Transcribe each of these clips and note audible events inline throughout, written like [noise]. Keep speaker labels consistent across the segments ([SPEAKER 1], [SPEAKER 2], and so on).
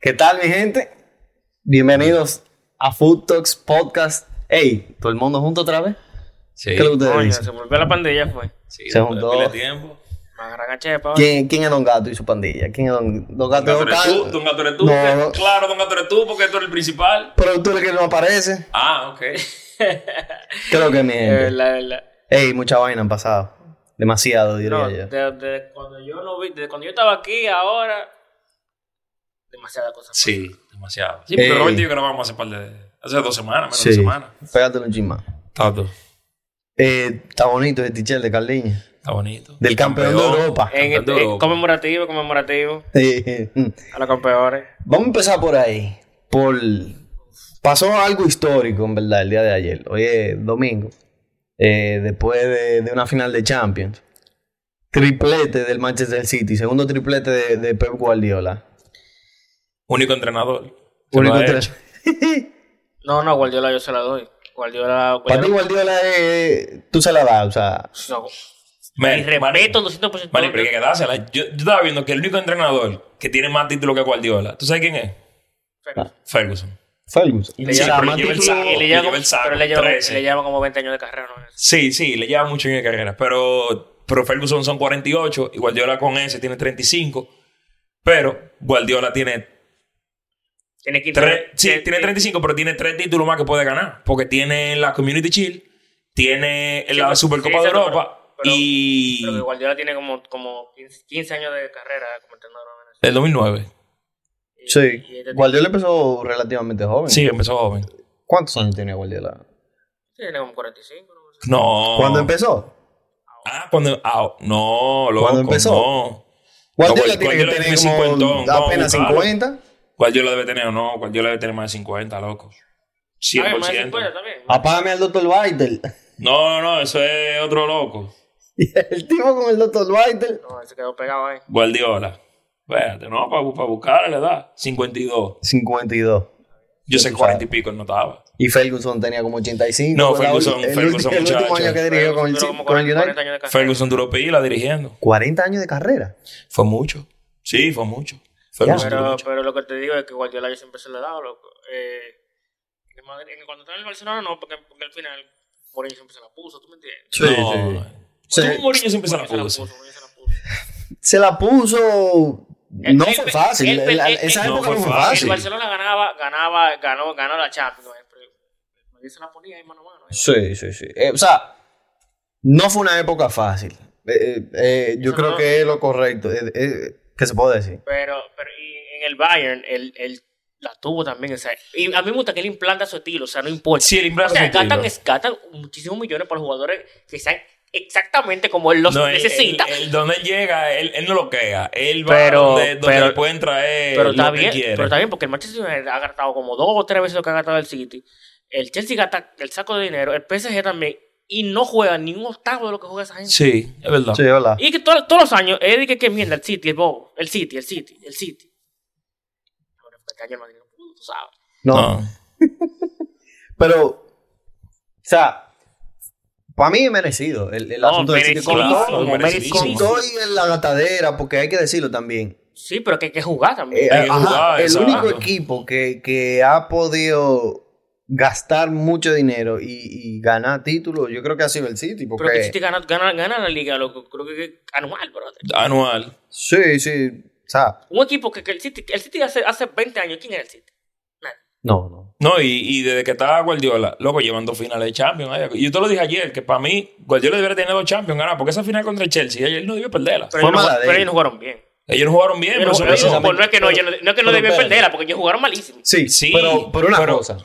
[SPEAKER 1] ¿Qué tal, mi gente? Bienvenidos a Food Talks Podcast. Hey, ¿todo el mundo junto otra vez?
[SPEAKER 2] Sí.
[SPEAKER 1] ¿Qué es lo que ustedes
[SPEAKER 3] Coño,
[SPEAKER 1] dicen?
[SPEAKER 3] se volvió la pandilla, fue.
[SPEAKER 2] sí,
[SPEAKER 1] se
[SPEAKER 2] después de
[SPEAKER 1] juntó.
[SPEAKER 2] pila de tiempo.
[SPEAKER 3] Una gran chepa. ¿vale?
[SPEAKER 1] ¿Quién, quién es Don Gato y su pandilla? ¿Quién es Don, don Gato?
[SPEAKER 2] Don
[SPEAKER 1] y
[SPEAKER 2] Gato eres tú, Don Gato eres tú.
[SPEAKER 1] No, no.
[SPEAKER 2] que- Claro, Don Gato eres tú, porque tú eres el principal.
[SPEAKER 1] Pero tú eres el que no aparece.
[SPEAKER 2] Ah, ok.
[SPEAKER 1] Creo que mi
[SPEAKER 3] De
[SPEAKER 1] gente.
[SPEAKER 3] verdad, de verdad.
[SPEAKER 1] Ey, mucha vaina han pasado. Demasiado, diría
[SPEAKER 3] No,
[SPEAKER 1] yo.
[SPEAKER 3] de- de cuando yo no vi, desde cuando yo estaba aquí, ahora. Demasiada cosa.
[SPEAKER 2] Sí, demasiado. Sí,
[SPEAKER 1] Ey.
[SPEAKER 2] pero Roberto y yo grabamos hace par de. Hace dos semanas, menos de dos semanas.
[SPEAKER 1] Pégatelo un chin más.
[SPEAKER 2] Tato,
[SPEAKER 1] Eh, está bonito ese t de Carliña.
[SPEAKER 2] está bonito.
[SPEAKER 1] Del campeón, de Europa.
[SPEAKER 3] En
[SPEAKER 2] Cantando
[SPEAKER 3] este-
[SPEAKER 2] loco.
[SPEAKER 3] conmemorativo, conmemorativo.
[SPEAKER 1] [laughs] Eh, mm.
[SPEAKER 3] A los campeones.
[SPEAKER 1] Vamos a empezar por ahí. Por... Pasó algo histórico, en verdad, el día de ayer. Hoy es domingo. Eh, después de, de una final de Champions. Triplete del Manchester City. Segundo triplete de, de Pep Guardiola.
[SPEAKER 2] Único entrenador. que
[SPEAKER 1] Único
[SPEAKER 2] lo ha hecho.
[SPEAKER 1] tres- [laughs]
[SPEAKER 3] No, no, Guardiola yo se la doy. Guardiola.
[SPEAKER 1] Para ti
[SPEAKER 3] Guardiola
[SPEAKER 1] Guardiola eh, tú se la das, o sea...
[SPEAKER 3] no.
[SPEAKER 2] Man,
[SPEAKER 3] Y respeto, 200%.
[SPEAKER 2] Mani, pero hay que quedársela. Yo, yo estaba viendo que el único entrenador que tiene más títulos que Guardiola. ¿Tú sabes quién es?
[SPEAKER 1] Ah.
[SPEAKER 3] Ferguson.
[SPEAKER 2] Ferguson.
[SPEAKER 1] Ferguson.
[SPEAKER 3] Le
[SPEAKER 2] Sí,
[SPEAKER 3] lleva-
[SPEAKER 2] pero lleva el saco,
[SPEAKER 3] y le
[SPEAKER 2] lleva
[SPEAKER 3] lleva,
[SPEAKER 2] el saco,
[SPEAKER 3] pero le lleva,
[SPEAKER 2] 13.
[SPEAKER 3] le lleva como 20 años de carrera. ¿no?
[SPEAKER 2] Sí, sí, le lleva mucho en la carrera. Pero, pero Ferguson son 48 y Guardiola con ese tiene 35. Pero Guardiola tiene,
[SPEAKER 3] Tiene 15
[SPEAKER 2] tres, sí,
[SPEAKER 3] tiene-
[SPEAKER 2] tiene 35, pero tiene tres títulos más que puede ganar. Porque tiene la Community Shield, tiene
[SPEAKER 3] Sí,
[SPEAKER 2] la
[SPEAKER 3] pero-
[SPEAKER 2] Supercopa
[SPEAKER 3] sí,
[SPEAKER 2] de
[SPEAKER 3] exacto,
[SPEAKER 2] Europa
[SPEAKER 3] pero- pero-
[SPEAKER 2] y
[SPEAKER 3] Pero que Guardiola tiene como, como 15, 15 años de carrera como entrenador. ¿no?
[SPEAKER 2] el 2009.
[SPEAKER 3] Y-
[SPEAKER 1] Sí.
[SPEAKER 3] y este
[SPEAKER 1] Guardiola empezó relativamente joven.
[SPEAKER 2] Sí, empezó joven.
[SPEAKER 1] ¿Cuántos años tenía Guardiola?
[SPEAKER 3] tipo Tiene como 45. ¿no?
[SPEAKER 2] No.
[SPEAKER 1] ¿Cuándo empezó?
[SPEAKER 2] Ah, cuando. ah, no, loco.
[SPEAKER 1] ¿Cuándo empezó?
[SPEAKER 2] No.
[SPEAKER 1] Guardiola
[SPEAKER 2] No, Guardiola
[SPEAKER 1] tiene que
[SPEAKER 2] tiene
[SPEAKER 1] tener
[SPEAKER 2] 50,
[SPEAKER 1] como
[SPEAKER 2] vamos a
[SPEAKER 1] apenas
[SPEAKER 2] buscarlo.
[SPEAKER 1] 50.
[SPEAKER 2] Guardiola debe tener o no. Guardiola debe tener más de 50, loco.
[SPEAKER 3] Ah, más de 50
[SPEAKER 2] 100%.
[SPEAKER 3] también.
[SPEAKER 1] Apágame al Dr. Weitel.
[SPEAKER 2] No, no, no, eso es otro loco.
[SPEAKER 1] [laughs] Y el tipo con el Dr. Weitel.
[SPEAKER 3] No, él se quedó pegado ahí.
[SPEAKER 2] Guardiola. Espérate, no, para, buscar la edad. 52.
[SPEAKER 1] 52.
[SPEAKER 2] Yo sé
[SPEAKER 1] tú
[SPEAKER 2] 40 y pico, él no estaba.
[SPEAKER 1] Y Ferguson tenía como 85.
[SPEAKER 2] No,
[SPEAKER 1] Fue la
[SPEAKER 2] Ferguson-
[SPEAKER 1] ul- el,
[SPEAKER 2] Ferguson,
[SPEAKER 1] ulti- el último
[SPEAKER 2] muchacho.
[SPEAKER 1] año que dirigió con el,
[SPEAKER 3] Duró
[SPEAKER 1] con
[SPEAKER 3] como
[SPEAKER 1] el
[SPEAKER 3] 40,
[SPEAKER 1] United.
[SPEAKER 3] años de carrera.
[SPEAKER 2] Ferguson duró pila dirigiendo.
[SPEAKER 1] 40 años de carrera.
[SPEAKER 2] Fue mucho. Sí, fue mucho. Ferguson duró
[SPEAKER 3] Pero,
[SPEAKER 2] mucho.
[SPEAKER 3] pero lo que te digo es que Guardiola yo siempre se lo he dado, loco. Eh, en Madrid- en- cuando estaba en el Barcelona no, porque, porque al final Mourinho siempre se la puso, ¿tú me entiendes?
[SPEAKER 1] Sí,
[SPEAKER 2] no,
[SPEAKER 1] sí. Se,
[SPEAKER 2] Tú, Mourinho, siempre se la
[SPEAKER 3] Mourinho
[SPEAKER 2] puso.
[SPEAKER 3] Mourinho se la puso.
[SPEAKER 1] se la puso.
[SPEAKER 3] El-
[SPEAKER 2] Eh,
[SPEAKER 1] No
[SPEAKER 3] el-
[SPEAKER 1] fue fácil.
[SPEAKER 3] el- el-
[SPEAKER 1] La-
[SPEAKER 3] el-
[SPEAKER 1] esa
[SPEAKER 2] no
[SPEAKER 1] época
[SPEAKER 2] fue
[SPEAKER 1] no fue
[SPEAKER 2] fácil.
[SPEAKER 3] El
[SPEAKER 1] fácil.
[SPEAKER 3] Barcelona ganaba, ganaba, ganó, ganó la Champions. eh, Pero Madrid se la ponía ahí mano a mano. eh.
[SPEAKER 1] Sí, sí, sí. Eh, o sea, no fue una época fácil. Eh, eh, eh, yo
[SPEAKER 3] Eso
[SPEAKER 1] creo
[SPEAKER 3] no.
[SPEAKER 1] que es lo correcto. Eh, eh, ¿Qué se puede decir?
[SPEAKER 3] Pero, pero y en el Bayern, él, él la tuvo también. O sea, y a mí me gusta que él implanta su estilo, o sea, no importa.
[SPEAKER 2] Sí, él implanta
[SPEAKER 3] o sea,
[SPEAKER 2] su estilo.
[SPEAKER 3] gastan, gastan muchísimos millones para los jugadores que sean exactamente como él los
[SPEAKER 2] No, eh, él-
[SPEAKER 3] necesita.
[SPEAKER 2] él- él donde él llega, él, él no lo queda. Él va
[SPEAKER 3] Pero-
[SPEAKER 2] donde, donde
[SPEAKER 3] pero-
[SPEAKER 2] le pueden traer
[SPEAKER 3] pero,
[SPEAKER 2] lo
[SPEAKER 3] está
[SPEAKER 2] que
[SPEAKER 3] bien,
[SPEAKER 2] quiere.
[SPEAKER 3] pero está bien, porque el Manchester United ha gastado como dos o tres veces lo que ha gastado el City. El Chelsea gasta el saco de dinero, el PSG también, y no juega ni un octavo de lo que juega esa gente.
[SPEAKER 2] Sí, es verdad.
[SPEAKER 1] Sí, hola.
[SPEAKER 3] Y que to- todos los años, él dice que mierda, el City, el bobo, el City, el City, el City. Ahora, este año el Madrid, tú sabes.
[SPEAKER 1] no.
[SPEAKER 2] No.
[SPEAKER 1] Pero, o sea, para mí es merecido el, el
[SPEAKER 3] No,
[SPEAKER 1] asunto del City. Con,
[SPEAKER 3] merecidísimo,
[SPEAKER 1] todo,
[SPEAKER 2] merecidísimo.
[SPEAKER 1] con todo y en la gatadera, porque hay que decirlo también.
[SPEAKER 3] Sí, pero que hay que jugar
[SPEAKER 1] Eh,
[SPEAKER 3] también.
[SPEAKER 2] Hay que
[SPEAKER 1] ajá,
[SPEAKER 2] jugar,
[SPEAKER 1] el
[SPEAKER 2] exacto.
[SPEAKER 1] único equipo que, que ha podido gastar mucho dinero y, y ganar títulos, yo creo que ha sido el City.
[SPEAKER 3] pero que
[SPEAKER 1] Porque,
[SPEAKER 3] si te gana, gana, gana la liga, loco, creo que que anual, brother.
[SPEAKER 2] Anual.
[SPEAKER 1] sí, sí, o sea,
[SPEAKER 3] Un equipo que, que el City, el City hace, hace 20 años, ¿quién era el City?
[SPEAKER 1] no, no.
[SPEAKER 2] No, y, y desde que estaba Guardiola, loco, llevando finales de Champions. ay, Yo te lo dije ayer, que para mí Guardiola debería tener dos Champions ganadas, porque esa final contra el Chelsea, él no debió perderla.
[SPEAKER 1] Fue
[SPEAKER 3] Pero, ellos no,
[SPEAKER 1] mala de
[SPEAKER 3] jug- pero
[SPEAKER 1] él.
[SPEAKER 3] ellos no jugaron bien.
[SPEAKER 2] Ellos jugaron bien, pero
[SPEAKER 3] Ellos
[SPEAKER 2] eso
[SPEAKER 3] no,
[SPEAKER 2] no
[SPEAKER 3] ellos
[SPEAKER 2] hizo-
[SPEAKER 3] no- pues no es que no, ellos no, no es que no
[SPEAKER 1] pero
[SPEAKER 3] debían
[SPEAKER 1] espérate.
[SPEAKER 3] perderla, porque ellos jugaron malísimo.
[SPEAKER 1] Sí,
[SPEAKER 2] Sí,
[SPEAKER 1] pero, pero una
[SPEAKER 2] pero-
[SPEAKER 1] cosa,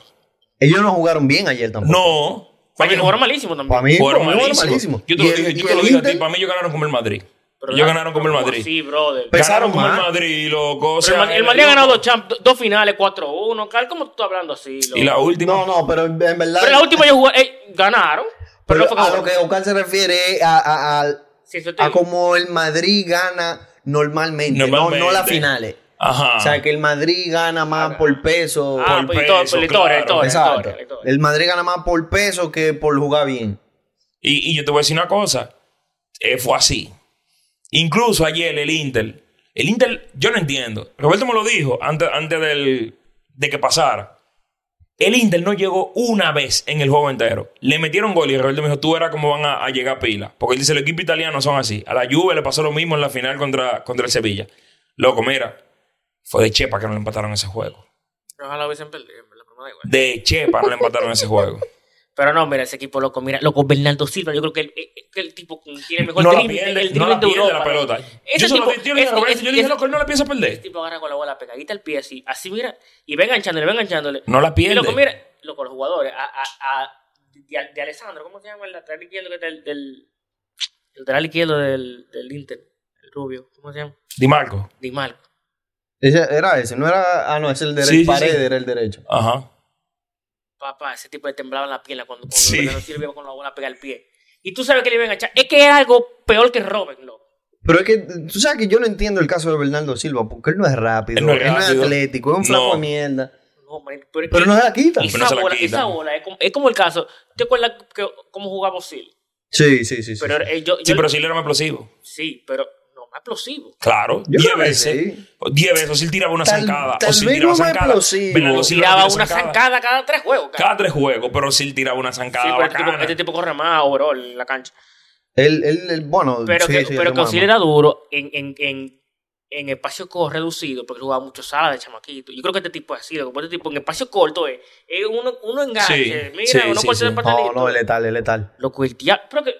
[SPEAKER 1] ellos no jugaron bien ayer tampoco.
[SPEAKER 2] No.
[SPEAKER 3] Para
[SPEAKER 2] Para
[SPEAKER 3] ellos
[SPEAKER 2] mí
[SPEAKER 3] jugaron malísimo también.
[SPEAKER 1] Para mí,
[SPEAKER 2] Jugaron
[SPEAKER 1] para mí jugaron
[SPEAKER 2] malísimo.
[SPEAKER 1] malísimo.
[SPEAKER 2] Yo te
[SPEAKER 1] Y
[SPEAKER 2] lo
[SPEAKER 1] el-
[SPEAKER 2] dije, yo
[SPEAKER 1] y
[SPEAKER 2] te
[SPEAKER 1] el
[SPEAKER 2] lo dije a ti,
[SPEAKER 1] Inter-
[SPEAKER 2] para mí ellos ganaron como el Madrid.
[SPEAKER 3] Pero
[SPEAKER 2] ellos
[SPEAKER 3] la-
[SPEAKER 2] ganaron como el
[SPEAKER 3] ¿cómo
[SPEAKER 2] Madrid.
[SPEAKER 3] así, brother.
[SPEAKER 1] Pero- Pesaron
[SPEAKER 2] Ganaron como el
[SPEAKER 1] más.
[SPEAKER 2] Madrid, loco. o
[SPEAKER 3] Pero el
[SPEAKER 2] sea,
[SPEAKER 3] Ma- el Madrid ha
[SPEAKER 2] loco.
[SPEAKER 3] ganado dos, champ- dos finales, 4-1. Carl, ¿Cómo tú estás hablando así? loco?
[SPEAKER 2] Y la última.
[SPEAKER 1] No, no, pero en en verdad.
[SPEAKER 3] Pero la última ellos jugaron, eh, ganaron. Pero,
[SPEAKER 1] Pero
[SPEAKER 3] no fue
[SPEAKER 1] a lo que Ocar se refiere es a, a, a,
[SPEAKER 3] Sí, eso te
[SPEAKER 1] a
[SPEAKER 3] digo.
[SPEAKER 1] como el Madrid gana normalmente, No, no las
[SPEAKER 2] Normalmente.
[SPEAKER 1] finales.
[SPEAKER 2] Ajá.
[SPEAKER 1] O sea, que el Madrid gana más por peso.
[SPEAKER 3] Ah,
[SPEAKER 2] por
[SPEAKER 3] pues, y todo-
[SPEAKER 2] peso,
[SPEAKER 3] pues, y todo, y
[SPEAKER 2] claro.
[SPEAKER 3] todo, y todo,
[SPEAKER 1] Exacto.
[SPEAKER 3] y todo.
[SPEAKER 1] El Madrid gana más por peso que por jugar bien.
[SPEAKER 2] Y, y yo te voy a decir una cosa. eh, fue así. Incluso ayer el Inter El Inter, yo no entiendo. Roberto me lo dijo antes, antes del, de que pasara. El Inter no llegó una vez en el juego entero. Le metieron gol y Roberto me dijo, tú verás cómo van a, a llegar pila. Porque él dice, los equipos italianos son así. A la Juve le pasó lo mismo en la final contra, contra el Sevilla. Loco, mira, fue de Chepa que no le empataron ese juego.
[SPEAKER 3] Ojalá hubiesen perdido, en verdad, pero me da igual.
[SPEAKER 2] De Chepa no le empataron ese juego.
[SPEAKER 3] Pero no, mira, ese equipo loco, mira, loco, Bernardo Silva, yo creo que el, el- que el tipo tiene el mejor
[SPEAKER 2] No la
[SPEAKER 3] drible,
[SPEAKER 2] pierde,
[SPEAKER 3] el
[SPEAKER 2] no
[SPEAKER 3] drible
[SPEAKER 2] la
[SPEAKER 3] de
[SPEAKER 2] pierde
[SPEAKER 3] Europa.
[SPEAKER 2] la pelota.
[SPEAKER 3] Ese
[SPEAKER 2] Yo, se lo
[SPEAKER 3] tipo-
[SPEAKER 2] di- yo le dije a
[SPEAKER 3] es-
[SPEAKER 2] Roberto,
[SPEAKER 3] es-
[SPEAKER 2] yo le dije,
[SPEAKER 3] es-
[SPEAKER 2] loco, él no la piensa perder.
[SPEAKER 3] Ese tipo agarra con la bola pegadita al pie así, así mira, y va enganchándole, va enganchándole.
[SPEAKER 2] No la pierde.
[SPEAKER 3] Y loco, mira, loco, los jugadores, a, a, a- de, de Alessandro, ¿cómo se llama el lateral izquierdo que del, del el lateral izquierdo del, del Inter? El rubio, ¿cómo se llama?
[SPEAKER 2] Di Marco.
[SPEAKER 3] Di Marco.
[SPEAKER 1] Ese era ese, no era. Ah, no, es el derecho.
[SPEAKER 2] Sí, sí,
[SPEAKER 1] Paredes
[SPEAKER 2] sí.
[SPEAKER 1] era el derecho.
[SPEAKER 2] Ajá.
[SPEAKER 3] Papá, ese tipo le temblaba la pierna cuando, cuando
[SPEAKER 2] Sí.
[SPEAKER 3] Bernardo Silva iba con la bola pegada al pie. Y tú sabes que le iba a enganchar. Es que es algo peor que Robin, loco.
[SPEAKER 1] Pero es que tú sabes que yo no entiendo el caso de Bernardo Silva porque él no es rápido,
[SPEAKER 2] Él no es
[SPEAKER 1] él no es
[SPEAKER 2] rápido.
[SPEAKER 1] atlético, es un flaco
[SPEAKER 2] No.
[SPEAKER 1] de mierda.
[SPEAKER 3] No, man, pero, es
[SPEAKER 1] Pero
[SPEAKER 3] que-
[SPEAKER 1] no se la quita.
[SPEAKER 3] y
[SPEAKER 2] Pero no
[SPEAKER 3] esa,
[SPEAKER 2] se la
[SPEAKER 3] bola,
[SPEAKER 2] quitan.
[SPEAKER 3] esa bola es como, es como el caso. ¿Te acuerdas que, cómo jugaba Osil?
[SPEAKER 1] Sí, sí, sí. sí.
[SPEAKER 3] Pero eh, yo, yo-
[SPEAKER 2] Sí, pero sí le era más explosivo.
[SPEAKER 3] sí, pero no más explosivo.
[SPEAKER 2] Claro,
[SPEAKER 1] Yo
[SPEAKER 2] 10
[SPEAKER 1] creo que
[SPEAKER 2] veces.
[SPEAKER 1] sí.
[SPEAKER 2] 10 veces. O si él tiraba una
[SPEAKER 1] Tal-
[SPEAKER 2] zancada.
[SPEAKER 1] tal
[SPEAKER 2] o si él
[SPEAKER 1] vez
[SPEAKER 2] tiraba
[SPEAKER 1] no más
[SPEAKER 2] zancada.
[SPEAKER 1] explosivo.
[SPEAKER 2] Bernardo Silva
[SPEAKER 3] Tiraba
[SPEAKER 2] tira
[SPEAKER 3] una zancada cada tres juegos. cara.
[SPEAKER 2] Cada tres juegos, pero si él tiraba una
[SPEAKER 3] Sí,
[SPEAKER 2] zancada
[SPEAKER 3] pero este tipo,
[SPEAKER 2] bacana.
[SPEAKER 3] este tipo corre más overall en la cancha.
[SPEAKER 1] Él, él, él- bueno,
[SPEAKER 3] Pero
[SPEAKER 1] sí, este
[SPEAKER 3] que,
[SPEAKER 1] sí,
[SPEAKER 3] pero
[SPEAKER 1] lo
[SPEAKER 3] que
[SPEAKER 1] mama.
[SPEAKER 3] Ozil era duro en, en, en, en espacio co- reducido, porque jugaba mucho sala de chamaquito. Yo creo que este tipo es así, lo que pasa es que este tipo en espacio corto es, es uno, uno enganche,
[SPEAKER 2] Sí,
[SPEAKER 3] mira,
[SPEAKER 2] sí,
[SPEAKER 3] uno
[SPEAKER 2] sí,
[SPEAKER 3] corta
[SPEAKER 2] sí.
[SPEAKER 3] el pastelito.
[SPEAKER 1] No, no, es letal, es letal.
[SPEAKER 3] Loco, el diablo. Pero que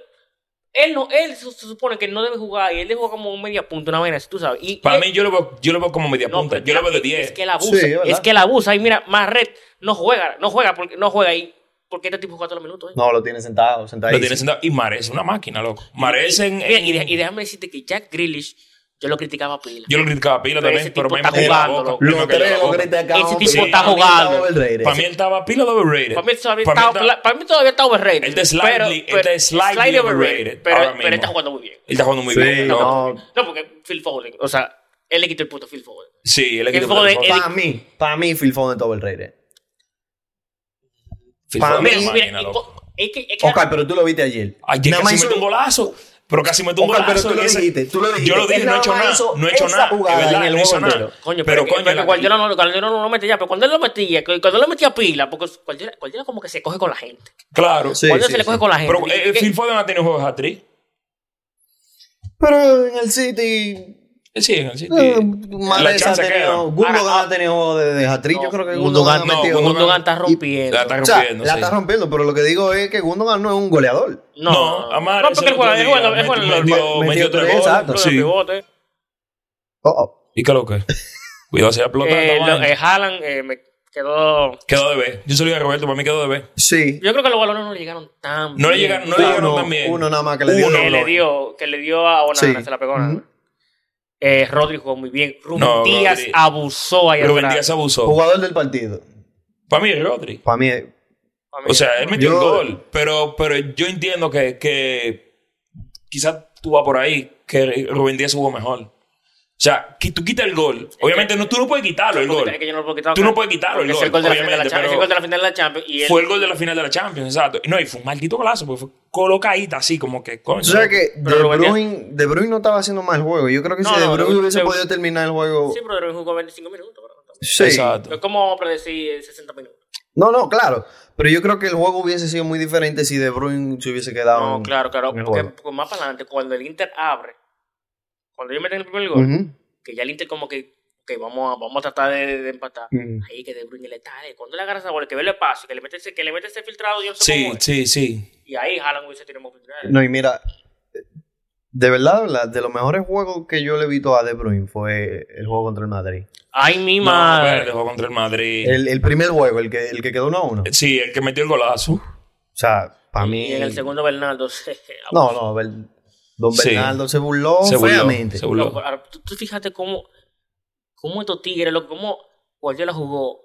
[SPEAKER 3] él no, él se, se supone que no debe jugar y él le juega como un media punta, una vaina, así, tú sabes. Y
[SPEAKER 2] Para
[SPEAKER 3] él-
[SPEAKER 2] mí, yo lo veo, yo lo veo como media
[SPEAKER 3] no,
[SPEAKER 2] punta.
[SPEAKER 3] pero
[SPEAKER 2] yo lo veo de
[SPEAKER 3] es-
[SPEAKER 2] 10.
[SPEAKER 3] Es que él abusa,
[SPEAKER 1] Sí, es verdad.
[SPEAKER 3] es que él abusa. Y mira, más red no juega, no juega, porque no juega ahí. Porque este tipo juega todos los minutos. ¿eh?
[SPEAKER 1] No, lo tiene sentado, sentado.
[SPEAKER 2] Lo tiene sentado. Y Mares es una máquina, loco. Mares
[SPEAKER 3] Y-
[SPEAKER 2] en.
[SPEAKER 3] mira,
[SPEAKER 2] en-
[SPEAKER 3] y, de- y déjame decirte que Jack Grealish, yo lo criticaba pila.
[SPEAKER 2] yo lo criticaba pila
[SPEAKER 3] Pero ese
[SPEAKER 2] también, pero
[SPEAKER 3] tipo
[SPEAKER 2] me
[SPEAKER 3] está
[SPEAKER 2] me cayó la
[SPEAKER 3] jugando,
[SPEAKER 2] boca,
[SPEAKER 3] loco.
[SPEAKER 2] me
[SPEAKER 1] Los
[SPEAKER 2] cayó la
[SPEAKER 1] tres, los
[SPEAKER 2] boca.
[SPEAKER 1] tres te acaban
[SPEAKER 3] Ese
[SPEAKER 1] de
[SPEAKER 3] tipo
[SPEAKER 1] pegar.
[SPEAKER 3] está
[SPEAKER 1] Para mí
[SPEAKER 3] jugando.
[SPEAKER 1] overrated.
[SPEAKER 2] Para mí él estaba pila de overrated.
[SPEAKER 3] para mí, todavía
[SPEAKER 2] Pa' mí
[SPEAKER 3] está,
[SPEAKER 2] está-
[SPEAKER 3] para mí todavía está overrated.
[SPEAKER 2] Él está slightly- él está slightly overrated
[SPEAKER 3] Pero,
[SPEAKER 2] ahora
[SPEAKER 3] pero
[SPEAKER 2] mismo.
[SPEAKER 3] está jugando muy bien.
[SPEAKER 2] Él está jugando muy
[SPEAKER 1] Sí,
[SPEAKER 2] bien. loco.
[SPEAKER 1] no.
[SPEAKER 3] No, porque Phil Foden, o sea, él le quitó el punto a Phil Foden.
[SPEAKER 2] Sí, él le
[SPEAKER 3] Phil
[SPEAKER 2] quitó
[SPEAKER 3] Foden,
[SPEAKER 2] el-
[SPEAKER 3] él-
[SPEAKER 1] Para mí, para mí, Phil Foden está overrated.
[SPEAKER 2] Phil
[SPEAKER 1] pa'
[SPEAKER 2] Foden
[SPEAKER 1] mí-
[SPEAKER 2] es una
[SPEAKER 3] Mira, mira,
[SPEAKER 2] máquina,
[SPEAKER 3] y
[SPEAKER 2] loco.
[SPEAKER 3] co- es que, es que
[SPEAKER 1] Ok, pero tú lo viste ayer.
[SPEAKER 2] Ayer
[SPEAKER 1] Nada
[SPEAKER 2] casi
[SPEAKER 1] más
[SPEAKER 2] metió
[SPEAKER 1] hizo-
[SPEAKER 2] un golazo, pero casi metió un
[SPEAKER 1] Ok, pero
[SPEAKER 2] golazo.
[SPEAKER 1] tú lo
[SPEAKER 2] en ese-
[SPEAKER 1] dijiste, tú lo
[SPEAKER 2] Yo
[SPEAKER 1] dijiste.
[SPEAKER 2] lo dije,
[SPEAKER 1] Él
[SPEAKER 2] no he
[SPEAKER 1] nada
[SPEAKER 2] hecho
[SPEAKER 1] más
[SPEAKER 2] nada.
[SPEAKER 1] hizo
[SPEAKER 2] No he hecho
[SPEAKER 1] esa
[SPEAKER 2] nada.
[SPEAKER 1] jugada
[SPEAKER 2] Es
[SPEAKER 1] en
[SPEAKER 2] verdad,
[SPEAKER 1] el
[SPEAKER 2] no hizo
[SPEAKER 1] juego
[SPEAKER 2] nada.
[SPEAKER 1] entero.
[SPEAKER 2] Pero
[SPEAKER 3] Coño, pero, que-
[SPEAKER 2] coño,
[SPEAKER 3] pero
[SPEAKER 2] la-
[SPEAKER 3] Guardiola no, lo- Guardiola no lo metía, pero cuando él lo metía, que- cuando él lo metía pila, porque Guardiola, Guardiola como que se coge con la gente.
[SPEAKER 2] Claro.
[SPEAKER 1] Sí,
[SPEAKER 3] Guardiola
[SPEAKER 1] sí,
[SPEAKER 3] se le coge
[SPEAKER 1] sí.
[SPEAKER 3] con la gente.
[SPEAKER 2] Pero eh,
[SPEAKER 3] ¿Qué-
[SPEAKER 2] Phil Foden ha tenido juegos hat-trick.
[SPEAKER 1] Pero en el City.
[SPEAKER 2] Eh, Sí, en el City.
[SPEAKER 1] eh,
[SPEAKER 2] La
[SPEAKER 1] Mahrez ha
[SPEAKER 2] chance queda. Ah,
[SPEAKER 1] tenido. Gundogan
[SPEAKER 3] Ahora,
[SPEAKER 1] ha tenido de, de hat-trick.
[SPEAKER 3] no,
[SPEAKER 1] Yo creo que
[SPEAKER 3] Gundogan-
[SPEAKER 1] Gundogan ha
[SPEAKER 2] no,
[SPEAKER 1] metido.
[SPEAKER 2] Gundogan-
[SPEAKER 3] Gundogan está rompiendo.
[SPEAKER 2] La está
[SPEAKER 1] O sea,
[SPEAKER 2] rompiendo.
[SPEAKER 1] la
[SPEAKER 2] sí.
[SPEAKER 1] está rompiendo, pero lo que digo es que Gundogan no es un goleador.
[SPEAKER 3] No,
[SPEAKER 2] No, a Mahrez
[SPEAKER 3] no, porque él
[SPEAKER 2] el otro
[SPEAKER 3] juega, él
[SPEAKER 2] día
[SPEAKER 3] juega, él juega en
[SPEAKER 2] metió-
[SPEAKER 3] los-
[SPEAKER 2] metió-
[SPEAKER 1] metió
[SPEAKER 2] Metió
[SPEAKER 1] tres,
[SPEAKER 2] tres
[SPEAKER 1] exacto.
[SPEAKER 3] los
[SPEAKER 2] goles.
[SPEAKER 3] de
[SPEAKER 2] Sí.
[SPEAKER 3] pivote.
[SPEAKER 1] Oh, oh.
[SPEAKER 2] ¿Y qué lo que? Cuidado, se va a explotar
[SPEAKER 3] Eh,
[SPEAKER 2] esta
[SPEAKER 3] lo-
[SPEAKER 2] vaina.
[SPEAKER 3] eh, Haaland eh, me quedó.
[SPEAKER 2] Quedó de B. Yo se lo dije a Roberto, para mí quedó de B.
[SPEAKER 1] Sí.
[SPEAKER 3] Yo creo que los balones no le llegaron tan
[SPEAKER 2] No le
[SPEAKER 3] bien.
[SPEAKER 2] llegaron, no le llegaron tan bien.
[SPEAKER 1] uno nada más que le dio.
[SPEAKER 2] Uno.
[SPEAKER 1] no,
[SPEAKER 3] que le
[SPEAKER 1] no.
[SPEAKER 3] dio, que le dio a Onana,
[SPEAKER 1] Sí.
[SPEAKER 3] se la pegó a Onana.
[SPEAKER 1] Ujú.
[SPEAKER 3] Eh, Rodri jugó muy bien. Rubén
[SPEAKER 2] No,
[SPEAKER 3] Díaz
[SPEAKER 2] Rodri-
[SPEAKER 3] abusó ahí
[SPEAKER 2] Rubén
[SPEAKER 3] atrás.
[SPEAKER 2] Díaz abusó.
[SPEAKER 1] Jugador del partido.
[SPEAKER 2] Para mí es Rodri.
[SPEAKER 1] Para mí es-
[SPEAKER 3] Para mí.
[SPEAKER 2] O sea, él metió
[SPEAKER 1] Yo-
[SPEAKER 2] el gol. Pero, pero yo entiendo que, que quizás tú vas por ahí, que Rubén Díaz jugó mejor. O sea, que tú quitas el gol. Obviamente no, tú no puedes quitarlo el
[SPEAKER 3] Porque-
[SPEAKER 2] gol.
[SPEAKER 3] es que yo no lo puedo quitar,
[SPEAKER 2] Tú no
[SPEAKER 3] claro.
[SPEAKER 2] puedes quitarlo el
[SPEAKER 3] Porque es
[SPEAKER 2] gol,
[SPEAKER 3] de la final de la
[SPEAKER 2] obviamente,
[SPEAKER 3] Champions, es el
[SPEAKER 2] pero-
[SPEAKER 3] gol de la final de la Champions. Y él-
[SPEAKER 2] Fue el gol de la final de la Champions, exacto. No, y fue un maldito golazo, porque fue colocadita así, como que coño.
[SPEAKER 1] Tú sabes que
[SPEAKER 3] Pero
[SPEAKER 1] De
[SPEAKER 3] Rubén Díaz-
[SPEAKER 1] Bruyne, De Bruyne no estaba haciendo mal juego. Yo creo que
[SPEAKER 3] No,
[SPEAKER 1] si De
[SPEAKER 3] no,
[SPEAKER 1] Bruyne
[SPEAKER 3] Rubén-
[SPEAKER 1] hubiese
[SPEAKER 3] Rubén-
[SPEAKER 1] podido terminar el juego.
[SPEAKER 3] Sí, pero Rodri jugó 25 minutos. bro.
[SPEAKER 1] Sí.
[SPEAKER 2] Exacto.
[SPEAKER 3] ¿Cómo vamos a predecir 60 minutos?
[SPEAKER 1] No, no, claro. Pero yo creo que el juego hubiese sido muy diferente si De Bruyne se hubiese quedado.
[SPEAKER 3] No,
[SPEAKER 1] en-
[SPEAKER 3] claro, claro.
[SPEAKER 1] en el
[SPEAKER 3] Porque,
[SPEAKER 1] juego.
[SPEAKER 3] porque más para adelante, cuando el Inter abre, cuando ellos meten el primer gol,
[SPEAKER 1] Ujú.
[SPEAKER 3] que ya el Inter como que, ok, vamos a, vamos a tratar de, de empatar.
[SPEAKER 1] Mm.
[SPEAKER 3] Ahí que De Bruyne le está, eh, cuando le agarra esa bola, que ve el espacio, que le mete ese, que le mete ese filtrado, yo no sé
[SPEAKER 2] Sí,
[SPEAKER 3] cómo es.
[SPEAKER 2] sí, sí.
[SPEAKER 3] Y ahí Haaland hubiese tenido más oportunidades.
[SPEAKER 1] No, y mira, de verdad, de verdad, de los mejores juegos que yo le he visto a De Bruyne fue el juego contra el Madrid.
[SPEAKER 3] Ay, mi
[SPEAKER 2] No,
[SPEAKER 3] madre.
[SPEAKER 2] espérate, jugó contra el Madrid.
[SPEAKER 1] El, el primer juego, el que, el que quedó 1 a 1. O
[SPEAKER 2] Sí, el que metió el golazo.
[SPEAKER 1] sea, para mí.
[SPEAKER 3] Y en el segundo Bernardo. [laughs] se-
[SPEAKER 1] No, no, Bel- Don
[SPEAKER 2] Sí.
[SPEAKER 1] Bernardo se burló
[SPEAKER 2] Se burló,
[SPEAKER 1] feamente.
[SPEAKER 2] se burló.
[SPEAKER 3] Loco, ahora, tú, tú fíjate cómo, cómo estos tigres, loco, cómo Guardiola jugó.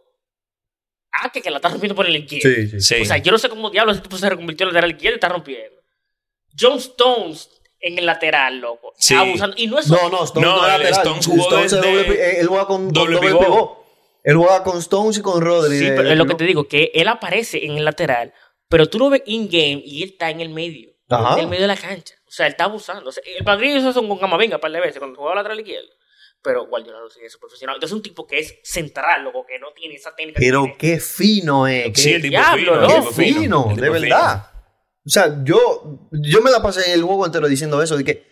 [SPEAKER 3] Ah, que, que la está rompiendo por el izquierdo.
[SPEAKER 1] Sí, sí, sí.
[SPEAKER 2] Sí.
[SPEAKER 3] pues, O sea, yo no sé cómo diablos ese tipo se reconvirtió en lateral izquierdo y está rompiendo. John Stones en el lateral, loco.
[SPEAKER 2] Sí.
[SPEAKER 3] Abusando. Y no es
[SPEAKER 1] No, no, Stones
[SPEAKER 2] No,
[SPEAKER 1] no,
[SPEAKER 2] el
[SPEAKER 1] lateral.
[SPEAKER 2] Stones jugó
[SPEAKER 1] Stones es
[SPEAKER 2] desde-
[SPEAKER 1] doble pi- eh, él juega con, con
[SPEAKER 2] doble
[SPEAKER 1] doble,
[SPEAKER 2] pivot.
[SPEAKER 1] pivot. Él juega con Stones y con Rodri.
[SPEAKER 3] Sí,
[SPEAKER 1] de-
[SPEAKER 3] pero
[SPEAKER 1] de
[SPEAKER 3] es lo que te
[SPEAKER 1] pivot.
[SPEAKER 3] digo, que él aparece en el lateral, pero tú lo ves in-game y él está en el medio.
[SPEAKER 1] Ajá.
[SPEAKER 3] En el medio de la cancha. O sea, él está abusando. O sea, el Madrid hizo eso con Camavinga un par de veces cuando jugaba lateral izquierdo. pero Guardiola lo sigue su profesional. Entonces, un tipo que es central, loco, que no tiene esa técnica. que
[SPEAKER 1] Pero
[SPEAKER 3] tiene.
[SPEAKER 1] qué fino es. Qué,
[SPEAKER 2] Sí, el tipo
[SPEAKER 3] diablo,
[SPEAKER 2] fino.
[SPEAKER 3] ¿no?
[SPEAKER 2] el
[SPEAKER 1] qué
[SPEAKER 2] tipo
[SPEAKER 1] fino,
[SPEAKER 2] el
[SPEAKER 1] de
[SPEAKER 2] tipo
[SPEAKER 1] verdad. O sea, yo, yo me la pasé el juego entero diciendo eso, de que,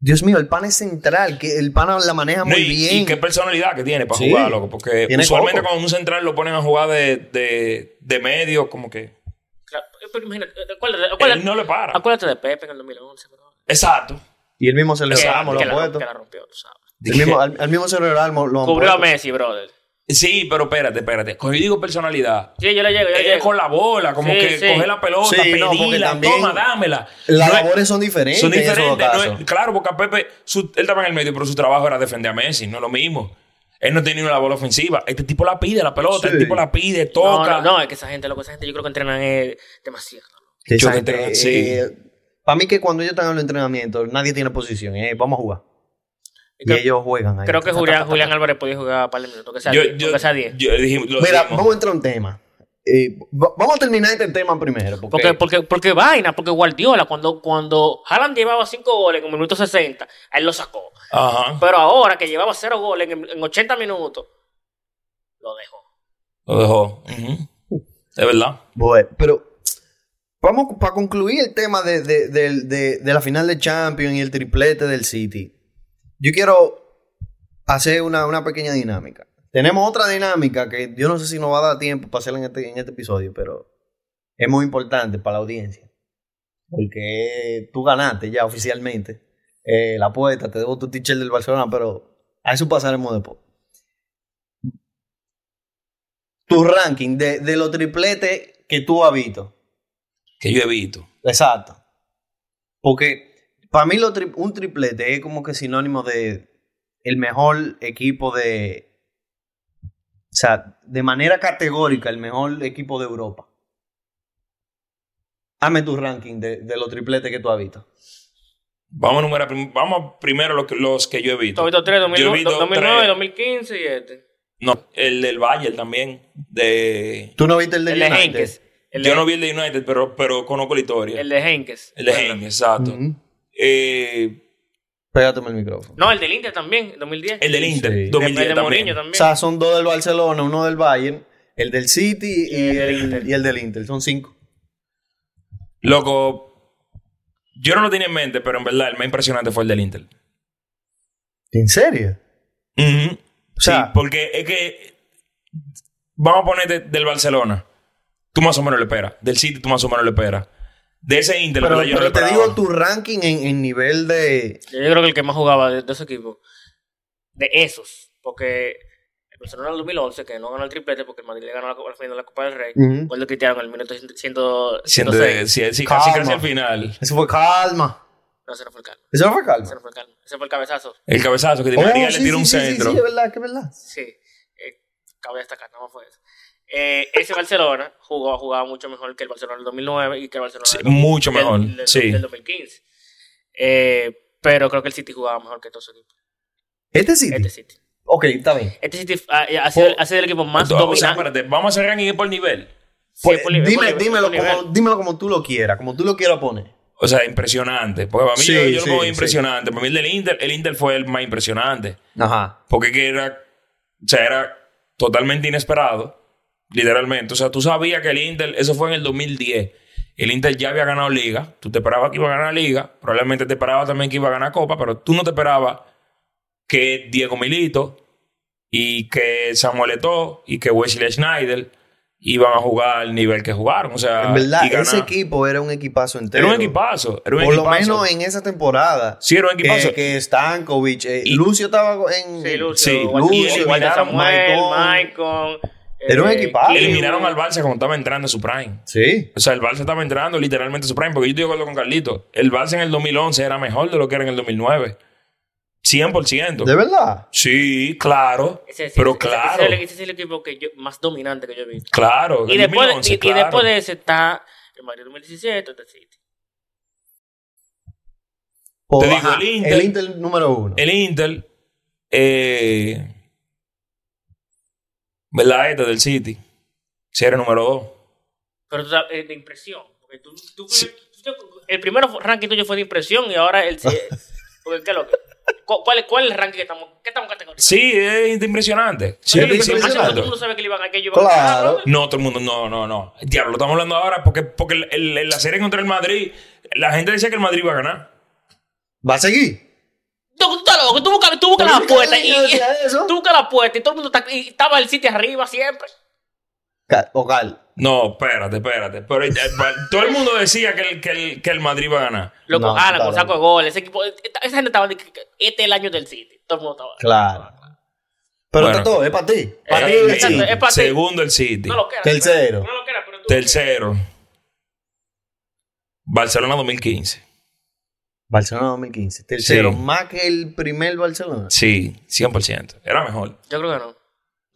[SPEAKER 1] Dios mío, el pan es central, que el pan la maneja
[SPEAKER 2] No,
[SPEAKER 1] muy
[SPEAKER 2] y,
[SPEAKER 1] bien.
[SPEAKER 2] y qué personalidad que tiene para
[SPEAKER 1] Sí.
[SPEAKER 2] jugar, loco. Porque
[SPEAKER 1] Tiene
[SPEAKER 2] usualmente
[SPEAKER 1] coco.
[SPEAKER 2] cuando un central lo ponen a jugar de, de, de medio, como que
[SPEAKER 3] Claro, eh, Pero imagínate, acuérdate,
[SPEAKER 2] él
[SPEAKER 3] acuérdate,
[SPEAKER 2] no le para.
[SPEAKER 3] acuérdate de Pepe en el 2011, bro.
[SPEAKER 2] Exacto.
[SPEAKER 1] Y el mismo se lo
[SPEAKER 3] Que-
[SPEAKER 1] damos, lo
[SPEAKER 3] que
[SPEAKER 1] ha
[SPEAKER 3] la,
[SPEAKER 1] puesto.
[SPEAKER 3] que la rompió, tú sabes.
[SPEAKER 1] El mismo- al, al mismo se lo damos, lo han
[SPEAKER 3] Cubrió a
[SPEAKER 1] puesto.
[SPEAKER 3] Messi, brother.
[SPEAKER 2] Sí, pero espérate, espérate. Cuando yo digo personalidad,
[SPEAKER 3] Sí, yo le llego, yo
[SPEAKER 1] Eh,
[SPEAKER 3] le
[SPEAKER 2] es
[SPEAKER 3] llego.
[SPEAKER 2] con la bola, como
[SPEAKER 3] Sí,
[SPEAKER 2] que
[SPEAKER 3] sí.
[SPEAKER 2] coge la pelota,
[SPEAKER 1] Sí, no, porque
[SPEAKER 2] pedirla,
[SPEAKER 1] también
[SPEAKER 2] toma, dámela.
[SPEAKER 1] Las
[SPEAKER 2] No es-
[SPEAKER 1] labores son diferentes,
[SPEAKER 2] son
[SPEAKER 1] en esos
[SPEAKER 2] diferentes.
[SPEAKER 1] dos
[SPEAKER 2] no
[SPEAKER 1] casos.
[SPEAKER 2] es- claro, porque a Pepe, su- él estaba en el medio, pero su trabajo era defender a Messi, no es lo mismo. Él no tenía una labor ofensiva. Este tipo la pide, la pelota,
[SPEAKER 1] Sí.
[SPEAKER 2] el tipo la pide,
[SPEAKER 3] No,
[SPEAKER 2] toca.
[SPEAKER 3] no, no, es que esa gente, loco, esa gente yo creo que entrenan eh, demasiado.
[SPEAKER 1] Que esa
[SPEAKER 2] Yo
[SPEAKER 1] gente,
[SPEAKER 2] creo que sí.
[SPEAKER 1] eh, para mí que cuando ellos están en los entrenamientos, nadie tiene posición. eh, vamos a jugar. Y
[SPEAKER 3] Creo-
[SPEAKER 1] ellos juegan ahí.
[SPEAKER 3] Creo que
[SPEAKER 1] Ta, ta,
[SPEAKER 3] Julián,
[SPEAKER 1] ta, ta,
[SPEAKER 3] Julián
[SPEAKER 1] ta.
[SPEAKER 3] Álvarez podía jugar un par de minutos, que sea
[SPEAKER 2] Yo,
[SPEAKER 3] 10.
[SPEAKER 2] yo,
[SPEAKER 3] que sea 10.
[SPEAKER 2] yo dije- lo
[SPEAKER 1] Mira,
[SPEAKER 2] dijimos.
[SPEAKER 1] vamos a entrar a un tema. Eh, va- vamos a terminar este tema primero. Porque,
[SPEAKER 3] Porque, porque, porque vaina, porque Guardiola, cuando, cuando Haaland llevaba 5 goles en el minuto 60, él lo sacó.
[SPEAKER 2] Ajá.
[SPEAKER 3] Pero ahora que llevaba 0 goles en, en 80 minutos, lo dejó.
[SPEAKER 2] Lo dejó. Ujú. Es verdad.
[SPEAKER 1] Bueno, pero vamos para concluir el tema de, de- del- de- de la final de Champions y el triplete del City. Yo quiero hacer una, una pequeña dinámica. Tenemos otra dinámica que yo no sé si nos va a dar tiempo para hacerla en este, en este episodio, pero es muy importante para la audiencia. Porque tú ganaste ya oficialmente eh, la apuesta, te debo tu teacher del Barcelona, pero a eso pasaremos después. Tu ranking de, de los tripletes que tú has visto.
[SPEAKER 2] Que yo evito.
[SPEAKER 1] Exacto. Porque para mí lo tri- un triplete es como que sinónimo de el mejor equipo de... O sea, de manera categórica, el mejor equipo de Europa. Hazme tu ranking de, de los tripletes que tú has visto.
[SPEAKER 2] Vamos a numerar prim- vamos primero lo que- los que yo evito.
[SPEAKER 3] Tobito 3, 2009,
[SPEAKER 2] evito
[SPEAKER 3] 2009
[SPEAKER 2] tres.
[SPEAKER 3] 2015 y este.
[SPEAKER 2] No, el del Bayern también. De...
[SPEAKER 1] ¿Tú no viste el de
[SPEAKER 3] El de
[SPEAKER 1] United?
[SPEAKER 3] Henkes. El de-
[SPEAKER 2] Yo no vi el de United, pero, pero conozco la historia.
[SPEAKER 3] El
[SPEAKER 2] El,
[SPEAKER 3] de Henkes.
[SPEAKER 2] de Heim, exacto.
[SPEAKER 1] Ujú.
[SPEAKER 2] Eh,
[SPEAKER 1] Pégateme el micrófono.
[SPEAKER 3] No, el del Inter también, 2010.
[SPEAKER 2] el del Inter,
[SPEAKER 1] Sí.
[SPEAKER 3] Después
[SPEAKER 2] 2010
[SPEAKER 3] de
[SPEAKER 2] también.
[SPEAKER 3] Mourinho
[SPEAKER 1] O sea, son dos del Barcelona, uno del Bayern, el del City y, el,
[SPEAKER 3] el del Inter.
[SPEAKER 1] y el del Inter. Son cinco.
[SPEAKER 2] Loco, yo no lo tenía en mente, pero en verdad el más impresionante fue el del Inter.
[SPEAKER 1] ¿En serio?
[SPEAKER 2] Ujú.
[SPEAKER 1] O sea-
[SPEAKER 2] sí, porque es que. Vamos a poner de- del Barcelona. Tú más o menos lo esperas. Del City, tú más o menos lo esperas. De ese Inter,
[SPEAKER 1] Pero,
[SPEAKER 2] en verdad, yo no
[SPEAKER 1] pero
[SPEAKER 2] lo
[SPEAKER 1] te
[SPEAKER 2] esperaba.
[SPEAKER 1] digo tu ranking en, en nivel de...
[SPEAKER 3] Yo creo que el que más jugaba de, de ese equipo, de esos, porque el Barcelona en el 2011, que no ganó el triplete porque el Madrid le ganó la, Copa- al final la Copa del Rey,
[SPEAKER 1] Ujú.
[SPEAKER 3] gol de Cristiano en el minuto 100
[SPEAKER 2] Siendo
[SPEAKER 3] 106.
[SPEAKER 2] sí, sí, casi, casi
[SPEAKER 1] Calma.
[SPEAKER 2] al final.
[SPEAKER 1] Eso fue calma.
[SPEAKER 3] No, ese no fue el calma,
[SPEAKER 1] Eso no fue
[SPEAKER 3] ese
[SPEAKER 1] calma.
[SPEAKER 3] no fue el calma, ese fue el cabezazo,
[SPEAKER 2] El cabezazo que Di
[SPEAKER 1] Oh,
[SPEAKER 2] María
[SPEAKER 1] sí,
[SPEAKER 2] le tira
[SPEAKER 1] sí,
[SPEAKER 2] un
[SPEAKER 1] sí, sí,
[SPEAKER 2] centro.
[SPEAKER 1] Sí, es verdad, que es verdad.
[SPEAKER 3] sí, eh, cabe destacar, no fue eso. Eh, ese Barcelona jugó, jugaba mucho mejor que el Barcelona del 2009 y que el Barcelona
[SPEAKER 2] Sí,
[SPEAKER 3] del-
[SPEAKER 2] mucho
[SPEAKER 3] del-
[SPEAKER 2] mejor.
[SPEAKER 3] del, del-
[SPEAKER 2] sí.
[SPEAKER 3] del 2015. Eh, pero creo que el City jugaba mejor que todos equipos.
[SPEAKER 1] Este City.
[SPEAKER 3] Este City.
[SPEAKER 1] Ok, está bien.
[SPEAKER 3] Este City ha, ha sido, ha sido el equipo más
[SPEAKER 2] Entonces, Oh, o sea,
[SPEAKER 3] dominante.
[SPEAKER 2] espérate, vamos a hacer ranking por nivel.
[SPEAKER 1] Pues,
[SPEAKER 3] por nivel,
[SPEAKER 1] dime-
[SPEAKER 3] por nivel,
[SPEAKER 1] dímelo,
[SPEAKER 3] por nivel.
[SPEAKER 1] como, dímelo como tú lo quieras, como tú lo quieras poner.
[SPEAKER 2] O sea, impresionante. Porque para mí,
[SPEAKER 1] Sí,
[SPEAKER 2] yo, yo lo
[SPEAKER 1] sí,
[SPEAKER 2] pongo
[SPEAKER 1] sí.
[SPEAKER 2] impresionante. Para mí, el del Inter, el Inter fue el más impresionante.
[SPEAKER 1] Ajá.
[SPEAKER 2] Porque que era, o sea, era totalmente inesperado, literalmente. O sea, tú sabías que el Inter, eso fue en el 2010. El Inter ya había ganado Liga. Tú te esperabas que iba a ganar Liga. Probablemente te esperabas también que iba a ganar Copa, pero tú no te esperabas que Diego Milito y que Samuel Eto'o y que Wesley Schneider iban a jugar al nivel que jugaron. O sea,
[SPEAKER 1] En verdad,
[SPEAKER 2] Ah, y ganar.
[SPEAKER 1] ese equipo era un equipazo
[SPEAKER 2] Era
[SPEAKER 1] entero.
[SPEAKER 2] un equipazo. Era un
[SPEAKER 1] Por lo
[SPEAKER 2] equipazo.
[SPEAKER 1] menos en esa temporada.
[SPEAKER 2] Sí, era un equipazo.
[SPEAKER 1] Que, que Stankovic. eh,
[SPEAKER 2] Y-
[SPEAKER 1] Lucio estaba en.
[SPEAKER 3] Sí, Lucio,
[SPEAKER 2] Sí,
[SPEAKER 3] Guardiola,
[SPEAKER 1] Lucio,
[SPEAKER 3] Guardiola
[SPEAKER 1] Maicon.
[SPEAKER 3] Samuel, Maicon.
[SPEAKER 1] Era un equipazo.
[SPEAKER 3] Clio.
[SPEAKER 2] Eliminaron al Barça cuando estaba entrando en su prime.
[SPEAKER 1] Sí.
[SPEAKER 2] O sea, el Barça estaba entrando literalmente a su prime. Porque yo estoy de acuerdo con Carlito. El Barça en el 2011 era mejor de lo que era en el 2009. 100%.
[SPEAKER 1] De verdad.
[SPEAKER 2] Sí, claro.
[SPEAKER 3] Ese- ese-
[SPEAKER 2] pero
[SPEAKER 3] ese-
[SPEAKER 2] claro.
[SPEAKER 3] Ese, ese es el equipo que yo, más dominante que yo he visto.
[SPEAKER 2] claro.
[SPEAKER 3] Y
[SPEAKER 2] el
[SPEAKER 3] después, de-
[SPEAKER 2] 2011,
[SPEAKER 3] y, y
[SPEAKER 2] claro.
[SPEAKER 3] después de ese está el Madrid 2017, este City.
[SPEAKER 1] Oh,
[SPEAKER 2] digo,
[SPEAKER 1] ajá,
[SPEAKER 2] el Inter-
[SPEAKER 1] El Inter número uno.
[SPEAKER 2] El Inter. eh, ¿Verdad? Este del City. Si era número 2.
[SPEAKER 3] Pero tú sabes, eh, de impresión. Porque tú, tú-
[SPEAKER 2] Sí. [laughs]
[SPEAKER 3] yo- el primero ranking tuyo fue de impresión y ahora el. Porque qué loco. cu- ¿Cuál, es- ¿Cuál es el ranking que estamos, que estamos categorizando?
[SPEAKER 2] Sí, es impresionante. Sí,
[SPEAKER 1] es
[SPEAKER 2] sí,
[SPEAKER 1] impresionante.
[SPEAKER 3] Hace rato
[SPEAKER 2] impresionante.
[SPEAKER 3] tú no sabes que, le iban a, que ellos iban a
[SPEAKER 1] Claro.
[SPEAKER 2] No, todo el mundo, no, no, no. Diablo, lo estamos hablando ahora porque, porque el- el- el- la serie contra el Madrid, la gente decía que el Madrid iba a ganar.
[SPEAKER 1] ¿Va a seguir?
[SPEAKER 3] Tú, tú estás loco, tú buscas, tú buscas la
[SPEAKER 1] Nunca
[SPEAKER 3] apuesta y,
[SPEAKER 1] nadie decía eso.
[SPEAKER 3] tú buscas la apuesta y todo el mundo está, y estaba el sitio arriba siempre.
[SPEAKER 1] Cal- O Cal.
[SPEAKER 2] No, espérate, espérate. Pero eh, todo el mundo decía que el, que el, que el Madrid iba a ganar.
[SPEAKER 3] Loco,
[SPEAKER 1] No,
[SPEAKER 3] Alan, con
[SPEAKER 1] claro.
[SPEAKER 3] saco de goles. Ese equipo, esta- esa gente estaba de que- que este es el año del City. Todo el mundo estaba.
[SPEAKER 1] Claro. Pero
[SPEAKER 2] Bueno.
[SPEAKER 1] está todo, es para ti.
[SPEAKER 3] Para ti,
[SPEAKER 2] Eh,
[SPEAKER 3] exacto,
[SPEAKER 2] sí.
[SPEAKER 3] es para ti.
[SPEAKER 2] Segundo el City.
[SPEAKER 3] No lo quieras.
[SPEAKER 1] Tercero.
[SPEAKER 3] pero- No lo quieras, pero tú.
[SPEAKER 2] Tercero. Barcelona 2015.
[SPEAKER 1] Barcelona 2015. Tercero,
[SPEAKER 2] Sí.
[SPEAKER 1] más que el primer Barcelona.
[SPEAKER 2] Sí, 100%. Era mejor.
[SPEAKER 3] Yo creo que no.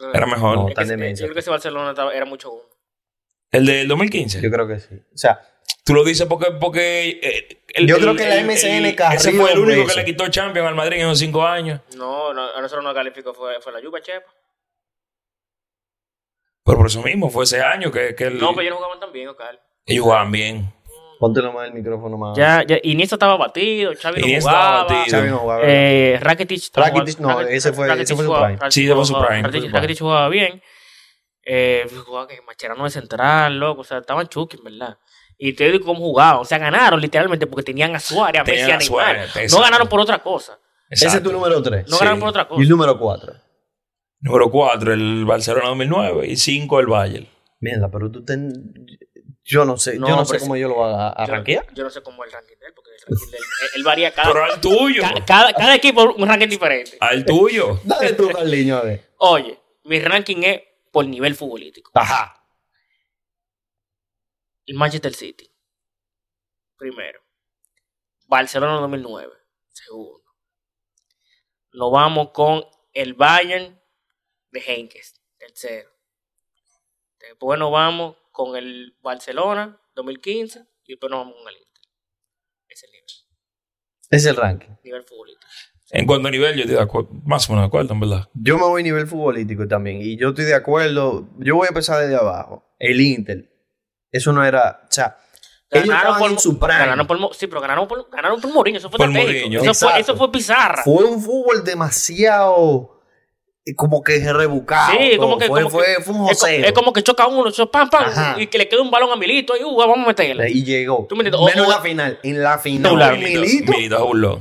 [SPEAKER 3] No,
[SPEAKER 2] Era mejor.
[SPEAKER 1] No.
[SPEAKER 3] Es que-
[SPEAKER 1] Tan demencia.
[SPEAKER 3] yo creo que ese Barcelona estaba- era mucho uno.
[SPEAKER 2] El del 2015.
[SPEAKER 1] Yo creo que sí. O sea,
[SPEAKER 2] Tú lo dices porque. porque eh, el-
[SPEAKER 1] Yo
[SPEAKER 2] el-
[SPEAKER 1] creo que la
[SPEAKER 2] el-
[SPEAKER 1] MSN
[SPEAKER 2] el-
[SPEAKER 1] Carrillo
[SPEAKER 2] Ese fue el único
[SPEAKER 1] eso.
[SPEAKER 2] que le quitó Champions al Madrid en esos cinco años.
[SPEAKER 3] No, no, a nosotros no calificó fue, fue la Juve, Chepa.
[SPEAKER 2] Pero por eso mismo, fue ese año que, que el-
[SPEAKER 3] No, pero ellos no jugaban tan bien, Ocal.
[SPEAKER 2] ellos jugaban bien.
[SPEAKER 1] póntelo más el micrófono más.
[SPEAKER 3] Ya, ya, Iniesta estaba batido, Xavi no
[SPEAKER 2] Iniesta
[SPEAKER 3] jugaba.
[SPEAKER 2] estaba batido.
[SPEAKER 1] Xavi no jugaba.
[SPEAKER 3] Eh, Rakitic estaba
[SPEAKER 1] Rakitic no,
[SPEAKER 3] jugando-
[SPEAKER 1] ese fue- ese fue su
[SPEAKER 3] jugaba-
[SPEAKER 1] prime.
[SPEAKER 3] Rakitic
[SPEAKER 2] Sí, ese fue su
[SPEAKER 3] jugaba-
[SPEAKER 2] prime, fue
[SPEAKER 3] Rakitic,
[SPEAKER 2] su prime.
[SPEAKER 3] Rakitic jugaba bien. Eh, jugaba que Macherano de central, loco. O sea, estaban chuki, en verdad. Y te digo cómo jugaban. O sea, ganaron literalmente porque tenían a Suárez, a Messi,
[SPEAKER 2] Tenían
[SPEAKER 3] a
[SPEAKER 2] a Suárez,
[SPEAKER 3] Neymar. No
[SPEAKER 2] exacto.
[SPEAKER 3] ganaron por otra cosa.
[SPEAKER 1] Ese es
[SPEAKER 2] Exacto.
[SPEAKER 1] tu número 3.
[SPEAKER 3] No
[SPEAKER 2] Sí.
[SPEAKER 3] ganaron por otra
[SPEAKER 1] Y el
[SPEAKER 3] cosa.
[SPEAKER 1] número 4.
[SPEAKER 2] Número 4, el Barcelona 2009. Y 5, el Bayern.
[SPEAKER 1] Mierda, pero tú ten... Yo no sé,
[SPEAKER 3] No,
[SPEAKER 1] yo no sé
[SPEAKER 3] pero
[SPEAKER 1] cómo yo lo voy a a
[SPEAKER 3] Yo,
[SPEAKER 1] rankear.
[SPEAKER 3] yo no sé cómo es el ranking de él, porque el ranking de él, él varía cada,
[SPEAKER 2] Pero Ah. al tuyo.
[SPEAKER 3] Ah. ca- cada, cada equipo un ranking diferente.
[SPEAKER 2] al tuyo.
[SPEAKER 1] Dale tú, Carliño, a ver.
[SPEAKER 3] Oye, mi ranking es por nivel futbolístico.
[SPEAKER 1] Ajá.
[SPEAKER 3] El Manchester City. Primero. Barcelona 2009. Segundo. Nos vamos con el Bayern de Henkes. Tercero. Después nos vamos con el Barcelona 2015. Y después nos vamos con el Inter. Ese es el nivel.
[SPEAKER 1] Ese es el ranking.
[SPEAKER 3] Nivel futbolístico.
[SPEAKER 2] En cuanto a nivel, yo estoy de acuerdo. Más o menos de acuerdo, en verdad.
[SPEAKER 1] Yo me voy a nivel futbolístico también. Y yo estoy de acuerdo. Yo voy a empezar desde abajo. El Inter. Eso no era. O sea, ellos estaban en su prime.
[SPEAKER 3] ganaron por Mo- sí, pero ganaron por, ganaron por Mourinho. Eso fue
[SPEAKER 2] Por
[SPEAKER 3] estratégico.
[SPEAKER 2] Mourinho.
[SPEAKER 3] Eso fue,
[SPEAKER 1] Exacto.
[SPEAKER 3] eso fue pizarra.
[SPEAKER 1] Fue un fútbol demasiado. eh, Como que rebucado.
[SPEAKER 3] Sí,
[SPEAKER 1] todo.
[SPEAKER 3] como que-
[SPEAKER 1] Fue,
[SPEAKER 3] como
[SPEAKER 1] fue, fue un
[SPEAKER 3] Es, co-
[SPEAKER 1] joseo.
[SPEAKER 3] es como que choca uno, eso pam, pam,
[SPEAKER 1] Ajá.
[SPEAKER 3] y que le queda un balón a Milito, y uh, vamos a meterle.
[SPEAKER 1] Y llegó.
[SPEAKER 3] Tú me entiendes, o-
[SPEAKER 1] Menos en
[SPEAKER 3] o-
[SPEAKER 1] la final. En la final.
[SPEAKER 3] Titular.
[SPEAKER 1] Milito,
[SPEAKER 2] Milito se burló.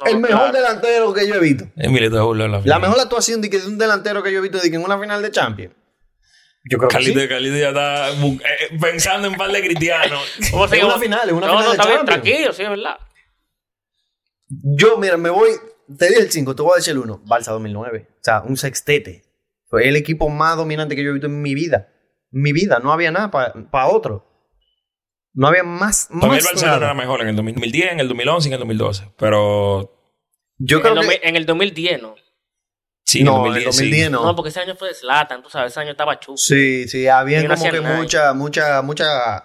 [SPEAKER 3] No,
[SPEAKER 1] el mejor
[SPEAKER 3] claro.
[SPEAKER 1] delantero que yo he visto.
[SPEAKER 2] Eh, Milito se burló en la
[SPEAKER 1] La
[SPEAKER 2] final.
[SPEAKER 1] mejor actuación de, que de un delantero que yo he visto de que en una final de Champions. Yo creo
[SPEAKER 2] Carlito,
[SPEAKER 1] que sí.
[SPEAKER 2] Carlito ya está bu- eh, pensando en par de cristianos.
[SPEAKER 1] [laughs]
[SPEAKER 3] Vamos a
[SPEAKER 1] Es
[SPEAKER 3] seguir-
[SPEAKER 1] una final, es una
[SPEAKER 3] no,
[SPEAKER 1] final de
[SPEAKER 3] No, está bien,
[SPEAKER 1] Champions.
[SPEAKER 3] tranquilo, sí, es verdad.
[SPEAKER 1] Yo, mira, me voy. Te di el 5, te voy a decir el 1. Balsa 2009. O sea, un sextete. Fue el equipo más dominante que yo he visto en mi vida. En mi vida. No había nada para otro. No había más.
[SPEAKER 2] Para mí
[SPEAKER 1] más
[SPEAKER 2] el Barcelona
[SPEAKER 1] nada.
[SPEAKER 2] era mejor en el 2010, en el 2011 y en el 2012. Pero
[SPEAKER 1] Yo
[SPEAKER 3] En el,
[SPEAKER 1] creo
[SPEAKER 3] dos mil-
[SPEAKER 1] que.
[SPEAKER 3] en el 2010, ¿no?
[SPEAKER 2] sí,
[SPEAKER 1] No, en el
[SPEAKER 2] sí.
[SPEAKER 1] 2010
[SPEAKER 3] no.
[SPEAKER 1] no.
[SPEAKER 3] porque ese año fue de Zlatan, tú sabes, ese año estaba chulo. Sí.
[SPEAKER 1] Sí, sí, había
[SPEAKER 3] Y
[SPEAKER 1] como
[SPEAKER 3] no hacían
[SPEAKER 1] que
[SPEAKER 3] nada.
[SPEAKER 1] mucha, mucha, mucha.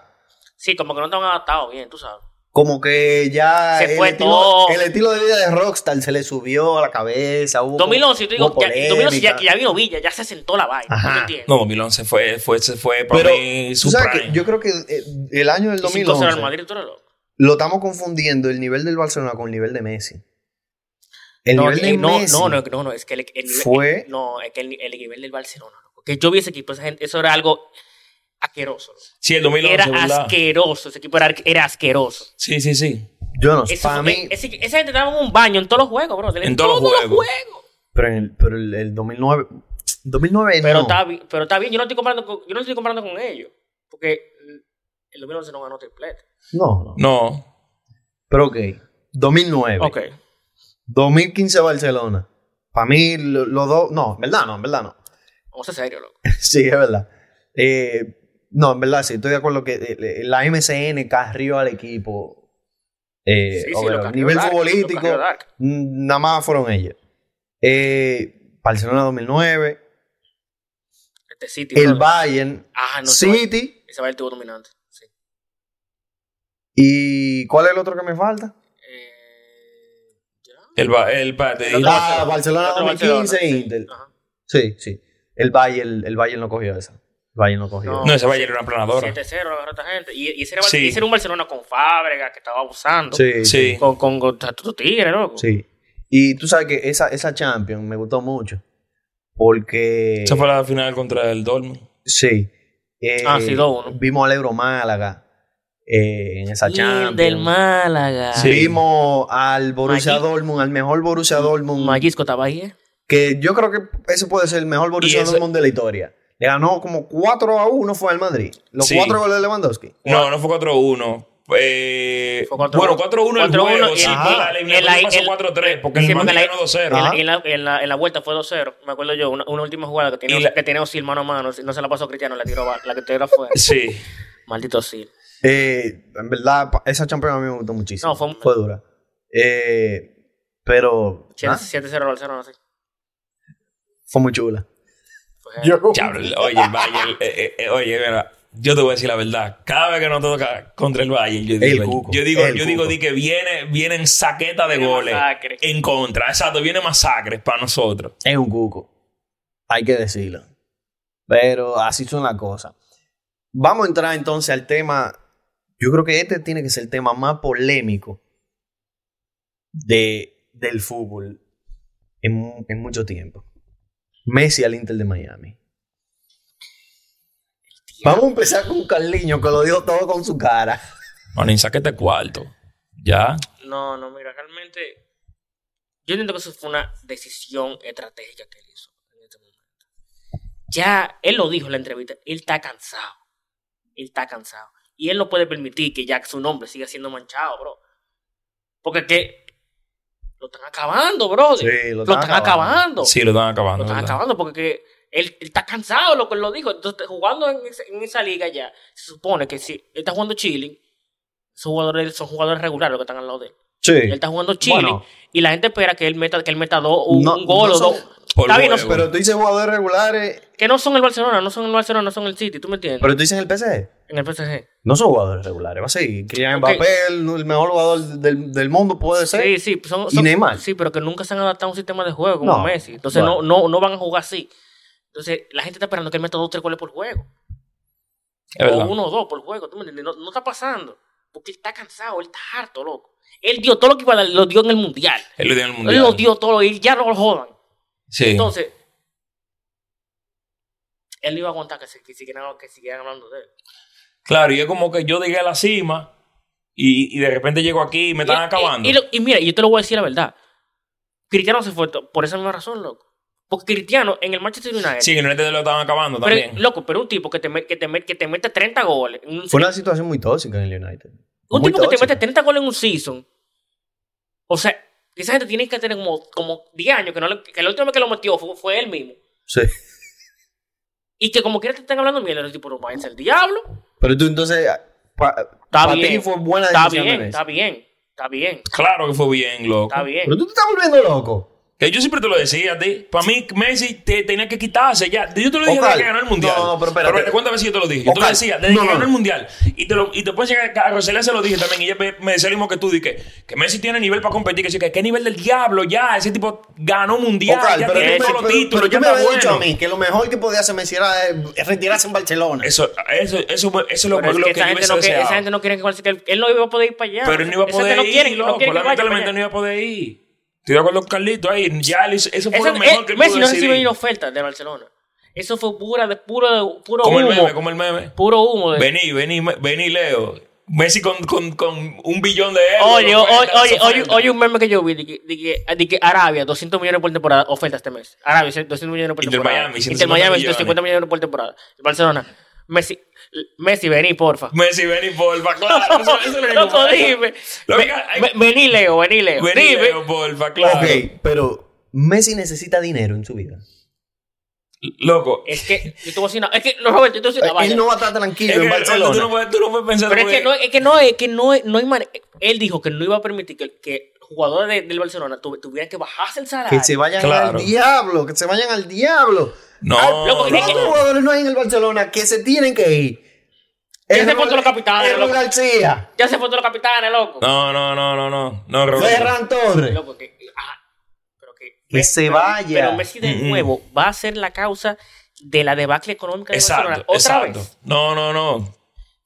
[SPEAKER 3] como que no estaban adaptados bien, tú sabes.
[SPEAKER 1] Como que ya
[SPEAKER 3] Se
[SPEAKER 1] el,
[SPEAKER 3] fue todo.
[SPEAKER 1] estilo, el estilo de vida de Rockstar se le subió a la cabeza. Hubo
[SPEAKER 3] 2011, yo te digo,
[SPEAKER 1] hubo
[SPEAKER 3] ya, 2011 ya,
[SPEAKER 1] polémica.
[SPEAKER 3] ya vino Villa, ya se sentó la vaina,
[SPEAKER 1] Ajá.
[SPEAKER 3] ¿tú me entiendes?
[SPEAKER 2] No, 2011 fue, fue, ese fue para
[SPEAKER 1] Pero,
[SPEAKER 2] mí
[SPEAKER 1] tú
[SPEAKER 2] su
[SPEAKER 1] sabes
[SPEAKER 2] prime.
[SPEAKER 1] que yo creo que eh, el año del
[SPEAKER 3] Y 5-0 al
[SPEAKER 1] 2011
[SPEAKER 3] Madrid, tú eres loco.
[SPEAKER 1] lo estamos confundiendo el nivel del Barcelona con el nivel de Messi. El
[SPEAKER 3] No,
[SPEAKER 1] nivel de
[SPEAKER 3] eh, no,
[SPEAKER 1] Messi.
[SPEAKER 3] no, no, no, no, es que el, el nivel,
[SPEAKER 1] Fue-
[SPEAKER 3] el- no, es que el, el nivel del Barcelona, loco. que yo vi ese equipo, esa gente, eso era algo asqueroso. loco.
[SPEAKER 2] Sí, el 2011,
[SPEAKER 3] Era
[SPEAKER 2] ¿verdad?
[SPEAKER 3] asqueroso, ese equipo era, era asqueroso.
[SPEAKER 2] Sí, sí, sí.
[SPEAKER 1] Yo no sé.
[SPEAKER 3] Eso
[SPEAKER 1] Para
[SPEAKER 3] fue-
[SPEAKER 1] Pues mí,
[SPEAKER 3] ese- esa gente estaba en un baño en todos los juegos, bro. En,
[SPEAKER 2] En
[SPEAKER 3] todos, los juegos.
[SPEAKER 1] pero el, pero el, el 2009. 2009
[SPEAKER 3] Pero,
[SPEAKER 1] no.
[SPEAKER 3] está, bi- pero está bien, yo no estoy comparando con, yo no estoy comparando con ellos. Porque mm, el 2011 no ganó triplete.
[SPEAKER 1] No, no.
[SPEAKER 2] No.
[SPEAKER 1] Pero ok. 2009.
[SPEAKER 3] Ok.
[SPEAKER 1] 2015 Barcelona. Para mí, lo- los dos. No, en verdad no, en verdad no. [laughs]
[SPEAKER 3] Vamos a ser serios, loco.
[SPEAKER 1] sí, es verdad. Eh, no, en verdad sí, estoy de acuerdo que eh, eh, la MCN carrió al equipo. Eh,
[SPEAKER 3] Sí, sí,
[SPEAKER 1] overall.
[SPEAKER 3] lo carrió
[SPEAKER 1] nivel
[SPEAKER 3] Dark, lo
[SPEAKER 1] futbolístico,
[SPEAKER 3] carrió Dark.
[SPEAKER 1] mm, nada más fueron ellos. Eh, Barcelona 2009,
[SPEAKER 3] Este City.
[SPEAKER 1] el
[SPEAKER 3] brother.
[SPEAKER 1] Bayern,
[SPEAKER 3] Ah, no. ese Bayern-
[SPEAKER 1] City.
[SPEAKER 3] Ese va el tuvo dominante. Sí.
[SPEAKER 1] ¿Y cuál es el otro que me falta?
[SPEAKER 3] Eh, ya.
[SPEAKER 2] El, ba- el, ba- te
[SPEAKER 3] El otro
[SPEAKER 2] dije-
[SPEAKER 1] Ah, Barcelona
[SPEAKER 3] El otro
[SPEAKER 1] 2015
[SPEAKER 3] Barcelona,
[SPEAKER 1] Inter.
[SPEAKER 3] sí. Ajá.
[SPEAKER 1] Sí, sí. El Bayern, el Bayern no cogió esa. El Bayern no cogió.
[SPEAKER 3] No.
[SPEAKER 2] No, ese Bayern era una planadora.
[SPEAKER 3] 7-0 lo agarró esta gente. Y, y ese, era,
[SPEAKER 2] Sí.
[SPEAKER 3] y ese era un Barcelona con Fábrega que estaba abusando.
[SPEAKER 1] Sí, sí.
[SPEAKER 2] Sí.
[SPEAKER 3] Con, con, con, con tu tigre, loco.
[SPEAKER 1] sí. Y tú sabes que esa, esa Champions me gustó mucho. Porque.
[SPEAKER 2] Esa fue la final contra el Dortmund.
[SPEAKER 1] Sí. Eh,
[SPEAKER 3] Ah, sí, 2-1.
[SPEAKER 1] Vimos al Euro Málaga eh, en esa Champions.
[SPEAKER 3] del Málaga.
[SPEAKER 2] Sí.
[SPEAKER 1] Vimos al Borussia
[SPEAKER 3] Maggi-
[SPEAKER 1] Dortmund, al mejor Borussia Dortmund.
[SPEAKER 3] Magisco Tabaye.
[SPEAKER 1] que yo creo que ese puede ser el mejor Borussia
[SPEAKER 2] ese-
[SPEAKER 1] Dortmund de la historia. Le ganó como 4 a 1 fue al Madrid. Los
[SPEAKER 2] Sí.
[SPEAKER 1] 4 goles de Lewandowski.
[SPEAKER 2] No, no fue 4-1. Eh,
[SPEAKER 3] Fue 4-1.
[SPEAKER 2] bueno, 4-1 el
[SPEAKER 3] 4-1
[SPEAKER 2] juego.
[SPEAKER 3] y-
[SPEAKER 2] Sí,
[SPEAKER 3] y-
[SPEAKER 2] pero la
[SPEAKER 3] el-
[SPEAKER 2] eliminatoria
[SPEAKER 3] el-
[SPEAKER 2] pasó
[SPEAKER 3] el-
[SPEAKER 2] 4-3 porque
[SPEAKER 3] sí,
[SPEAKER 2] el
[SPEAKER 3] porque
[SPEAKER 2] Madrid
[SPEAKER 3] la-
[SPEAKER 2] ganó
[SPEAKER 3] En la,
[SPEAKER 2] 2-0.
[SPEAKER 3] en, la, en, la, en la vuelta fue 2-0. Me acuerdo yo, una, una última jugada que tiene,
[SPEAKER 2] Y la-
[SPEAKER 3] que tiene Osil mano a mano. No se la pasó Cristiano, la tiró, va- la que tiró fue.
[SPEAKER 2] Sí. Ah.
[SPEAKER 3] Maldito Osil.
[SPEAKER 1] Eh, en verdad, pa- esa Champions a mí me gustó muchísimo.
[SPEAKER 3] No, fue-
[SPEAKER 1] dura. Eh, pero nada,
[SPEAKER 3] 7-0 al 0, no sé.
[SPEAKER 1] fue muy chula.
[SPEAKER 3] Fue-
[SPEAKER 2] Diablo, oye, el Bayern, eh, eh, eh, oye, mira, yo te voy a decir la verdad. Cada vez que nos toca contra el Bayern, yo digo,
[SPEAKER 1] El cuco,
[SPEAKER 2] yo digo,
[SPEAKER 1] el
[SPEAKER 2] yo digo
[SPEAKER 1] cuco.
[SPEAKER 2] di que viene, vienen saqueta de
[SPEAKER 3] Viene
[SPEAKER 2] goles
[SPEAKER 3] masacre.
[SPEAKER 2] en contra. Exacto, viene masacre para nosotros.
[SPEAKER 1] Es un cuco. Hay que decirlo. Pero así son las cosas. Vamos a entrar entonces al tema. Yo creo que este tiene que ser el tema más polémico de, del fútbol en, mu- en mucho tiempo. Messi al Inter de Miami. Vamos a empezar con Carliño, que lo dijo todo con su cara.
[SPEAKER 2] Bueno, en saqueta de cuarto. Ya.
[SPEAKER 3] No, no, mira, realmente. Yo entiendo que eso fue una decisión estratégica que él hizo en este momento. Ya, él lo dijo en la entrevista, él está cansado. Él está cansado. Y él no puede permitir que ya su nombre siga siendo manchado, bro. Porque que lo están acabando, bro.
[SPEAKER 1] Sí,
[SPEAKER 3] lo, están acabando.
[SPEAKER 2] Sí, lo están acabando.
[SPEAKER 3] Lo están
[SPEAKER 2] ¿verdad?
[SPEAKER 3] acabando porque que él, él está cansado, lo que él lo dijo. Entonces, jugando en, ese- en esa liga ya, se supone que si él está jugando chilling, esos jugadores son jugadores regulares los que están al lado de él.
[SPEAKER 1] Sí.
[SPEAKER 3] Él está jugando chilling
[SPEAKER 1] Bueno.
[SPEAKER 3] y la gente espera que él meta, que él meta dos, un,
[SPEAKER 1] No,
[SPEAKER 3] un gol
[SPEAKER 1] no
[SPEAKER 3] o
[SPEAKER 1] son-
[SPEAKER 3] dos.
[SPEAKER 2] Por
[SPEAKER 3] Está bien, no-
[SPEAKER 2] huevo.
[SPEAKER 1] Pero tú dices jugadores regulares,
[SPEAKER 3] que no son el Barcelona, no son el Barcelona, no son el City, ¿tú me entiendes?
[SPEAKER 1] pero tú dices el PSG.
[SPEAKER 3] en el PSG.
[SPEAKER 1] No son jugadores regulares, va a seguir. Kylian
[SPEAKER 3] Ok.
[SPEAKER 1] Mbappé, el, el mejor jugador del, del mundo puede ser.
[SPEAKER 3] Sí, sí, son,
[SPEAKER 1] ¿Y
[SPEAKER 3] son-
[SPEAKER 1] Neymar?
[SPEAKER 3] Sí, pero que nunca se han adaptado a un sistema de juego como
[SPEAKER 1] No.
[SPEAKER 3] Messi. Entonces
[SPEAKER 1] Bueno.
[SPEAKER 3] no, no, no van a jugar así. Entonces la gente está esperando que él meta dos o tres goles por juego.
[SPEAKER 2] Es
[SPEAKER 3] o
[SPEAKER 2] verdad.
[SPEAKER 3] uno o dos por juego, ¿tú me entiendes? No, no está pasando. Porque él está cansado, él está harto, loco. Él dio todo lo que iba a dar, lo dio en el mundial.
[SPEAKER 2] Él lo dio en el
[SPEAKER 3] Él
[SPEAKER 2] mundial.
[SPEAKER 3] lo dio todo y ya no lo jodan.
[SPEAKER 2] Sí.
[SPEAKER 3] Entonces, él no iba a aguantar que, se- que, siguieran, que siguieran hablando de él.
[SPEAKER 2] Claro, y es como que yo llegué a la cima y, y de repente llego aquí y me están
[SPEAKER 3] Y-
[SPEAKER 2] acabando.
[SPEAKER 3] Y, y lo- y mira, yo te lo voy a decir la verdad. Cristiano se fue to- por esa misma razón, loco. Porque Cristiano en el Manchester United.
[SPEAKER 2] Sí, que no te lo estaban acabando
[SPEAKER 3] pero-
[SPEAKER 2] también.
[SPEAKER 3] loco, pero un tipo que te, me- que te, me- que te mete 30 goles. en un
[SPEAKER 1] Fue una situación muy tóxica en el United.
[SPEAKER 3] Un
[SPEAKER 1] Muy
[SPEAKER 3] tipo que te
[SPEAKER 1] tóxica.
[SPEAKER 3] mete 30 goles en un season. O sea, esa gente tiene que tener como, como 10 años que, no le- que la última vez que lo metió fue, fue él mismo.
[SPEAKER 1] Sí.
[SPEAKER 3] Y que como quiera te están hablando mierda, el tipo no váyanse al diablo.
[SPEAKER 1] Pero tú entonces. Para
[SPEAKER 3] Está
[SPEAKER 1] ti
[SPEAKER 3] bien.
[SPEAKER 1] fue buena
[SPEAKER 3] Está
[SPEAKER 1] decisión.
[SPEAKER 3] bien,
[SPEAKER 1] de Messi.
[SPEAKER 3] está bien, está bien,
[SPEAKER 2] Claro que fue bien, loco.
[SPEAKER 3] está bien.
[SPEAKER 1] Pero tú te estás volviendo loco.
[SPEAKER 2] Que yo siempre te lo decía a ti. Para mí, Messi te tenía que quitarse ya. Yo te lo dije
[SPEAKER 1] Ocal.
[SPEAKER 2] desde que ganó el mundial.
[SPEAKER 1] No, no, pero espérate.
[SPEAKER 2] cuéntame si yo te lo dije. Yo te lo
[SPEAKER 1] Ocal.
[SPEAKER 2] decía desde
[SPEAKER 1] No,
[SPEAKER 2] que
[SPEAKER 1] no,
[SPEAKER 2] ganó
[SPEAKER 1] no.
[SPEAKER 2] el mundial. Y, te lo, y después llegué a Rosalía se lo dije también. Y ella me, me decía lo mismo que tú. Dije que Messi tiene nivel para competir. Que sí, que qué nivel del diablo ya. Ese tipo ganó mundial.
[SPEAKER 1] Ocal,
[SPEAKER 2] ya
[SPEAKER 1] pero,
[SPEAKER 2] tiene
[SPEAKER 1] tú me-
[SPEAKER 2] todos los
[SPEAKER 1] pero-
[SPEAKER 2] títulos.
[SPEAKER 1] pero
[SPEAKER 2] ya
[SPEAKER 1] tú me
[SPEAKER 2] está
[SPEAKER 1] habías dicho a
[SPEAKER 2] bueno.
[SPEAKER 1] mí que lo mejor que podía hacer Messi era eh, retirarse en Barcelona.
[SPEAKER 2] Eso, eso, eso, eso es lo,
[SPEAKER 3] Pero es
[SPEAKER 2] lo
[SPEAKER 3] que
[SPEAKER 2] que yo
[SPEAKER 3] esa, gente
[SPEAKER 2] hubiese
[SPEAKER 3] no que-
[SPEAKER 2] deseado.
[SPEAKER 3] esa gente no quiere que cual- que él, él no iba a poder ir para allá.
[SPEAKER 2] Pero él no iba a
[SPEAKER 3] Esa
[SPEAKER 2] poder
[SPEAKER 3] gente no
[SPEAKER 2] ir,
[SPEAKER 3] quiere, no
[SPEAKER 2] loco.
[SPEAKER 3] quiere que él vaya para
[SPEAKER 2] Lamentablemente no
[SPEAKER 3] allá.
[SPEAKER 2] iba a poder ir. Estoy de acuerdo con Carlito ahí. Ya, él hizo- eso fue
[SPEAKER 3] Esa-
[SPEAKER 2] lo mejor
[SPEAKER 3] eh,
[SPEAKER 2] que él
[SPEAKER 3] Messi
[SPEAKER 2] pudo
[SPEAKER 3] no recibió
[SPEAKER 2] decidir.
[SPEAKER 3] ni oferta de Barcelona. Eso fue pura de puro puro
[SPEAKER 2] Como el
[SPEAKER 3] humo,
[SPEAKER 2] meme, como el meme.
[SPEAKER 3] puro humo de
[SPEAKER 2] Vení, vení, me- vení, Leo. Messi con, con, con un billón de euros.
[SPEAKER 3] Oye,
[SPEAKER 2] oferta,
[SPEAKER 3] oye, oye,
[SPEAKER 2] oferta.
[SPEAKER 3] oye, oye, un meme que yo vi de que, de que, de que Arabia, 200 millones por temporada, oferta este mes. Arabia, 200 millones por
[SPEAKER 2] Inter
[SPEAKER 3] temporada.
[SPEAKER 2] Miami,
[SPEAKER 3] Inter
[SPEAKER 2] 150
[SPEAKER 3] Miami, 150 millones por temporada. Barcelona, Messi, Messi, vení, porfa.
[SPEAKER 2] Messi, vení, porfa, claro. [laughs] Eso, eso es
[SPEAKER 3] [laughs]
[SPEAKER 2] lo que
[SPEAKER 3] Loco,
[SPEAKER 2] importa.
[SPEAKER 3] dime.
[SPEAKER 2] Lo
[SPEAKER 3] Ve-
[SPEAKER 2] que- hay-
[SPEAKER 3] ve- Vení, Leo, vení, Leo.
[SPEAKER 2] Vení,
[SPEAKER 3] Dime.
[SPEAKER 2] Leo, porfa, claro.
[SPEAKER 1] Ok, pero Messi necesita dinero en su vida.
[SPEAKER 2] Loco.
[SPEAKER 3] Es que, yo te voy a decir una- Es que, no, Roberto, yo te voy a decir una
[SPEAKER 1] él
[SPEAKER 3] vaina.
[SPEAKER 1] no va a estar tranquilo
[SPEAKER 2] Es que,
[SPEAKER 1] en
[SPEAKER 2] Tú
[SPEAKER 1] Barcelona.
[SPEAKER 2] no puedes, tú no puedes pensar
[SPEAKER 3] Pero es
[SPEAKER 2] porque-
[SPEAKER 3] que no, es que no, es que no, no hay manera. Él dijo que no iba a permitir que, que jugadores de- del Barcelona tu- tuvieran que bajarse el salario.
[SPEAKER 1] Que se vayan
[SPEAKER 2] Claro.
[SPEAKER 1] al diablo, que se vayan al diablo.
[SPEAKER 2] No,
[SPEAKER 3] Ah, loco,
[SPEAKER 2] no.
[SPEAKER 3] es que-
[SPEAKER 1] ¿Cuántos jugadores no hay en el Barcelona que se tienen que ir?
[SPEAKER 3] Ya
[SPEAKER 1] El-
[SPEAKER 3] se fueron los capitanes,
[SPEAKER 1] Errol
[SPEAKER 3] loco.
[SPEAKER 1] García,
[SPEAKER 3] Ya se fue todos los capitanes, loco.
[SPEAKER 2] No, no, no, no, no. No, Roberto.
[SPEAKER 1] Ferran Torres.
[SPEAKER 3] Loco, que, ah, pero que,
[SPEAKER 1] Que se
[SPEAKER 3] pero-
[SPEAKER 1] vaya.
[SPEAKER 3] Pero Messi de
[SPEAKER 2] Mm-mm.
[SPEAKER 3] nuevo va a ser la causa de la debacle económica de
[SPEAKER 2] Exacto,
[SPEAKER 3] Barcelona. Otra
[SPEAKER 2] exacto.
[SPEAKER 3] vez.
[SPEAKER 2] No, no, no.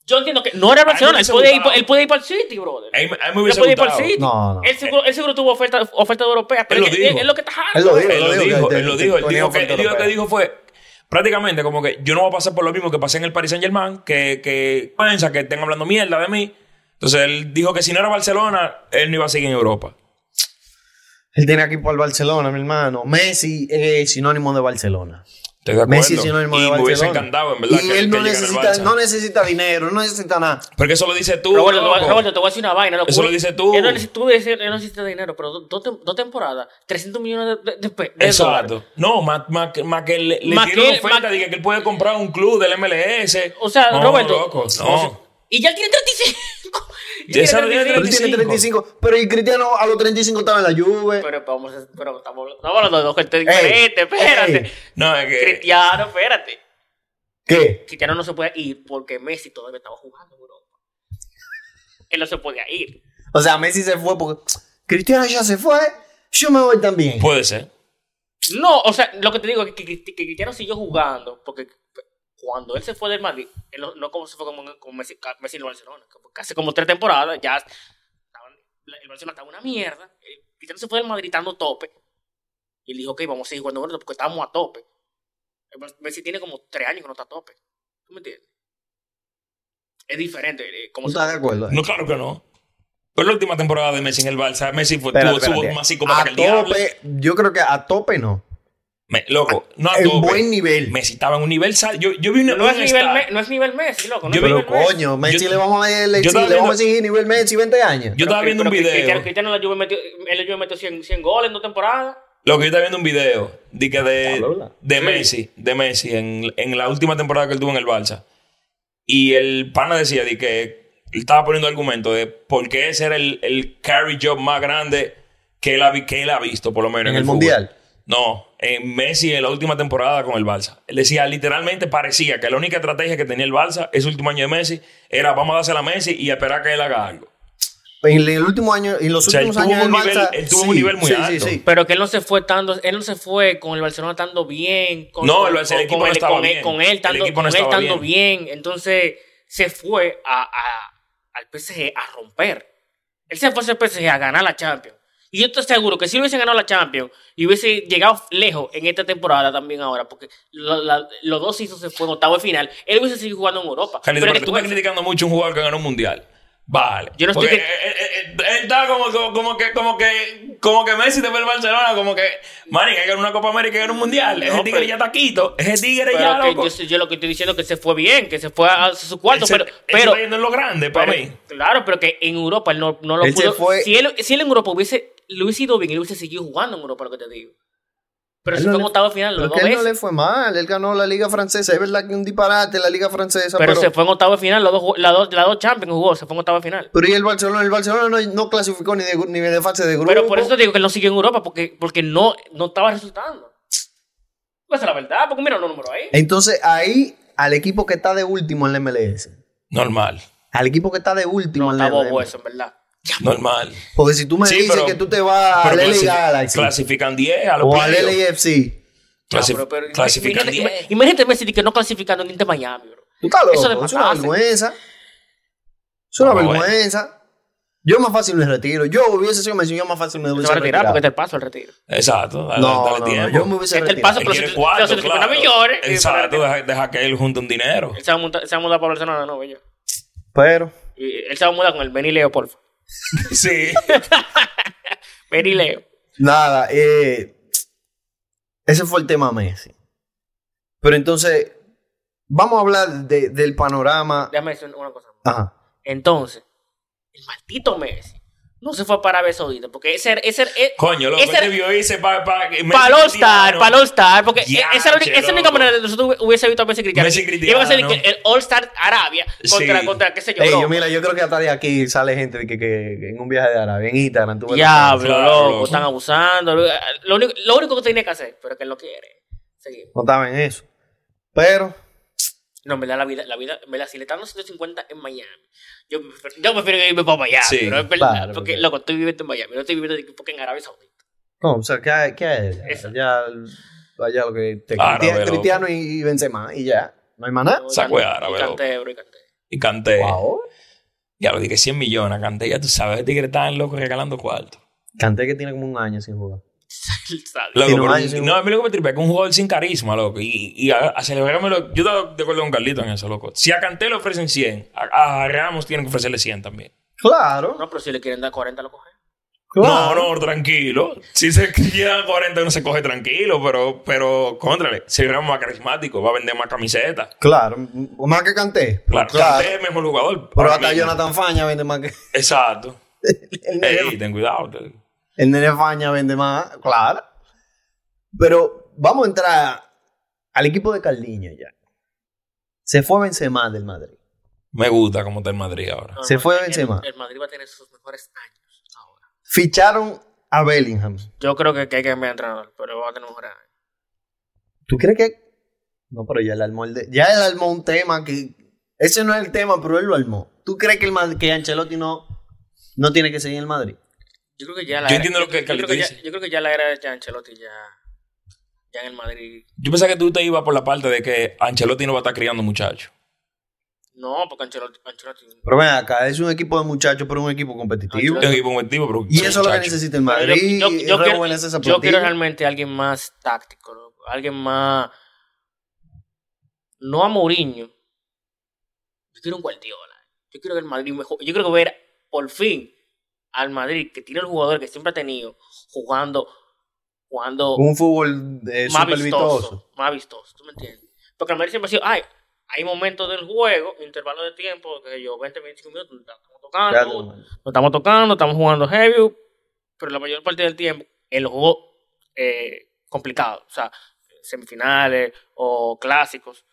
[SPEAKER 3] Yo entiendo que no era Barcelona.
[SPEAKER 2] me
[SPEAKER 3] Él
[SPEAKER 2] hubiese
[SPEAKER 3] podía, ir,
[SPEAKER 2] gustado.
[SPEAKER 3] él podía ir para el City, brother.
[SPEAKER 2] Ahí, me- ahí me
[SPEAKER 3] Él
[SPEAKER 2] hubiese
[SPEAKER 3] podía ir para
[SPEAKER 2] gustado.
[SPEAKER 3] el City.
[SPEAKER 1] No, no.
[SPEAKER 3] Él seguro, él seguro tuvo oferta, oferta europea. Pero
[SPEAKER 2] Él
[SPEAKER 3] es
[SPEAKER 2] lo
[SPEAKER 3] que-
[SPEAKER 2] dijo.
[SPEAKER 3] es, es lo que está harto.
[SPEAKER 1] Él lo dijo.
[SPEAKER 2] Él lo dijo, él lo dijo. Él
[SPEAKER 1] Tenía
[SPEAKER 2] dijo que,
[SPEAKER 1] oferta
[SPEAKER 2] él dijo que
[SPEAKER 1] europea.
[SPEAKER 2] dijo fue prácticamente como que yo no voy a pasar por lo mismo que pasé en el Paris Saint Germain, que, que piensa que estén hablando mierda de mí. Entonces él dijo que si no era Barcelona, él no iba a seguir en Europa.
[SPEAKER 1] Él tenía que ir por el Barcelona, mi hermano. Messi es sinónimo de Barcelona.
[SPEAKER 2] Estoy de acuerdo.
[SPEAKER 1] Messi es sinónimo
[SPEAKER 2] y
[SPEAKER 1] de Barcelona.
[SPEAKER 2] me hubiese encantado, en verdad.
[SPEAKER 1] Y
[SPEAKER 2] que,
[SPEAKER 1] él
[SPEAKER 2] que
[SPEAKER 1] no,
[SPEAKER 2] llegara al
[SPEAKER 1] necesita,
[SPEAKER 2] Barça.
[SPEAKER 1] no necesita dinero, no necesita nada.
[SPEAKER 2] Porque eso lo dices tú.
[SPEAKER 3] Roberto, te voy a-
[SPEAKER 2] loco.
[SPEAKER 3] Roberto, te voy a decir una vaina.
[SPEAKER 2] Eso lo dices tú.
[SPEAKER 3] Él no necesita, tú decías, él no necesita dinero, pero do- dos tem- dos temporadas, 300 millones de, de, de pe- de dólares.
[SPEAKER 2] Exacto. No, más, más que- más que le, le
[SPEAKER 3] Más
[SPEAKER 2] tiene
[SPEAKER 3] que-
[SPEAKER 2] una oferta
[SPEAKER 3] más-
[SPEAKER 2] de que él puede comprar un club del MLS.
[SPEAKER 3] O sea,
[SPEAKER 2] no,
[SPEAKER 3] Roberto.
[SPEAKER 2] Loco,
[SPEAKER 3] o sea,
[SPEAKER 2] no.
[SPEAKER 3] Y ya tiene 35.
[SPEAKER 2] [laughs]
[SPEAKER 3] Ya
[SPEAKER 2] Ya sabe,
[SPEAKER 3] tiene
[SPEAKER 2] ya tiene-
[SPEAKER 1] Pero él tiene
[SPEAKER 2] 35.
[SPEAKER 1] 35. Pero el Cristiano a los 35 estaba en la Juve.
[SPEAKER 3] Pero, vamos a- pero estamos, estamos hablando de dos gente
[SPEAKER 1] Ey,
[SPEAKER 3] diferente. Espérate.
[SPEAKER 1] ey.
[SPEAKER 2] No, es que.
[SPEAKER 3] Cristiano, espérate.
[SPEAKER 1] ¿Qué?
[SPEAKER 3] Cristiano no se puede ir porque Messi todavía estaba jugando en Europa. Él no se podía ir.
[SPEAKER 1] O sea, Messi se fue porque Cristiano ya se fue. Yo me voy también.
[SPEAKER 2] Puede ser.
[SPEAKER 3] No, o sea, lo que te digo es que, que- que Cristiano siguió jugando porque cuando él se fue del Madrid, él no, no como se fue con, con Messi, ca- Messi en el Barcelona, que fue casi como tres temporadas, ya estaban- el Barcelona estaba una mierda. eh, Cristiano se fue del Madrid estando tope. Y él dijo, ok, vamos a seguir jugando bueno, porque estamos a tope. El Bar- Messi tiene como tres años que no está a tope. ¿Tú me entiendes? Es diferente. eh,
[SPEAKER 1] ¿No
[SPEAKER 3] como se-
[SPEAKER 1] estás de acuerdo?
[SPEAKER 2] No, claro que no. Fue la última temporada de Messi en el Barça. Messi fue,
[SPEAKER 1] Espera,
[SPEAKER 2] tuvo,
[SPEAKER 1] espérate.
[SPEAKER 2] tuvo más psicópata
[SPEAKER 1] a
[SPEAKER 2] que el diablo.
[SPEAKER 1] tope, yo creo que a tope no.
[SPEAKER 2] Me- loco, no a
[SPEAKER 1] en
[SPEAKER 2] tope.
[SPEAKER 1] buen nivel.
[SPEAKER 2] Messi estaba en un nivel... sal- Yo, yo vi una,
[SPEAKER 3] no,
[SPEAKER 2] un
[SPEAKER 3] es nivel,
[SPEAKER 2] stat.
[SPEAKER 3] Me- no es nivel Messi, loco. No
[SPEAKER 2] Yo
[SPEAKER 3] es
[SPEAKER 2] vi-
[SPEAKER 3] nivel
[SPEAKER 1] Pero
[SPEAKER 3] Messi.
[SPEAKER 1] coño, Messi
[SPEAKER 2] Yo-
[SPEAKER 1] le vamos a le,
[SPEAKER 2] yo estaba
[SPEAKER 1] le vamos a
[SPEAKER 2] viendo-
[SPEAKER 1] exigir nivel Messi 20 años.
[SPEAKER 2] Yo estaba
[SPEAKER 3] Pero-
[SPEAKER 2] viendo un
[SPEAKER 3] pero
[SPEAKER 2] video.
[SPEAKER 3] Cristiano, Cristiano en la Juve metió, él en la Juve metió 100, 100 goles en dos temporadas.
[SPEAKER 2] Loco, yo estaba viendo un video de, que de,
[SPEAKER 1] Habla.
[SPEAKER 2] de Messi, de Messi en, en la última temporada que él tuvo en el Barça. Y el pana decía de que él estaba poniendo argumento de por qué ese era el, el carry job más grande que él, ha, vi- que él ha visto, por lo menos.
[SPEAKER 1] En el
[SPEAKER 2] fútbol.
[SPEAKER 1] Mundial.
[SPEAKER 2] No, en Messi en la última temporada con el Barça. Él decía, literalmente parecía que la única estrategia que tenía el Barça ese último año de Messi era vamos a dársela a Messi y esperar que él haga algo.
[SPEAKER 1] Pues, En el último año, en los
[SPEAKER 2] O sea, él
[SPEAKER 1] últimos
[SPEAKER 2] tuvo
[SPEAKER 1] años
[SPEAKER 2] un
[SPEAKER 1] del
[SPEAKER 2] nivel-
[SPEAKER 1] Barça,
[SPEAKER 2] él tuvo un nivel muy
[SPEAKER 1] sí,
[SPEAKER 2] alto.
[SPEAKER 1] Sí, sí.
[SPEAKER 3] Pero que él no se fue tanto, él no se fue con el Barcelona estando bien, con,
[SPEAKER 2] No,
[SPEAKER 3] con-
[SPEAKER 2] el Barça- el
[SPEAKER 3] con-
[SPEAKER 2] equipo
[SPEAKER 3] con
[SPEAKER 2] no estaba
[SPEAKER 3] con
[SPEAKER 2] bien.
[SPEAKER 3] él, con él
[SPEAKER 2] El
[SPEAKER 3] estando,
[SPEAKER 2] equipo no
[SPEAKER 3] con él
[SPEAKER 2] estaba
[SPEAKER 3] estando bien. Entonces se fue a, a- al PSG a romper. Él se fue al PSG a ganar la Champions. Y yo estoy seguro que si hubiesen ganado la Champions y hubiese llegado lejos en esta temporada también ahora, porque la- la- los dos hizo se fue en octavo de final, él hubiese seguido jugando en Europa.
[SPEAKER 2] Carlito, pero
[SPEAKER 3] Pero que
[SPEAKER 2] tú
[SPEAKER 3] tú-
[SPEAKER 2] estás criticando mucho a un jugador que ganó un mundial. Vale.
[SPEAKER 3] Yo no estoy
[SPEAKER 2] Porque eh,
[SPEAKER 3] cri-
[SPEAKER 2] él, él- él- él está como, como, como que, como que, como que Messi te fue el Barcelona, como que, man, que ganó una Copa América y ganó un mundial. Ese
[SPEAKER 3] No,
[SPEAKER 2] tigre
[SPEAKER 3] pero-
[SPEAKER 2] ya está quito. Ese tigre
[SPEAKER 3] pero
[SPEAKER 2] ya
[SPEAKER 3] que
[SPEAKER 2] loco.
[SPEAKER 3] yo, sé- yo lo que estoy diciendo es que se fue bien, que se fue a, a su cuarto,
[SPEAKER 2] Él se-
[SPEAKER 3] pero,
[SPEAKER 2] él se
[SPEAKER 3] pero,
[SPEAKER 2] está yendo en lo grande para
[SPEAKER 3] Pero-
[SPEAKER 2] mí.
[SPEAKER 3] Claro, pero que en Europa él no, no lo
[SPEAKER 1] Él se
[SPEAKER 3] pudo.
[SPEAKER 1] fue-
[SPEAKER 3] Si, él, si él en Europa hubiese, lo hubiese ido bien, él hubiese seguido jugando en Europa, lo que te digo. Pero
[SPEAKER 1] Él
[SPEAKER 3] se
[SPEAKER 1] no
[SPEAKER 3] fue en
[SPEAKER 1] le-
[SPEAKER 3] octavo de final
[SPEAKER 1] Pero
[SPEAKER 3] los
[SPEAKER 1] es
[SPEAKER 3] dos
[SPEAKER 1] que él no
[SPEAKER 3] veces.
[SPEAKER 1] le fue mal. Él ganó la Liga Francesa. Es verdad que un disparate la Liga Francesa.
[SPEAKER 3] pero,
[SPEAKER 1] Pero,
[SPEAKER 3] se fue en octavo de final, los dos, ju- la dos, la dos Champions jugó, se fue en octavo de final.
[SPEAKER 1] pero y el Barcelona, el Barcelona no, no clasificó ni de, gru- ni de fase de grupo.
[SPEAKER 3] Pero por eso te digo que él no siguió en Europa, porque, porque no, no estaba resultando. Pues Esa es la verdad, porque mira los números ahí.
[SPEAKER 1] Entonces ahí, al equipo que está de último en la MLS.
[SPEAKER 2] Normal.
[SPEAKER 1] Al equipo que está de último
[SPEAKER 3] No
[SPEAKER 1] en la
[SPEAKER 3] está bobo
[SPEAKER 1] MLS.
[SPEAKER 3] eso, en verdad.
[SPEAKER 2] Normal.
[SPEAKER 1] Porque si tú me
[SPEAKER 2] Sí,
[SPEAKER 1] dices
[SPEAKER 2] pero-
[SPEAKER 1] que tú te vas a
[SPEAKER 2] Pero
[SPEAKER 1] la
[SPEAKER 2] clasi-
[SPEAKER 1] Liga Ah, Galaxy
[SPEAKER 2] clasifican 10 a los
[SPEAKER 1] o al
[SPEAKER 2] playoffs.
[SPEAKER 1] LAFC.
[SPEAKER 2] Clasi-
[SPEAKER 3] Ah, pero- pero- eh,
[SPEAKER 2] clasifican
[SPEAKER 3] imagínate,
[SPEAKER 2] 10.
[SPEAKER 3] ima- imagínate Messi que no clasificando en Inter Miami, bro.
[SPEAKER 1] Tú estás
[SPEAKER 3] Eso de
[SPEAKER 1] loco, es una
[SPEAKER 3] pasarse.
[SPEAKER 1] vergüenza. Es una
[SPEAKER 2] No, bueno.
[SPEAKER 1] vergüenza. Yo más fácil me retiro. Yo hubiese sido Messi, yo más fácil me
[SPEAKER 3] Se va
[SPEAKER 1] hubiese
[SPEAKER 3] a retirar
[SPEAKER 1] retirado.
[SPEAKER 3] porque te paso el retiro.
[SPEAKER 2] Exacto. Dale,
[SPEAKER 1] No,
[SPEAKER 2] dale
[SPEAKER 1] no, no,
[SPEAKER 2] tiempo.
[SPEAKER 1] yo me hubiese
[SPEAKER 3] Este es
[SPEAKER 1] retirado.
[SPEAKER 3] el
[SPEAKER 2] Él
[SPEAKER 3] paso, pero
[SPEAKER 2] quiere
[SPEAKER 3] si-
[SPEAKER 2] cuarto,
[SPEAKER 3] pero si- pero
[SPEAKER 2] claro.
[SPEAKER 3] no me llores, eh, para
[SPEAKER 2] Exacto.
[SPEAKER 3] retirar.
[SPEAKER 2] Deja, deja que él junte un
[SPEAKER 3] [laughs]
[SPEAKER 2] dinero.
[SPEAKER 3] Él se va a montar, se va a mudar para Barcelona, no, yo.
[SPEAKER 1] Pero,
[SPEAKER 3] Y él se va a mudar con el Benny Leo, porfa.
[SPEAKER 2] Sí.
[SPEAKER 3] Benny Leo.
[SPEAKER 1] nada, eh, ese fue el tema Messi. Pero entonces, vamos a hablar de- del panorama.
[SPEAKER 3] Déjame decir una cosa.
[SPEAKER 1] Ajá.
[SPEAKER 3] Entonces, el maldito Messi no se fue para Arabia Saudita porque ese era. Ese, era- eh,
[SPEAKER 2] Coño, loco,
[SPEAKER 3] ese
[SPEAKER 2] él
[SPEAKER 3] era-
[SPEAKER 2] debió irse para... Pa,
[SPEAKER 3] para All Star, para All Star, porque
[SPEAKER 2] Ya,
[SPEAKER 3] eh, esa, era la
[SPEAKER 2] che,
[SPEAKER 3] única- esa es la única
[SPEAKER 2] loco.
[SPEAKER 3] manera de nosotros hubi- hubiese visto a Messi Cristiano.
[SPEAKER 2] Messi Cristiano.
[SPEAKER 3] Iba a ser que el All Star Arabia contra,
[SPEAKER 2] Sí.
[SPEAKER 3] contra qué sé yo.
[SPEAKER 1] Ey, yo,
[SPEAKER 3] bro.
[SPEAKER 1] mira, yo creo que hasta de aquí sale gente de que, que- que en un viaje de Arabia, en Instagram. tú ves-
[SPEAKER 3] Diablo,
[SPEAKER 2] Claro, loco.
[SPEAKER 3] loco, están abusando. Lo, lo único, lo único que tenía que hacer, pero que él no quiere. Seguimos.
[SPEAKER 1] No estaba en eso. Pero,
[SPEAKER 3] No, en verdad, la vida, la vida, en verdad, si le están los 150 en Miami, yo, prefiero- yo prefiero irme para Miami,
[SPEAKER 2] Sí,
[SPEAKER 3] pero es verdad,
[SPEAKER 1] claro,
[SPEAKER 3] porque,
[SPEAKER 1] porque-
[SPEAKER 3] loco, estoy viviendo en Miami, no estoy viviendo aquí porque en Arabia Saudita.
[SPEAKER 1] no, o sea, ¿qué hay? qué hay?
[SPEAKER 3] Eso.
[SPEAKER 1] Allá, allá lo que te
[SPEAKER 2] Árabe,
[SPEAKER 1] Cristiano-
[SPEAKER 2] loco.
[SPEAKER 1] Cristiano y, y Benzema, y ya. No hay más nada.
[SPEAKER 3] No,
[SPEAKER 2] Sacó
[SPEAKER 3] y
[SPEAKER 2] árabe,
[SPEAKER 3] [laughs] canté, bro, y canté.
[SPEAKER 2] Y canté.
[SPEAKER 1] Wow.
[SPEAKER 2] Ya lo dije 100 millones, canté. Ya tú sabes, el tigre está loco regalando cuartos.
[SPEAKER 1] Canté que tiene como un año sin jugar.
[SPEAKER 3] Sabe.
[SPEAKER 2] Loco,
[SPEAKER 1] Y no
[SPEAKER 2] pero-
[SPEAKER 1] hay ningún-
[SPEAKER 2] no, a mí lo que me tripea es que un jugador sin carisma, loco. Y, y a, a celebrarme lo- Yo estaba de acuerdo con Carlito en eso, loco. Si a Canté le ofrecen 100, a, a Ramos tienen que ofrecerle 100 también.
[SPEAKER 1] Claro.
[SPEAKER 3] No, pero si le quieren dar eh. 40, lo cogen.
[SPEAKER 2] No, no, tranquilo. Si se [laughs] queda 40, uno se coge tranquilo, pero, pero, contrale, si Ramos más carismático, va a vender más camisetas.
[SPEAKER 1] Claro. M- Más que canté.
[SPEAKER 2] Claro, Kanté es el mejor jugador.
[SPEAKER 1] Pero
[SPEAKER 2] Ahora
[SPEAKER 1] hasta
[SPEAKER 2] mismo.
[SPEAKER 1] Jonathan Faña vende más que. [laughs]
[SPEAKER 2] Exacto.
[SPEAKER 1] El nene,
[SPEAKER 2] Ey, ten cuidado. te-
[SPEAKER 1] el nene Faña vende más, claro. Pero vamos a entrar al equipo de Caldiño ya. Se fue Benzema del Madrid.
[SPEAKER 2] Me gusta cómo está el Madrid ahora.
[SPEAKER 3] No,
[SPEAKER 1] Se
[SPEAKER 3] no,
[SPEAKER 1] fue
[SPEAKER 3] el-
[SPEAKER 1] Benzema.
[SPEAKER 3] El Madrid va a tener sus mejores años ahora.
[SPEAKER 1] Ficharon a Bellingham.
[SPEAKER 3] Yo creo que, que hay que cambiar de entrenador, pero va a tener mejores años.
[SPEAKER 1] ¿Tú crees que.? No, pero ya él armó, el de- ya él armó un tema que. Ese no es el tema, pero él lo armó. ¿Tú crees que, el Mad- que Ancelotti no, no tiene que seguir en el Madrid?
[SPEAKER 3] Yo creo que ya la
[SPEAKER 2] Yo
[SPEAKER 3] era-
[SPEAKER 2] entiendo lo que
[SPEAKER 3] creo
[SPEAKER 2] Carlito
[SPEAKER 3] ya-
[SPEAKER 2] dice.
[SPEAKER 3] Yo creo que ya la era de Ancelotti ya, ya en el Madrid.
[SPEAKER 2] Yo pensaba que tú te ibas por la parte de que Ancelotti no va a estar criando muchachos.
[SPEAKER 3] No, porque Ancelotti, Ancelotti
[SPEAKER 1] Pero ven acá, es un equipo de muchachos, pero un equipo competitivo.
[SPEAKER 2] Es un equipo competitivo, pero.
[SPEAKER 1] Y eso es lo que
[SPEAKER 2] muchachos.
[SPEAKER 1] necesita el
[SPEAKER 3] Pero
[SPEAKER 1] Madrid.
[SPEAKER 3] Yo, yo- yo quiero,
[SPEAKER 1] rejuvenece esa
[SPEAKER 3] yo quiero
[SPEAKER 1] plantilla.
[SPEAKER 3] realmente alguien más táctico, loco. alguien más. No a Mourinho. Yo quiero un Guardiola. Yo quiero que el Madrid mejor. Yo quiero ver por fin al Madrid que tiene el jugador que siempre ha tenido jugando, jugando
[SPEAKER 1] Un fútbol eh,
[SPEAKER 3] más
[SPEAKER 1] súper
[SPEAKER 3] vistoso,
[SPEAKER 1] vistoso.
[SPEAKER 3] Más vistoso, ¿tú me entiendes? Porque el Madrid siempre ha sido, ay, hay momentos del juego, intervalos de tiempo, que yo 20, 25 minutos, no estamos
[SPEAKER 1] Ya
[SPEAKER 3] tocando,
[SPEAKER 1] tú,
[SPEAKER 3] Ah, no
[SPEAKER 1] man.
[SPEAKER 3] estamos tocando, estamos jugando heavy, pero la mayor parte del tiempo en los juegos eh, complicados, o sea, semifinales o clásicos,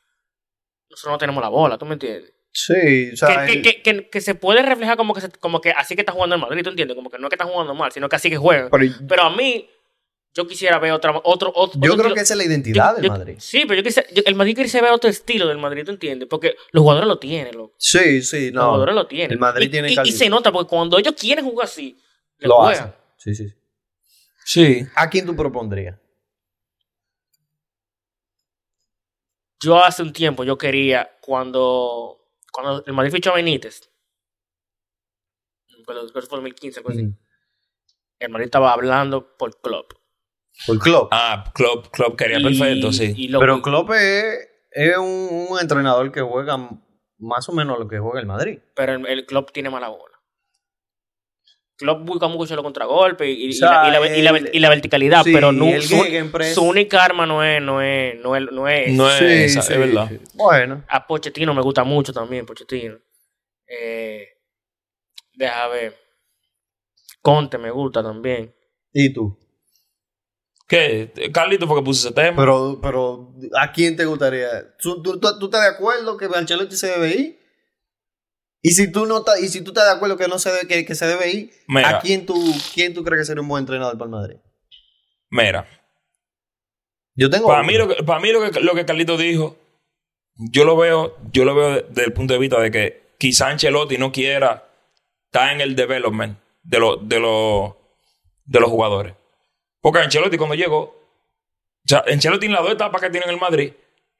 [SPEAKER 3] nosotros no tenemos la bola, ¿tú me entiendes?
[SPEAKER 1] Sí, o sea, eh,
[SPEAKER 3] que,
[SPEAKER 1] el-
[SPEAKER 3] que- que- que- que se puede reflejar como que, se- como que así que está jugando el Madrid, ¿tú entiendes? Como que no es que está jugando mal, sino que así que juegan.
[SPEAKER 1] pero
[SPEAKER 3] Pero a mí, yo quisiera ver otra, otro,
[SPEAKER 1] yo
[SPEAKER 3] otro, otro
[SPEAKER 1] creo
[SPEAKER 3] estilo-
[SPEAKER 1] que esa es la identidad
[SPEAKER 3] yo-
[SPEAKER 1] del
[SPEAKER 3] yo-
[SPEAKER 1] Madrid.
[SPEAKER 3] Sí, pero yo quise, yo- el Madrid quise ver otro estilo del Madrid, ¿tú entiendes? Porque los jugadores lo tienen, loco.
[SPEAKER 1] Sí, sí,
[SPEAKER 3] los
[SPEAKER 1] no.
[SPEAKER 3] jugadores lo tienen.
[SPEAKER 1] el Madrid
[SPEAKER 3] Y-
[SPEAKER 1] tiene
[SPEAKER 3] y, y
[SPEAKER 1] calidad.
[SPEAKER 3] se nota, porque cuando ellos quieren jugar así, le
[SPEAKER 1] Lo
[SPEAKER 3] juegan.
[SPEAKER 1] hacen. Sí, sí, sí.
[SPEAKER 2] Sí.
[SPEAKER 1] ¿A quién tú propondrías?
[SPEAKER 3] Yo hace un tiempo, yo quería, cuando, cuando el Madrid fichó a Benítez, cuando después fue 2015, algo así,
[SPEAKER 1] Mm.
[SPEAKER 3] el Madrid estaba hablando por Klopp.
[SPEAKER 1] Por Klopp.
[SPEAKER 2] Ah, Klopp, Klopp quería
[SPEAKER 3] Y-
[SPEAKER 2] perfecto, sí.
[SPEAKER 3] y lo-
[SPEAKER 1] pero Klopp es, es un, un entrenador que juega m- más o menos lo que juega el Madrid.
[SPEAKER 3] pero el, el Klopp tiene mala bola. Klopp busca mucho los contragolpes y, y-
[SPEAKER 1] O sea,
[SPEAKER 3] y la, y la- y la-
[SPEAKER 1] él-
[SPEAKER 3] y la verticalidad,
[SPEAKER 1] Sí,
[SPEAKER 3] pero no,
[SPEAKER 1] el
[SPEAKER 3] su,
[SPEAKER 1] gegenpress.
[SPEAKER 3] su única arma no es, no es, no es, no es.
[SPEAKER 2] No es
[SPEAKER 1] Sí,
[SPEAKER 2] esa,
[SPEAKER 1] sí,
[SPEAKER 2] es verdad.
[SPEAKER 1] sí. Bueno,
[SPEAKER 3] A Pochettino me gusta mucho también, Pochettino. Eh, deja ver. Conte me gusta también.
[SPEAKER 1] ¿y tú?
[SPEAKER 2] ¿Qué? Carlito, porque puse ese tema.
[SPEAKER 1] Pero, pero ¿a quién te gustaría? ¿Tú, tú, tú- tú estás de acuerdo que Ancelotti se debe ir? Y si tú no estás- y si tú estás de acuerdo que no se debe, que, que se debe ir,
[SPEAKER 2] Mira.
[SPEAKER 1] ¿a quién tú, quién tú crees que sería un buen entrenador para el Madrid?
[SPEAKER 2] Mira,
[SPEAKER 1] Yo tengo.
[SPEAKER 2] para
[SPEAKER 1] uno.
[SPEAKER 2] mí, lo que, para mí lo, que, lo que Carlito dijo, yo lo veo, yo lo veo de- desde el punto de vista de que quizá Ancelotti no quiera estar en el development de, lo- de, lo- de los jugadores. Porque Ancelotti cuando llegó, o sea, Ancelotti en las dos etapas que tiene en el Madrid,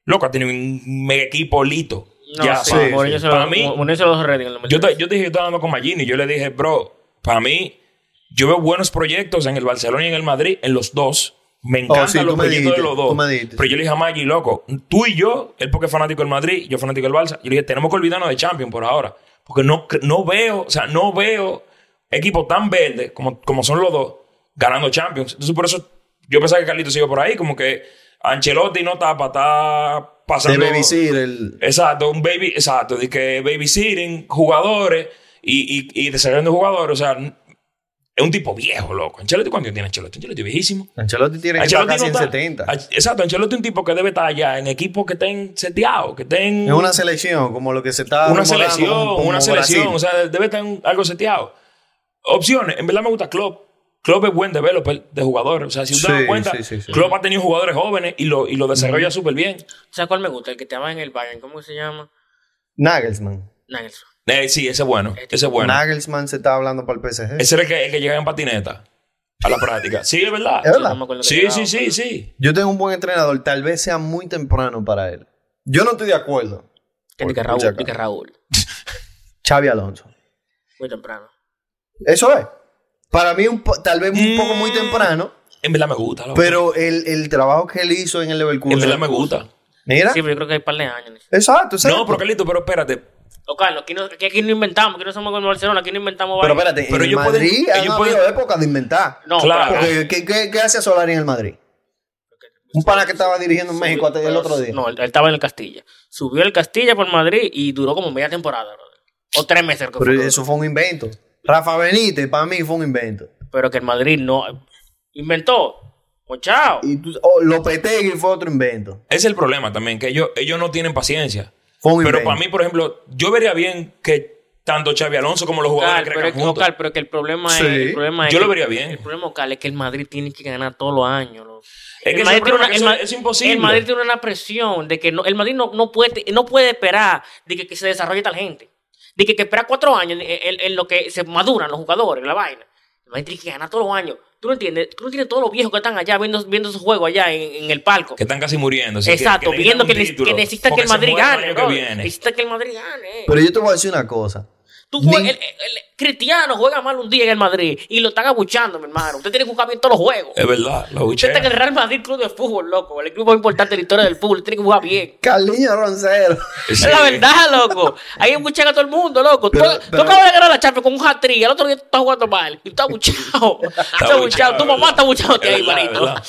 [SPEAKER 2] loco, tiene un mega equipo lito.
[SPEAKER 3] No,
[SPEAKER 2] ya,
[SPEAKER 3] sí,
[SPEAKER 2] para-
[SPEAKER 3] Mourinho se lo-
[SPEAKER 2] para mí,
[SPEAKER 3] Mourinho se lo redime en el
[SPEAKER 2] Yo,
[SPEAKER 3] 2013.
[SPEAKER 2] te- yo te dije que estaba hablando con Magini. Yo le dije, bro, para mí, yo veo buenos proyectos en el Barcelona y en el Madrid, en los dos. Me encantan
[SPEAKER 1] Oh, sí,
[SPEAKER 2] los
[SPEAKER 1] tú me
[SPEAKER 2] proyectos
[SPEAKER 1] dijiste,
[SPEAKER 2] de los
[SPEAKER 1] tú
[SPEAKER 2] dos.
[SPEAKER 1] me dijiste,
[SPEAKER 2] pero yo le dije a Maggi, loco, tú y yo, él porque es fanático del Madrid, yo fanático del Barça, yo le dije, tenemos que olvidarnos de Champions por ahora. Porque no, cre- no veo, o sea, no veo equipos tan verdes como, como son los dos ganando Champions. Entonces, por eso yo pensaba que Carlitos iba por ahí, como que Ancelotti no está para estar pasando.
[SPEAKER 1] Debe decir el.
[SPEAKER 2] Exacto, un baby, exacto, de que babysitting, jugadores y, y, y desarrollando jugadores, o sea, n- es un tipo viejo, loco. Ancelotti, ¿cuánto tiene Ancelotti? Ancelotti es viejísimo.
[SPEAKER 1] Ancelotti tiene que estar casi
[SPEAKER 2] Ancelotti no
[SPEAKER 1] en
[SPEAKER 2] está-
[SPEAKER 1] 70.
[SPEAKER 2] An- Exacto, Ancelotti es un tipo que debe estar allá en equipos que estén seteados, que estén
[SPEAKER 1] Es una selección, como lo que se está.
[SPEAKER 2] una
[SPEAKER 1] rumorando
[SPEAKER 2] selección,
[SPEAKER 1] como- como
[SPEAKER 2] una selección,
[SPEAKER 1] Brasil.
[SPEAKER 2] o sea, debe estar en algo seteado. Opciones, en verdad me gusta Klopp. Klopp es buen developer de jugadores, o sea, si usted
[SPEAKER 1] Sí,
[SPEAKER 2] da cuenta,
[SPEAKER 1] sí, sí, sí.
[SPEAKER 2] Klopp ha tenido jugadores jóvenes y lo, y lo desarrolla súper bien.
[SPEAKER 3] ¿Sabes cuál me gusta? El que estaba en el Bayern, ¿cómo se llama?
[SPEAKER 1] Nagelsmann.
[SPEAKER 3] Nagelsmann.
[SPEAKER 2] Eh, sí, ese es bueno, ese es bueno.
[SPEAKER 1] Nagelsmann se está hablando para el PSG.
[SPEAKER 2] Ese era el que, el que llegaba en patineta a la práctica. Sí, es verdad.
[SPEAKER 1] Es verdad.
[SPEAKER 3] No me acuerdo que
[SPEAKER 2] Sí,
[SPEAKER 3] llegaba,
[SPEAKER 2] sí, sí,
[SPEAKER 3] pero-
[SPEAKER 2] sí.
[SPEAKER 1] Yo tengo un buen entrenador, tal vez sea muy temprano para él. Yo no estoy de acuerdo.
[SPEAKER 3] Que
[SPEAKER 1] Por-
[SPEAKER 3] di
[SPEAKER 1] por si
[SPEAKER 3] que Raúl,
[SPEAKER 1] acaso.
[SPEAKER 3] di que Raúl.
[SPEAKER 1] Xavi Alonso.
[SPEAKER 3] Muy temprano.
[SPEAKER 1] Eso es. Para mí, un po- tal vez un poco muy
[SPEAKER 2] Mm.
[SPEAKER 1] temprano,
[SPEAKER 2] En verdad me gusta. loco.
[SPEAKER 1] pero el, el trabajo que él hizo en el
[SPEAKER 2] en
[SPEAKER 1] Leverkusen.
[SPEAKER 2] verdad me gusta.
[SPEAKER 1] Mira,
[SPEAKER 3] Sí, pero yo creo que hay un par de años.
[SPEAKER 1] exacto, exacto.
[SPEAKER 2] No, pero Carlito, pero espérate.
[SPEAKER 3] O Carlos, aquí no, aquí, aquí no inventamos, aquí no somos como Barcelona, aquí no inventamos
[SPEAKER 1] Pero
[SPEAKER 3] vaina.
[SPEAKER 1] espérate,
[SPEAKER 2] Pero
[SPEAKER 1] en el
[SPEAKER 2] ellos pueden-
[SPEAKER 1] Madrid han
[SPEAKER 2] ellos
[SPEAKER 1] habido
[SPEAKER 2] pueden- ah,
[SPEAKER 1] época de inventar.
[SPEAKER 3] No,
[SPEAKER 2] Claro.
[SPEAKER 3] pero-
[SPEAKER 1] Porque, ¿qué, qué, qué hacía Solari en el Madrid? Un pana que estaba dirigiendo en México hasta el
[SPEAKER 3] pero-
[SPEAKER 1] otro día.
[SPEAKER 3] No, él, él estaba en el Castilla. Subió el Castilla por Madrid y duró como media temporada, brother. O tres meses. creo que
[SPEAKER 1] Pero
[SPEAKER 3] fue.
[SPEAKER 1] eso fue un invento. Rafa Benítez, para mí fue un invento.
[SPEAKER 3] pero que el Madrid no inventó. Pues chao.
[SPEAKER 1] Y tú, oh, Lopetegui fue otro invento.
[SPEAKER 2] Ese es el problema también, que ellos, ellos no tienen paciencia.
[SPEAKER 1] Fue un
[SPEAKER 2] Pero
[SPEAKER 1] invento.
[SPEAKER 2] para mí, por ejemplo, yo vería bien que tanto Xavi Alonso como los
[SPEAKER 3] Cal,
[SPEAKER 2] jugadores
[SPEAKER 3] pero,
[SPEAKER 2] crezcan
[SPEAKER 3] es, que-
[SPEAKER 2] juntos.
[SPEAKER 3] Cal, pero que el problema
[SPEAKER 1] Sí.
[SPEAKER 3] es, el problema es
[SPEAKER 2] Yo
[SPEAKER 3] que-
[SPEAKER 2] lo vería bien.
[SPEAKER 3] El problema Cal, es que el Madrid tiene que ganar todos los años. loco.
[SPEAKER 2] que
[SPEAKER 3] El
[SPEAKER 2] ese
[SPEAKER 3] Madrid
[SPEAKER 2] problema
[SPEAKER 3] tiene
[SPEAKER 2] es que
[SPEAKER 3] una-
[SPEAKER 2] eso
[SPEAKER 3] el
[SPEAKER 2] es
[SPEAKER 3] Ma-
[SPEAKER 2] imposible.
[SPEAKER 3] El Madrid tiene una presión de que no, el Madrid no, no puede no puede esperar de que, que se desarrolle tal gente. De que, que espera cuatro años en, en- en lo que se maduran los jugadores, la vaina. El Madrid tiene que ganar todos los años. Tú no entiendes, tú no entiendes todos los viejos que están allá viendo, viendo su juego allá en, en el palco.
[SPEAKER 2] Que están casi muriendo. así que-
[SPEAKER 3] Exacto,
[SPEAKER 2] que
[SPEAKER 3] viendo
[SPEAKER 2] necesitan
[SPEAKER 3] que,
[SPEAKER 2] un
[SPEAKER 3] ne-
[SPEAKER 2] título,
[SPEAKER 3] que necesita que
[SPEAKER 2] porque
[SPEAKER 3] el
[SPEAKER 2] se
[SPEAKER 3] Madrid
[SPEAKER 2] muere
[SPEAKER 3] gane.
[SPEAKER 2] El año
[SPEAKER 3] bro.
[SPEAKER 2] que viene.
[SPEAKER 3] Necesita que el Madrid gane.
[SPEAKER 1] Pero yo te voy a decir una cosa.
[SPEAKER 3] Tú jue-
[SPEAKER 1] Ni-
[SPEAKER 3] el, el- el Cristiano juega mal un día en el Madrid y lo están abuchando, mi hermano. Usted tiene que jugar bien todos los juegos.
[SPEAKER 2] Es verdad, lo
[SPEAKER 3] Usted está en el
[SPEAKER 2] buchea.
[SPEAKER 3] Real Madrid Club de Fútbol, loco. El equipo más importante de la historia del fútbol. Usted tiene que jugar bien.
[SPEAKER 1] Carliño Roncero. [laughs]
[SPEAKER 2] Sí.
[SPEAKER 3] Es la verdad, loco. Ahí abuchean a todo el mundo, loco.
[SPEAKER 1] Pero-
[SPEAKER 3] tú, tú
[SPEAKER 1] pero-
[SPEAKER 3] acabas de ganar la Champions con un hat-trick. El otro día tú estás jugando mal. Y tú estás abuchado. Tú estás abuchado. Tu
[SPEAKER 2] es
[SPEAKER 3] mamá
[SPEAKER 2] verdad.
[SPEAKER 3] está abuchándote
[SPEAKER 2] Es
[SPEAKER 3] ahí,
[SPEAKER 2] verdad, es
[SPEAKER 3] manito.
[SPEAKER 2] verdad.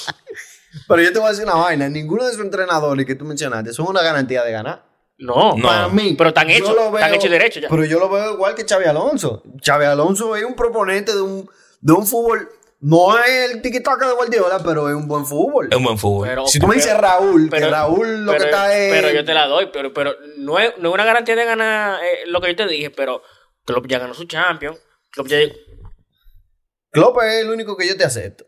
[SPEAKER 1] Pero yo te voy a decir una vaina. Ninguno de esos entrenadores que tú mencionaste son una garantía de ganar.
[SPEAKER 3] No.
[SPEAKER 2] No.
[SPEAKER 1] Para mí.
[SPEAKER 3] Ah, Pero están
[SPEAKER 1] yo
[SPEAKER 3] hechos,
[SPEAKER 1] lo
[SPEAKER 3] están hechos y derechos ya.
[SPEAKER 1] Pero yo lo veo igual que Xavi Alonso. Xavi Alonso es un proponente de un, de un fútbol. No es el tiki-taka de Guardiola, pero es un buen fútbol.
[SPEAKER 2] Es un buen fútbol.
[SPEAKER 3] Pero-
[SPEAKER 1] si tú me dices Raúl, que Raúl lo
[SPEAKER 3] pero-
[SPEAKER 1] que está es.
[SPEAKER 3] Pero yo te la doy, pero, pero no, es, no es una garantía de ganar eh, lo que yo te dije, pero Klopp ya ganó su Champions. Klopp ya...
[SPEAKER 1] Klopp es el único que yo te acepto.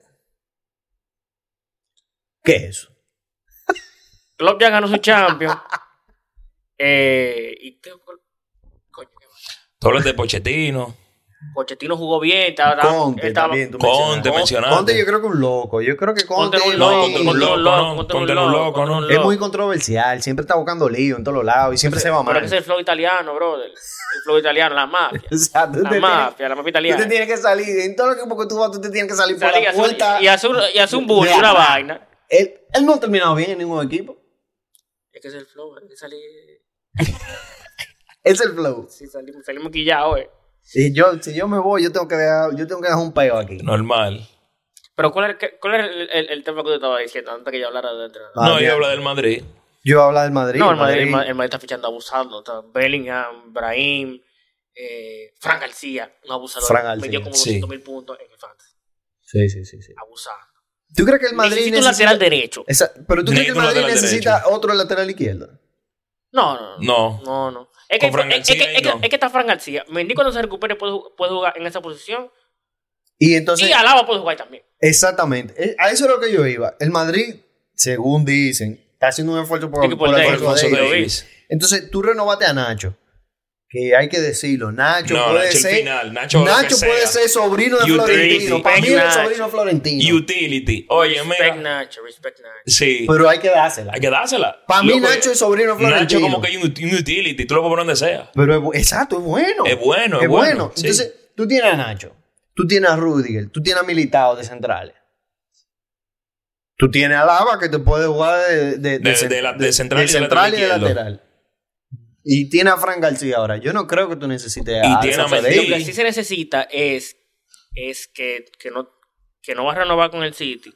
[SPEAKER 1] ¿Qué es eso?
[SPEAKER 3] Klopp ya ganó su Champions.
[SPEAKER 1] [laughs]
[SPEAKER 3] Eh, y qué- coño, qué mal.
[SPEAKER 2] Tú hablas de Pochettino.
[SPEAKER 3] Pochettino jugó bien, estaba, estaba-
[SPEAKER 1] Conte
[SPEAKER 3] estaba-
[SPEAKER 1] también. tú
[SPEAKER 2] Conte
[SPEAKER 1] mencionaste.
[SPEAKER 2] mencionaste.
[SPEAKER 1] Conte yo creo que un loco. Yo creo que Conte,
[SPEAKER 3] Conte era un
[SPEAKER 1] es
[SPEAKER 3] loco,
[SPEAKER 1] muy-
[SPEAKER 3] Conte era un
[SPEAKER 2] Loco,
[SPEAKER 3] loco,
[SPEAKER 2] ¿no?
[SPEAKER 3] Conte era
[SPEAKER 2] Conte era
[SPEAKER 3] un
[SPEAKER 2] un
[SPEAKER 3] loco,
[SPEAKER 2] loco,
[SPEAKER 3] Conte era un
[SPEAKER 2] ¿no?
[SPEAKER 1] es
[SPEAKER 3] loco.
[SPEAKER 1] muy controversial. Siempre está buscando lío en todos lados y siempre se va
[SPEAKER 3] Pero
[SPEAKER 1] mal.
[SPEAKER 3] ese es el flow italiano, brother. El flow italiano, la mafia.
[SPEAKER 1] [laughs] O sea, tú
[SPEAKER 3] La
[SPEAKER 1] te tienes-
[SPEAKER 3] mafia, la mafia
[SPEAKER 1] Tú
[SPEAKER 3] italiana.
[SPEAKER 1] te tienes que salir. En todo lo que tú vas, tú te tienes que salir por
[SPEAKER 3] Salí
[SPEAKER 1] la
[SPEAKER 3] y hace-
[SPEAKER 1] puerta.
[SPEAKER 3] y hace un, y hace un bullying,
[SPEAKER 1] De
[SPEAKER 3] una
[SPEAKER 1] atrás.
[SPEAKER 3] vaina.
[SPEAKER 1] Él, él no ha terminado bien en ningún equipo.
[SPEAKER 3] Es que es el flow, hay que salir-
[SPEAKER 1] Es el flow.
[SPEAKER 3] sí, salimos, salimos quillados, eh.
[SPEAKER 1] Si yo, si yo me voy, yo tengo que dejar, yo tengo que dejar un peo aquí.
[SPEAKER 2] Normal.
[SPEAKER 3] Pero ¿cuál era, qué- cuál era el, el- el tema que tú estabas diciendo antes que yo hablara de entrenador?
[SPEAKER 1] Ah,
[SPEAKER 2] No,
[SPEAKER 1] bien.
[SPEAKER 2] yo hablo del Madrid.
[SPEAKER 1] Yo voy a hablar del Madrid.
[SPEAKER 3] no, el Madrid, el Madrid- el Madrid está fichando abusando. Está Bellingham, Brahim, eh, Fran García, un abusador.
[SPEAKER 1] Fran García,
[SPEAKER 3] Metió como
[SPEAKER 2] sí.
[SPEAKER 3] 200 mil puntos en el fantasy.
[SPEAKER 1] Sí, sí, sí, sí.
[SPEAKER 3] Abusando.
[SPEAKER 1] ¿Tú crees que el Madrid
[SPEAKER 3] Necesita un lateral derecho.
[SPEAKER 2] Eh,
[SPEAKER 1] Esa- pero tú crees que el
[SPEAKER 2] Necesita un
[SPEAKER 1] Madrid
[SPEAKER 2] lateral
[SPEAKER 1] necesita otro lateral izquierdo.
[SPEAKER 3] No, no, no.
[SPEAKER 2] No.
[SPEAKER 3] No, no. Es que,
[SPEAKER 2] Con Fran
[SPEAKER 3] es- es que-
[SPEAKER 2] García y
[SPEAKER 3] es que-
[SPEAKER 2] no.
[SPEAKER 3] es que está Fran García. Mendy cuando se recupere puede, ju- puede jugar en esa posición.
[SPEAKER 1] Y entonces,
[SPEAKER 3] y Alaba puede jugar también.
[SPEAKER 1] exactamente. Eh, A eso es lo que yo iba. El Madrid, según dicen, está haciendo un esfuerzo por,
[SPEAKER 3] Y que por
[SPEAKER 1] por
[SPEAKER 3] Davis,
[SPEAKER 1] Alfonso
[SPEAKER 2] Alfonso
[SPEAKER 1] Davies.
[SPEAKER 2] Davis.
[SPEAKER 1] Entonces, tú renovaste a Nacho. Que hay que decirlo. Nacho
[SPEAKER 2] No,
[SPEAKER 1] puede
[SPEAKER 2] Nacho el
[SPEAKER 1] ser.
[SPEAKER 2] final, Nacho lo que sea.
[SPEAKER 1] puede ser sobrino de
[SPEAKER 2] Utility.
[SPEAKER 1] Florentino. Para mí
[SPEAKER 3] Respect
[SPEAKER 1] es
[SPEAKER 3] Nacho.
[SPEAKER 1] sobrino Florentino.
[SPEAKER 2] Utility. Oye, mira.
[SPEAKER 3] respect Nacho, respect Nacho.
[SPEAKER 2] Sí.
[SPEAKER 1] Pero hay que dársela.
[SPEAKER 2] Hay que dársela.
[SPEAKER 1] Para mí,
[SPEAKER 2] Loco,
[SPEAKER 1] Nacho es sobrino
[SPEAKER 2] Nacho
[SPEAKER 1] Florentino.
[SPEAKER 2] como que hay un, un utility. Tú lo puedes poner donde sea.
[SPEAKER 1] Pero es bu- exacto, es bueno.
[SPEAKER 2] Es bueno, es bueno, sí.
[SPEAKER 1] Entonces, tú tienes a Nacho, tú tienes a Rudiger, tú tienes a Militao de centrales. Tú tienes a Lava que te puede jugar de, de,
[SPEAKER 2] De-
[SPEAKER 1] cen-
[SPEAKER 2] de la- de central y de
[SPEAKER 1] central y de
[SPEAKER 2] lateral
[SPEAKER 1] lateral. Y tiene a Fran García ahora. Yo no creo que tú necesites
[SPEAKER 2] Y
[SPEAKER 1] a
[SPEAKER 2] tiene a
[SPEAKER 1] Alfonso
[SPEAKER 2] Mendy.
[SPEAKER 3] Lo
[SPEAKER 1] Davies.
[SPEAKER 3] que sí se necesita es, es que, que, no, que no va a renovar con el City.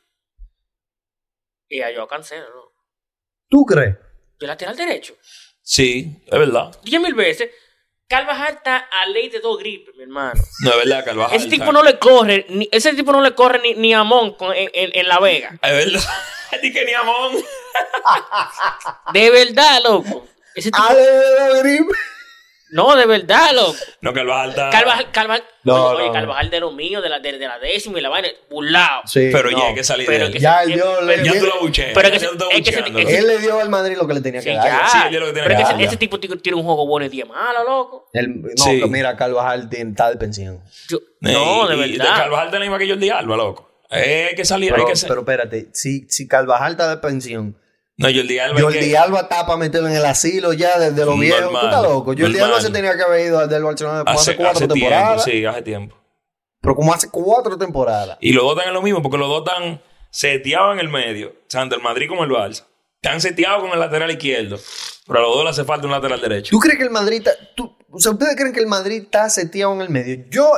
[SPEAKER 3] Y a Joao Cancelo, ¿no?
[SPEAKER 1] ¿Tú crees?
[SPEAKER 3] De lateral derecho.
[SPEAKER 2] Sí, es verdad.
[SPEAKER 3] Diez mil veces. Carvajal está a ley de dos gripes, mi hermano.
[SPEAKER 2] No, es verdad, Carvajal.
[SPEAKER 3] Ese tipo no le corre, ni, ese tipo no le corre ni, ni a Mon con- en, en- en La Vega.
[SPEAKER 2] Es verdad. [laughs] Ni que ni Amón.
[SPEAKER 3] De verdad, loco. Ese tipo-
[SPEAKER 1] Ale de Ah, la gripe.
[SPEAKER 3] no, de verdad, loco.
[SPEAKER 2] No, Carvajal está.
[SPEAKER 3] Carvajal, Carvajal,
[SPEAKER 1] No,
[SPEAKER 3] oye, oye,
[SPEAKER 1] no.
[SPEAKER 3] Carvajal de lo mío, de la, de, de la décima y la vaina, burlado.
[SPEAKER 1] Sí,
[SPEAKER 2] Pero
[SPEAKER 1] no.
[SPEAKER 2] ya hay que salir
[SPEAKER 3] Pero
[SPEAKER 2] de él.
[SPEAKER 3] que-
[SPEAKER 1] Ya el Dios le
[SPEAKER 3] Pero-
[SPEAKER 2] ya
[SPEAKER 1] él-
[SPEAKER 2] tú lo bucheas.
[SPEAKER 3] pero
[SPEAKER 2] ya
[SPEAKER 3] que se-
[SPEAKER 2] tú lo
[SPEAKER 3] es que se-
[SPEAKER 2] bucheando.
[SPEAKER 3] es-
[SPEAKER 1] Él le dio al Madrid lo que le tenía que
[SPEAKER 3] Sí,
[SPEAKER 1] dar.
[SPEAKER 3] ya.
[SPEAKER 2] sí, él es lo que tiene
[SPEAKER 3] Pero
[SPEAKER 2] que
[SPEAKER 3] es que
[SPEAKER 2] dar,
[SPEAKER 3] ese,
[SPEAKER 2] ya.
[SPEAKER 3] ese tipo tiene tiene un juego bueno y 10 malo, loco.
[SPEAKER 1] El- no,
[SPEAKER 2] Sí.
[SPEAKER 1] que mira, Carvajal tiene- está de pensión.
[SPEAKER 3] Yo-
[SPEAKER 2] Eh,
[SPEAKER 3] no, de
[SPEAKER 2] y- y
[SPEAKER 3] verdad.
[SPEAKER 2] Carvajal está la misma que Jordi Alba, loco. Eh, hay que salir,
[SPEAKER 1] Pero,
[SPEAKER 2] hay que ser.
[SPEAKER 1] pero espérate, si, si Carvajal está de pensión,
[SPEAKER 2] No, Jordi Alba. es
[SPEAKER 1] Jordi
[SPEAKER 2] que-
[SPEAKER 1] Alba está para meterlo en el asilo ya desde los
[SPEAKER 2] Normal,
[SPEAKER 1] viejos. Tú estás loco. Jordi Alba
[SPEAKER 2] normal.
[SPEAKER 1] se tenía que haber ido al del Barcelona después hace,
[SPEAKER 2] hace,
[SPEAKER 1] cuatro
[SPEAKER 2] hace tiempo,
[SPEAKER 1] temporadas.
[SPEAKER 2] sí, hace tiempo.
[SPEAKER 1] Pero como hace cuatro temporadas.
[SPEAKER 2] Y los dos están en lo mismo, porque los dos están seteados en el medio, tanto el Madrid como el Barça. Están seteados con el lateral izquierdo, pero a los dos le hace falta un lateral derecho.
[SPEAKER 1] ¿Tú crees que el Madrid está, tú- o sea, ustedes creen que el Madrid está seteado en el medio? Yo,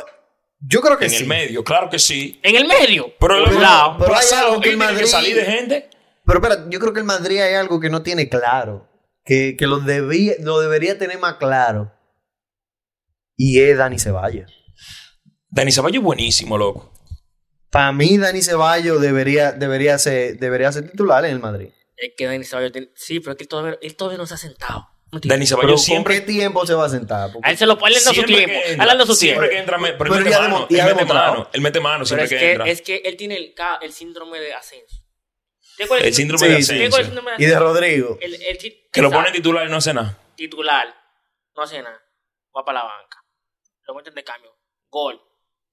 [SPEAKER 1] yo creo que
[SPEAKER 2] En
[SPEAKER 1] sí.
[SPEAKER 2] el medio, claro que sí.
[SPEAKER 3] En el medio.
[SPEAKER 2] Pero
[SPEAKER 3] Por
[SPEAKER 2] el
[SPEAKER 3] un lado.
[SPEAKER 1] pero hay
[SPEAKER 2] pasado
[SPEAKER 1] algo que
[SPEAKER 2] que tiene que
[SPEAKER 1] Madrid-
[SPEAKER 2] salir de gente.
[SPEAKER 1] Pero espera, yo creo que el Madrid hay algo que no tiene claro. Que, que lo, debía, lo debería tener más claro. Y es Dani Ceballos.
[SPEAKER 2] Dani Ceballos es buenísimo, loco.
[SPEAKER 1] Para mí, Dani Ceballos debería, debería, ser, debería ser titular en el Madrid.
[SPEAKER 3] Es que Dani Ceballos tiene- Sí, pero es que él todavía, él todavía no se ha sentado. No tiene-
[SPEAKER 2] Dani
[SPEAKER 1] Pero
[SPEAKER 2] Ceballos siempre.
[SPEAKER 1] ¿con qué tiempo se va a sentar?
[SPEAKER 3] A
[SPEAKER 1] Porque
[SPEAKER 3] él se lo pone dando su
[SPEAKER 2] siempre
[SPEAKER 3] tiempo.
[SPEAKER 2] que entra,
[SPEAKER 3] Él anda su tiempo.
[SPEAKER 2] siempre que entra, me- pero
[SPEAKER 1] Pero
[SPEAKER 2] él mete
[SPEAKER 1] ya demo-
[SPEAKER 2] mano.
[SPEAKER 1] ya
[SPEAKER 2] Él mete
[SPEAKER 1] demostrado.
[SPEAKER 2] mano. Él mete mano
[SPEAKER 3] Pero
[SPEAKER 2] siempre
[SPEAKER 3] es
[SPEAKER 2] que,
[SPEAKER 3] que,
[SPEAKER 2] entra.
[SPEAKER 3] es que él tiene el, ca- el síndrome de ascenso. ¿Te acuerdas
[SPEAKER 2] El
[SPEAKER 3] del
[SPEAKER 2] síndrome
[SPEAKER 1] Sí,
[SPEAKER 2] de
[SPEAKER 1] sí,
[SPEAKER 3] ¿Te acuerdas del
[SPEAKER 2] ascenso.
[SPEAKER 3] síndrome de
[SPEAKER 1] y de
[SPEAKER 3] ascenso?
[SPEAKER 1] Rodrigo.
[SPEAKER 3] El, el ti-
[SPEAKER 2] Que lo
[SPEAKER 3] exacto,
[SPEAKER 2] ponen titular y no hace nada.
[SPEAKER 3] titular. No hace nada. Va para la banca. Lo meten de cambio. Gol.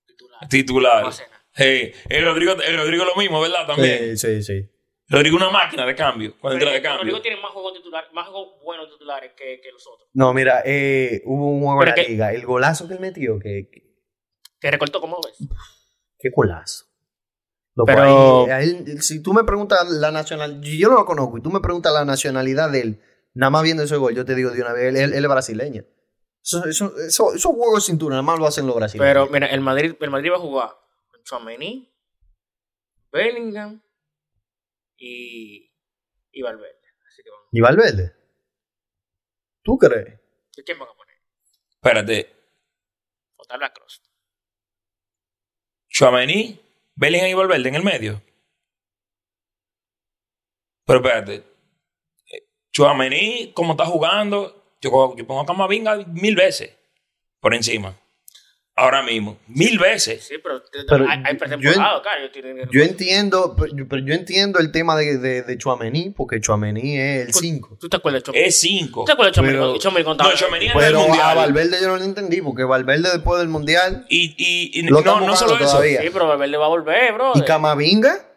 [SPEAKER 3] Titular. No
[SPEAKER 2] Titular.
[SPEAKER 3] hace nada.
[SPEAKER 2] Hey, el Rodrigo, el Rodrigo lo mismo, ¿verdad? También.
[SPEAKER 1] Sí, sí, sí.
[SPEAKER 2] Rodrigo una máquina de cambio. Cuando
[SPEAKER 3] Pero
[SPEAKER 2] entra de
[SPEAKER 3] Rodrigo
[SPEAKER 2] cambio.
[SPEAKER 3] tiene más juegos titulares, más juegos buenos titulares que, que los otros.
[SPEAKER 1] No, mira, eh, hubo un juego en
[SPEAKER 3] Pero
[SPEAKER 1] la
[SPEAKER 3] que-
[SPEAKER 1] liga. El golazo que él metió, que, que-
[SPEAKER 3] Que recortó como ves.
[SPEAKER 1] qué golazo. Lo
[SPEAKER 3] Pero-
[SPEAKER 1] cual, eh, a él, si tú me preguntas la nacionalidad, yo no lo conozco, y tú me preguntas la nacionalidad de él, nada más viendo ese gol, yo te digo de una vez, él, él- él es brasileño. Eso, eso- eso- esos juegos de cintura, nada más lo hacen los brasileños.
[SPEAKER 3] Pero mira, el Madrid, el Madrid va a jugar con Chouameni, Bellingham y, y Valverde. Así que vamos.
[SPEAKER 1] ¿Y Valverde? ¿Tú crees?
[SPEAKER 3] ¿Qué quién van a poner?
[SPEAKER 2] Espérate.
[SPEAKER 3] Botar a Cross.
[SPEAKER 2] Chuamení, Bellingham y Valverde en el medio. Pero espérate. Chuamení, como está jugando, yo, cojo- yo pongo a Camavinga mil veces por encima. Ahora mismo. Mil veces.
[SPEAKER 3] Sí, pero,
[SPEAKER 1] Pero
[SPEAKER 3] hay, hay
[SPEAKER 1] yo-
[SPEAKER 3] pretemporada, claro. Yo, tiene-
[SPEAKER 1] Yo entiendo, pero yo- pero yo entiendo el tema de, de, de Tchouaméni, porque Chuamení es el 5.
[SPEAKER 3] ¿Tú te acuerdas de Chouameni?
[SPEAKER 2] Es cinco.
[SPEAKER 3] ¿Tú te acuerdas de Chouameni?
[SPEAKER 1] Eh, Pero-
[SPEAKER 3] cuando- Chouameni cuando
[SPEAKER 2] No,
[SPEAKER 3] estaba-
[SPEAKER 2] Tchouaméni era del
[SPEAKER 1] Pero a
[SPEAKER 2] mundial.
[SPEAKER 1] Valverde yo no lo entendí, porque Valverde después del Mundial
[SPEAKER 2] Y, y, y
[SPEAKER 1] Lo
[SPEAKER 2] no,
[SPEAKER 1] están
[SPEAKER 2] no
[SPEAKER 1] buscando
[SPEAKER 2] solo eso.
[SPEAKER 1] todavía.
[SPEAKER 3] Sí, pero Valverde va a volver, bro.
[SPEAKER 1] y Camavinga,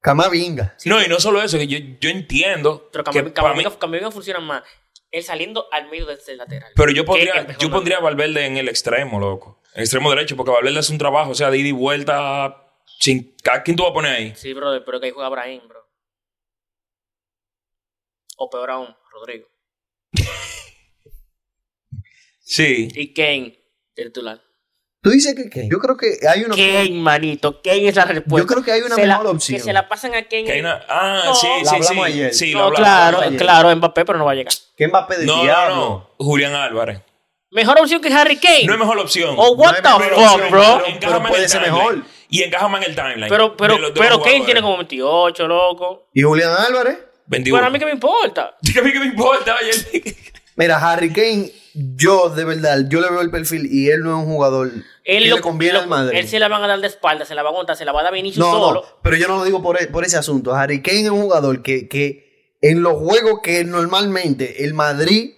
[SPEAKER 1] Camavinga.
[SPEAKER 2] No, y no solo eso, que yo, yo entiendo.
[SPEAKER 3] Pero
[SPEAKER 2] que
[SPEAKER 3] Camavinga,
[SPEAKER 2] para mí-
[SPEAKER 3] Camavinga- Camavinga funciona más. Él saliendo al medio de ese lateral.
[SPEAKER 2] pero yo
[SPEAKER 3] Que
[SPEAKER 2] pondría,
[SPEAKER 3] el mejor
[SPEAKER 2] yo
[SPEAKER 3] lateral.
[SPEAKER 2] pondría a Valverde en el extremo, loco. El extremo derecho, porque Valverde hace un trabajo, o sea, de ida y vuelta. Sin, ¿A quién tú vas a poner ahí?
[SPEAKER 3] Sí, brother, pero que ahí juega Brahim, bro. O peor aún, Rodrigo.
[SPEAKER 2] Sí.
[SPEAKER 3] Y Kane, el titular.
[SPEAKER 1] Tú dices que qué? Yo creo que hay una
[SPEAKER 3] Kane, manito. Kane es la respuesta.
[SPEAKER 1] Yo creo que hay una
[SPEAKER 3] Se la-
[SPEAKER 1] mejor opción.
[SPEAKER 3] Que se la pasan a Kane.
[SPEAKER 2] Que hay una- ah,
[SPEAKER 3] No.
[SPEAKER 2] sí,
[SPEAKER 1] La
[SPEAKER 2] sí, sí.
[SPEAKER 1] hablamos ayer.
[SPEAKER 2] Sí,
[SPEAKER 3] no,
[SPEAKER 2] la hablamos.
[SPEAKER 3] claro,
[SPEAKER 1] Ayer.
[SPEAKER 3] claro, Mbappé, pero no va a llegar.
[SPEAKER 1] ¿Qué Mbappé del
[SPEAKER 2] No, no,
[SPEAKER 1] diablo?
[SPEAKER 2] no. Julián Álvarez.
[SPEAKER 3] Mejor opción que Harry Kane.
[SPEAKER 2] No es mejor opción.
[SPEAKER 3] Oh, what
[SPEAKER 1] no es
[SPEAKER 3] the
[SPEAKER 1] mejor
[SPEAKER 3] fuck,
[SPEAKER 1] opción,
[SPEAKER 3] bro.
[SPEAKER 1] pero-
[SPEAKER 2] Encájame en el
[SPEAKER 1] puede ser
[SPEAKER 2] timeline.
[SPEAKER 1] mejor.
[SPEAKER 2] Y encajame en el timeline.
[SPEAKER 3] Pero, pero,
[SPEAKER 2] de los dos
[SPEAKER 3] pero Kane
[SPEAKER 2] jugadores.
[SPEAKER 3] tiene como 28, loco.
[SPEAKER 1] ¿Y Julián Álvarez?
[SPEAKER 2] 21. [laughs]
[SPEAKER 3] Bueno, a mí que me importa.
[SPEAKER 2] a mí que me importa, oye.
[SPEAKER 1] Mira, Harry Kane, yo de verdad, yo le veo el perfil y él no es un jugador
[SPEAKER 3] Él
[SPEAKER 1] que
[SPEAKER 3] lo-
[SPEAKER 1] le conviene
[SPEAKER 3] lo-
[SPEAKER 1] al Madrid.
[SPEAKER 3] Él se la van a dar de espalda, se la va a aguantar, se la va a dar Vinicius
[SPEAKER 1] no,
[SPEAKER 3] solo.
[SPEAKER 1] no, pero yo no lo digo por, e- por ese asunto. Harry Kane es un jugador que, que en los juegos que normalmente el Madrid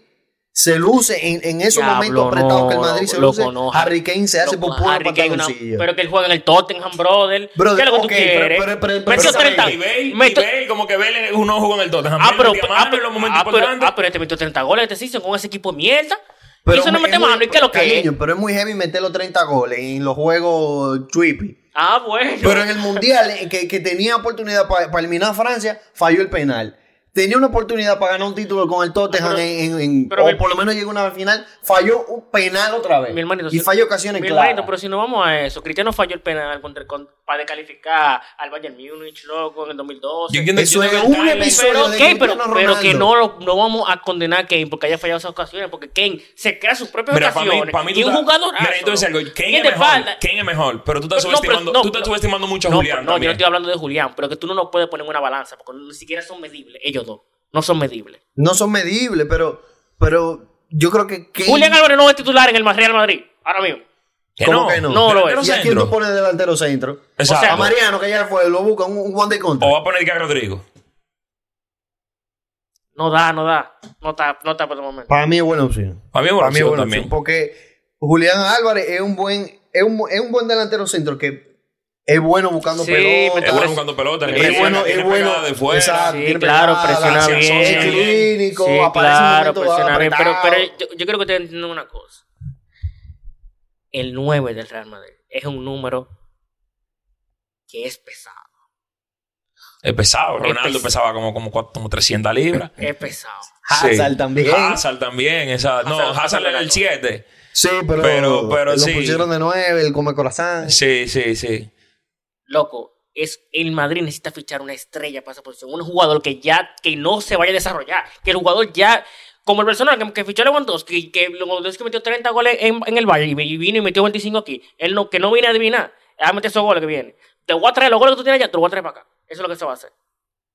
[SPEAKER 1] se luce en, en esos
[SPEAKER 3] Diablo,
[SPEAKER 1] momentos apretados
[SPEAKER 3] no,
[SPEAKER 1] que el Madrid se
[SPEAKER 3] loco,
[SPEAKER 1] luce,
[SPEAKER 3] no,
[SPEAKER 1] Harry Kane se hace
[SPEAKER 3] Loco,
[SPEAKER 1] por puro
[SPEAKER 3] Harry Kane, una-
[SPEAKER 1] pantaloncillo.
[SPEAKER 3] pero que él juega en el Tottenham, brother.
[SPEAKER 1] Brother,
[SPEAKER 3] ¿Qué es lo que
[SPEAKER 1] ok,
[SPEAKER 3] tú
[SPEAKER 1] pero-
[SPEAKER 3] quieres?
[SPEAKER 1] pero- pero- pero-
[SPEAKER 3] Metió
[SPEAKER 1] pero-
[SPEAKER 3] 30.
[SPEAKER 2] Y Bale, y
[SPEAKER 3] Metió-
[SPEAKER 2] Bale, como que Bale uno jugó en el Tottenham.
[SPEAKER 3] Ah,
[SPEAKER 2] Bale
[SPEAKER 3] pero,
[SPEAKER 2] metía
[SPEAKER 3] ah,
[SPEAKER 2] mano en
[SPEAKER 3] pero,
[SPEAKER 2] los momentos
[SPEAKER 3] ah, pero,
[SPEAKER 2] importantes.
[SPEAKER 3] ah, pero este metió 30 goles este season con ese equipo de mierda.
[SPEAKER 1] Pero
[SPEAKER 3] y eso no
[SPEAKER 1] es muy-
[SPEAKER 3] mete mano. ¿Y qué es lo que es?
[SPEAKER 1] Cariño, pero es muy heavy meter los 30 goles en los juegos trippy.
[SPEAKER 3] Ah, bueno.
[SPEAKER 1] Pero en el mundial, eh, que, que tenía oportunidad para eliminar a Francia, falló el penal. Tenía una oportunidad para ganar un título con el Tottenham,
[SPEAKER 3] Pero-
[SPEAKER 1] en, en- en-
[SPEAKER 3] pero
[SPEAKER 1] o
[SPEAKER 3] mi-
[SPEAKER 1] por lo menos llegó a una final, falló un penal otra vez.
[SPEAKER 3] mi hermanito,
[SPEAKER 1] y
[SPEAKER 3] si-
[SPEAKER 1] falló ocasiones
[SPEAKER 3] mi
[SPEAKER 1] claras.
[SPEAKER 3] hermanito, pero si no vamos a eso, Cristiano falló el penal contra, con- para descalificar al Bayern Múnich, loco, en el 2012.
[SPEAKER 2] Yo entiendo-
[SPEAKER 1] Eso
[SPEAKER 2] yo entiendo
[SPEAKER 1] es
[SPEAKER 2] el
[SPEAKER 1] un
[SPEAKER 2] timeline.
[SPEAKER 1] episodio. de
[SPEAKER 3] pero, ok, pero,
[SPEAKER 1] Cristiano
[SPEAKER 3] pero que
[SPEAKER 1] Ronaldo.
[SPEAKER 3] no, lo- no vamos a condenar a Kane porque haya fallado esas ocasiones, porque Kane se crea sus propias
[SPEAKER 2] Mira, para mí,
[SPEAKER 3] ocasiones.
[SPEAKER 2] para mí tú
[SPEAKER 3] y un
[SPEAKER 2] estás-
[SPEAKER 3] jugador.
[SPEAKER 2] Mira, entonces algo. Kane es mejor. Kane es mejor. Pero tú estás
[SPEAKER 3] No, pero-
[SPEAKER 2] subestimando,
[SPEAKER 3] no,
[SPEAKER 2] tú estás
[SPEAKER 3] no.
[SPEAKER 2] subestimando mucho a
[SPEAKER 3] no,
[SPEAKER 2] Julián.
[SPEAKER 3] pero no, yo no
[SPEAKER 2] también.
[SPEAKER 3] estoy hablando de Julián, pero que tú no nos puedes poner en una balanza, porque ni siquiera son medibles, ellos dos. No son medibles.
[SPEAKER 1] No son medibles, pero, pero yo creo que. Kane-
[SPEAKER 3] Julián Álvarez no es titular en el Real Madrid, ahora mismo.
[SPEAKER 2] Que
[SPEAKER 1] ¿Cómo que no?
[SPEAKER 3] No lo
[SPEAKER 2] Delantero
[SPEAKER 3] es.
[SPEAKER 1] ¿Y a quién
[SPEAKER 2] centro.
[SPEAKER 1] tú pones delantero centro?
[SPEAKER 2] Exacto.
[SPEAKER 1] O sea, a Mariano, que ya fue, lo busca, un, un one de contra.
[SPEAKER 2] O va a poner que a Rodrigo.
[SPEAKER 3] No da, no da. No está, no está por el momento.
[SPEAKER 1] Para mí es buena opción.
[SPEAKER 2] Para mí es buena
[SPEAKER 1] Para mí es
[SPEAKER 2] opción
[SPEAKER 1] buena
[SPEAKER 2] también.
[SPEAKER 1] opción, Porque Julián Álvarez es un buen, es un, es un buen delantero centro que es bueno buscando
[SPEAKER 3] Sí,
[SPEAKER 1] pelota.
[SPEAKER 2] Es
[SPEAKER 3] Entonces,
[SPEAKER 2] bueno buscando pelota,
[SPEAKER 1] Pues, es
[SPEAKER 2] regresa,
[SPEAKER 1] bueno,
[SPEAKER 2] tiene
[SPEAKER 1] es bueno.
[SPEAKER 2] pegada de fuera.
[SPEAKER 1] Exacto.
[SPEAKER 3] Sí,
[SPEAKER 1] tiene
[SPEAKER 3] claro,
[SPEAKER 1] pegada,
[SPEAKER 3] presiona
[SPEAKER 1] se
[SPEAKER 3] bien.
[SPEAKER 1] asocia
[SPEAKER 2] bien.
[SPEAKER 1] clínico,
[SPEAKER 3] Sí,
[SPEAKER 1] aparece en un
[SPEAKER 3] claro,
[SPEAKER 1] momento dado
[SPEAKER 3] presiona bien. Pero,
[SPEAKER 1] apretado.
[SPEAKER 3] pero yo, yo creo que ustedes entienden una cosa. El 9 del Real Madrid es un número que es pesado.
[SPEAKER 2] Es pesado.
[SPEAKER 3] Es
[SPEAKER 2] Ronaldo
[SPEAKER 3] pesado.
[SPEAKER 2] pesaba como, como, cuatro- como 300 libras.
[SPEAKER 3] Es pesado.
[SPEAKER 1] Hazard también.
[SPEAKER 2] Hazard también. Esa, no,
[SPEAKER 3] Hazard-
[SPEAKER 2] Hazard era el
[SPEAKER 3] Hazard.
[SPEAKER 2] 7.
[SPEAKER 1] Sí, pero,
[SPEAKER 2] Pero- pero
[SPEAKER 1] lo
[SPEAKER 2] sí.
[SPEAKER 1] pusieron de nueve, el come corazón.
[SPEAKER 2] Sí, sí, sí.
[SPEAKER 3] Loco, es el Madrid necesita fichar una estrella para esa posición. Un jugador que ya que no se vaya a desarrollar. Que el jugador ya. Como el Barcelona que, que fichó a Lewandowski, que Lewandowski metió 30 goles en, en el Bayern y vino y metió 25 aquí. Él no, que no viene a adivinar. Ah, mete esos goles que vienen. Te voy a traer los goles que tú tienes allá, te los voy a traer para acá. Eso es lo que se va a hacer.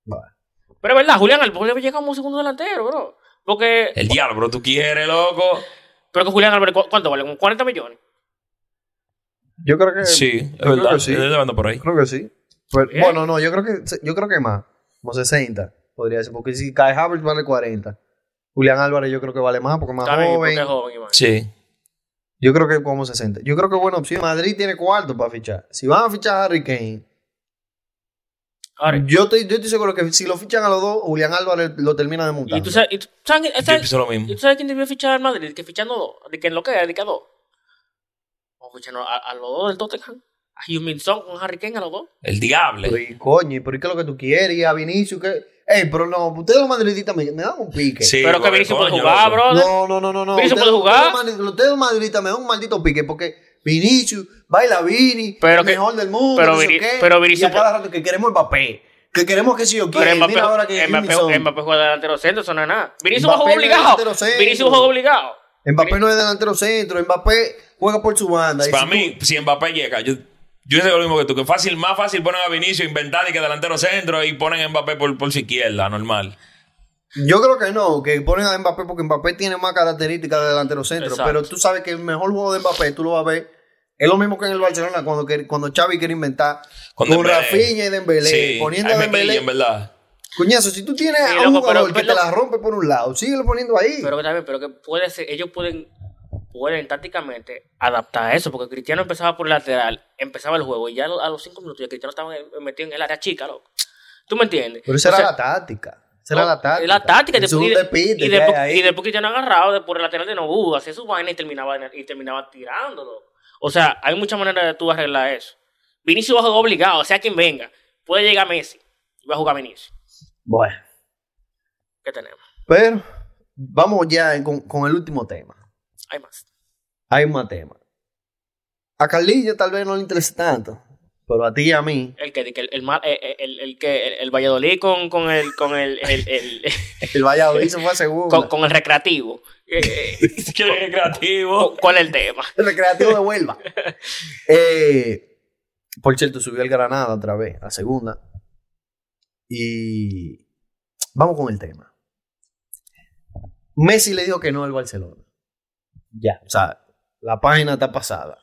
[SPEAKER 1] Vale.
[SPEAKER 3] Pero es verdad, Julián Álvarez llega como segundo delantero, bro. Porque.
[SPEAKER 2] El diablo, pero tú quieres, loco.
[SPEAKER 3] Creo que Julián Álvarez, ¿cu- ¿cuánto vale? Como 40 millones.
[SPEAKER 1] Yo creo que
[SPEAKER 2] Sí,
[SPEAKER 1] Eh, yo
[SPEAKER 2] es
[SPEAKER 1] creo
[SPEAKER 2] verdad.
[SPEAKER 1] que sí.
[SPEAKER 2] Él anda por ahí.
[SPEAKER 1] Creo que sí. Pero-
[SPEAKER 3] Bien.
[SPEAKER 1] bueno, no, yo creo que yo creo que más. Como 60, podría ser. Porque si Kai Havertz vale 40. Julián Álvarez yo creo que vale más porque es más
[SPEAKER 3] Está bien, porque
[SPEAKER 1] joven.
[SPEAKER 3] es joven, Iván.
[SPEAKER 2] Sí.
[SPEAKER 1] Yo creo que como 60. Yo creo que buena opción. Madrid tiene cuarto para fichar. Si van a fichar a Harry Kane,
[SPEAKER 3] Ahora,
[SPEAKER 1] yo estoy, yo estoy seguro que si lo fichan a los dos, Julián Álvarez lo termina de montar.
[SPEAKER 3] y tú sabes, y tú- ¿saben-
[SPEAKER 2] Yo
[SPEAKER 3] saben-
[SPEAKER 2] pienso lo mismo.
[SPEAKER 3] ¿Y tú sabes quién debió fichar al Madrid? Que fichando dos. De que en lo que de que a dos. Vamos a fichar a, a los dos del Tottenham. A Heung-Min Son con Harry Kane a los dos.
[SPEAKER 2] El diablo.
[SPEAKER 1] Pero, y coño, ¿y por qué es lo que tú quieres? Y a Vinicius, que. Ey, pero no, ustedes los madridistas me, me dan un pique.
[SPEAKER 2] Sí,
[SPEAKER 3] Pero que
[SPEAKER 2] porque,
[SPEAKER 3] Vinicius puede
[SPEAKER 2] coño,
[SPEAKER 3] jugar,
[SPEAKER 2] loco.
[SPEAKER 3] brother.
[SPEAKER 1] No, no, no, no. no.
[SPEAKER 3] Vinicius
[SPEAKER 1] Ustedes-
[SPEAKER 3] puede
[SPEAKER 1] Ustedes,
[SPEAKER 3] jugar.
[SPEAKER 1] los madri- ustedes los madridistas me dan un maldito pique porque Vinicius baila Vini,
[SPEAKER 3] Pero
[SPEAKER 1] el
[SPEAKER 3] que-
[SPEAKER 1] mejor del mundo.
[SPEAKER 3] pero
[SPEAKER 1] no sé
[SPEAKER 3] Vini-
[SPEAKER 1] qué,
[SPEAKER 3] pero Vinicius
[SPEAKER 1] Y a cada rato que queremos el papel. Que queremos que si yo
[SPEAKER 3] Pero
[SPEAKER 1] quiero.
[SPEAKER 3] Mbappé,
[SPEAKER 1] Mira ahora que.
[SPEAKER 3] Mbappé,
[SPEAKER 1] Henderson-
[SPEAKER 3] Mbappé juega delantero centro, eso no es nada. Vinicius va a jugar
[SPEAKER 1] Mbappé no es
[SPEAKER 3] obligado.
[SPEAKER 1] delantero centro.
[SPEAKER 3] Vinicius juega obligado.
[SPEAKER 1] Mbappé no es delantero centro. Mbappé juega por su banda. y
[SPEAKER 2] Para
[SPEAKER 1] si
[SPEAKER 2] mí, si Mbappé llega, yo, yo sé lo mismo que tú, que fácil, más fácil ponen a Vinicio inventar y que delantero centro y ponen a Mbappé por, por su izquierda, normal.
[SPEAKER 1] Yo creo que no, que ponen a Mbappé porque Mbappé tiene más características de delantero centro.
[SPEAKER 3] Exacto.
[SPEAKER 1] Pero tú sabes que el mejor juego de Mbappé, tú lo vas a ver. Es lo mismo que en el Barcelona cuando, quer- cuando Xavi quiere inventar.
[SPEAKER 2] Con
[SPEAKER 1] Con,
[SPEAKER 2] Dembélé.
[SPEAKER 1] Rafinha y Dembélé.
[SPEAKER 2] Sí,
[SPEAKER 1] poniendo
[SPEAKER 2] ahí
[SPEAKER 1] a
[SPEAKER 2] me
[SPEAKER 1] Dembélé.
[SPEAKER 2] quillan, en verdad.
[SPEAKER 1] Coñazo, si tú tienes
[SPEAKER 3] Sí,
[SPEAKER 1] a un
[SPEAKER 3] loco,
[SPEAKER 1] jugador
[SPEAKER 3] pero-
[SPEAKER 1] que
[SPEAKER 3] pero-
[SPEAKER 1] te la rompe por un lado, síguelo poniendo ahí.
[SPEAKER 3] Pero que también, pero que puede ser, ellos pueden, pueden tácticamente adaptar a eso, porque Cristiano empezaba por lateral, empezaba el juego, y ya a los- a los cinco minutos ya Cristiano estaba en- metido en el área chica, loco. ¿Tú me entiendes?
[SPEAKER 1] Pero esa
[SPEAKER 3] O
[SPEAKER 1] era
[SPEAKER 3] sea,
[SPEAKER 1] la táctica. Esa era la táctica.
[SPEAKER 3] Es la táctica.
[SPEAKER 1] El
[SPEAKER 3] Y,
[SPEAKER 1] segundo
[SPEAKER 3] después-
[SPEAKER 1] de pite
[SPEAKER 3] y
[SPEAKER 1] que
[SPEAKER 3] después-
[SPEAKER 1] hay ahí.
[SPEAKER 3] y después que te han agarrado de por el lateral de Nobu, hacía su vaina y terminaba, y terminaba tirándolo. O sea, hay muchas maneras de tú arreglar eso. Vinicius va a jugar obligado, sea quien venga. Puede llegar Messi y va a jugar Vinicius.
[SPEAKER 1] Bueno,
[SPEAKER 3] ¿Qué tenemos?
[SPEAKER 1] pero vamos ya con, con el último tema.
[SPEAKER 3] Hay más.
[SPEAKER 1] Hay más tema. A Carlillo tal vez no le interesa tanto, pero a ti y a mí,
[SPEAKER 3] El que el, el, mal- eh, eh, el, el que el, el Valladolid con, con el con el, el-
[SPEAKER 1] [laughs]
[SPEAKER 3] el-
[SPEAKER 1] el Valladolid se fue a segunda.
[SPEAKER 3] con, con el recreativo. Eh, eh,
[SPEAKER 2] [laughs] Qué creativo.
[SPEAKER 3] ¿Cuál es el tema?
[SPEAKER 1] El recreativo de
[SPEAKER 2] [laughs]
[SPEAKER 1] Huelva. Eh, por cierto, subió el Granada otra vez, a segunda. Y vamos con el tema. Messi le dijo que no al Barcelona. Ya. O sea, la página está pasada.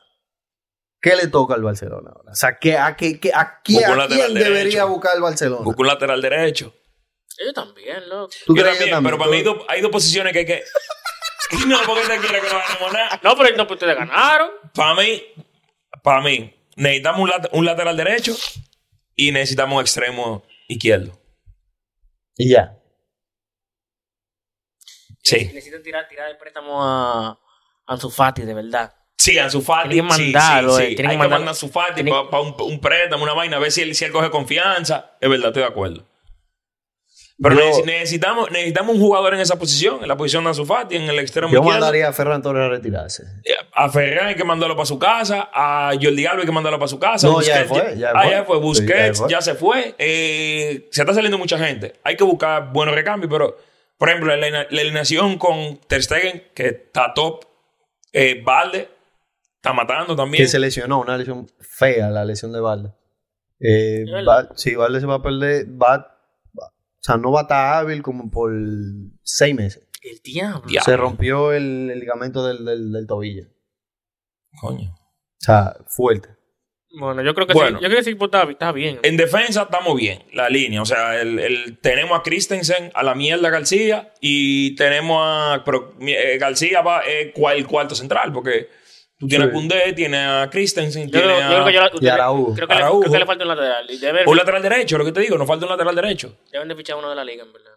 [SPEAKER 1] ¿Qué le toca al Barcelona ahora? O sea, ¿qué, a, qué, qué- a qué-
[SPEAKER 2] Busca un
[SPEAKER 1] a
[SPEAKER 2] lateral
[SPEAKER 1] quién debería
[SPEAKER 2] derecho.
[SPEAKER 1] buscar el Barcelona?
[SPEAKER 2] Busca un lateral derecho.
[SPEAKER 3] Ellos también, loco.
[SPEAKER 1] ¿Tú
[SPEAKER 2] Yo
[SPEAKER 1] crees que
[SPEAKER 2] también, pero para mí hay
[SPEAKER 1] Tú-
[SPEAKER 2] dos, hay dos posiciones que hay que. [laughs] no, porque te quiere que no ganemos nada.
[SPEAKER 3] No, pero no, pero ustedes ganaron.
[SPEAKER 2] Para mí, para mí, necesitamos un, lat- un lateral derecho y necesitamos un extremo izquierdo.
[SPEAKER 1] Y ya.
[SPEAKER 2] Sí.
[SPEAKER 3] Necesitan tirar, tirar el préstamo a Ansu Fati, de verdad.
[SPEAKER 2] Sí, a su Fati.
[SPEAKER 3] Tienen que
[SPEAKER 2] sí,
[SPEAKER 3] mandarlo,
[SPEAKER 2] sí,
[SPEAKER 3] eh,
[SPEAKER 2] sí.
[SPEAKER 3] tienen
[SPEAKER 2] Hay
[SPEAKER 3] que
[SPEAKER 2] que
[SPEAKER 3] mandar-
[SPEAKER 2] mandar a su Fati
[SPEAKER 3] tienen-
[SPEAKER 2] para un, un préstamo, una vaina, a ver si él, si él coge confianza. Es verdad, estoy de acuerdo. Pero
[SPEAKER 1] Yo-
[SPEAKER 2] neces- necesitamos, necesitamos un jugador en esa posición, en la posición de Ansu Fati, en el extremo
[SPEAKER 1] Yo
[SPEAKER 2] izquierdo.
[SPEAKER 1] mandaría a Ferran Torres a retirarse.
[SPEAKER 2] A Ferran hay que mandarlo para su casa. A Jordi Alba hay que mandarlo para su casa.
[SPEAKER 1] No, ya fue, ya
[SPEAKER 2] ah,
[SPEAKER 1] fue.
[SPEAKER 2] ya fue.
[SPEAKER 1] Sí,
[SPEAKER 2] Busquets
[SPEAKER 1] ya fue.
[SPEAKER 2] ya, se fue. Eh, se está saliendo mucha gente. Hay que buscar buenos recambios, pero, por ejemplo, la, la alineación con Ter Stegen, que está top. Eh, Valde está matando también.
[SPEAKER 1] que se lesionó, una lesión fea, la lesión de Valde. Eh,
[SPEAKER 3] ¿Es
[SPEAKER 1] Val-
[SPEAKER 3] verdad?
[SPEAKER 1] sí, Valde se va a perder, va, va- o sea, no va a estar hábil como por seis meses.
[SPEAKER 3] El diablo.
[SPEAKER 2] Diablo.
[SPEAKER 1] Se rompió el, el ligamento del, del- del tobillo.
[SPEAKER 2] Coño.
[SPEAKER 1] O sea, fuerte.
[SPEAKER 3] Bueno, yo creo que
[SPEAKER 2] Bueno.
[SPEAKER 3] sí. Yo creo que sí, pues, está, está bien.
[SPEAKER 2] En defensa estamos bien, la línea. O sea, el, el- tenemos a Christensen, a la mierda García, y tenemos a. pero, mi- eh, García va eh, cua- el cuarto central, porque Tú tienes
[SPEAKER 1] Sí.
[SPEAKER 2] a Koundé, tienes a Christensen,
[SPEAKER 3] Yo, creo-
[SPEAKER 2] tienes
[SPEAKER 3] yo creo
[SPEAKER 2] a...
[SPEAKER 3] que yo la-
[SPEAKER 1] Y Araújo.
[SPEAKER 3] creo que le-
[SPEAKER 2] Araújo.
[SPEAKER 3] creo que le falta un lateral. Y Deben,
[SPEAKER 2] Un lateral derecho, lo que te digo, nos falta un lateral derecho.
[SPEAKER 3] deben de fichar uno de la liga, en verdad.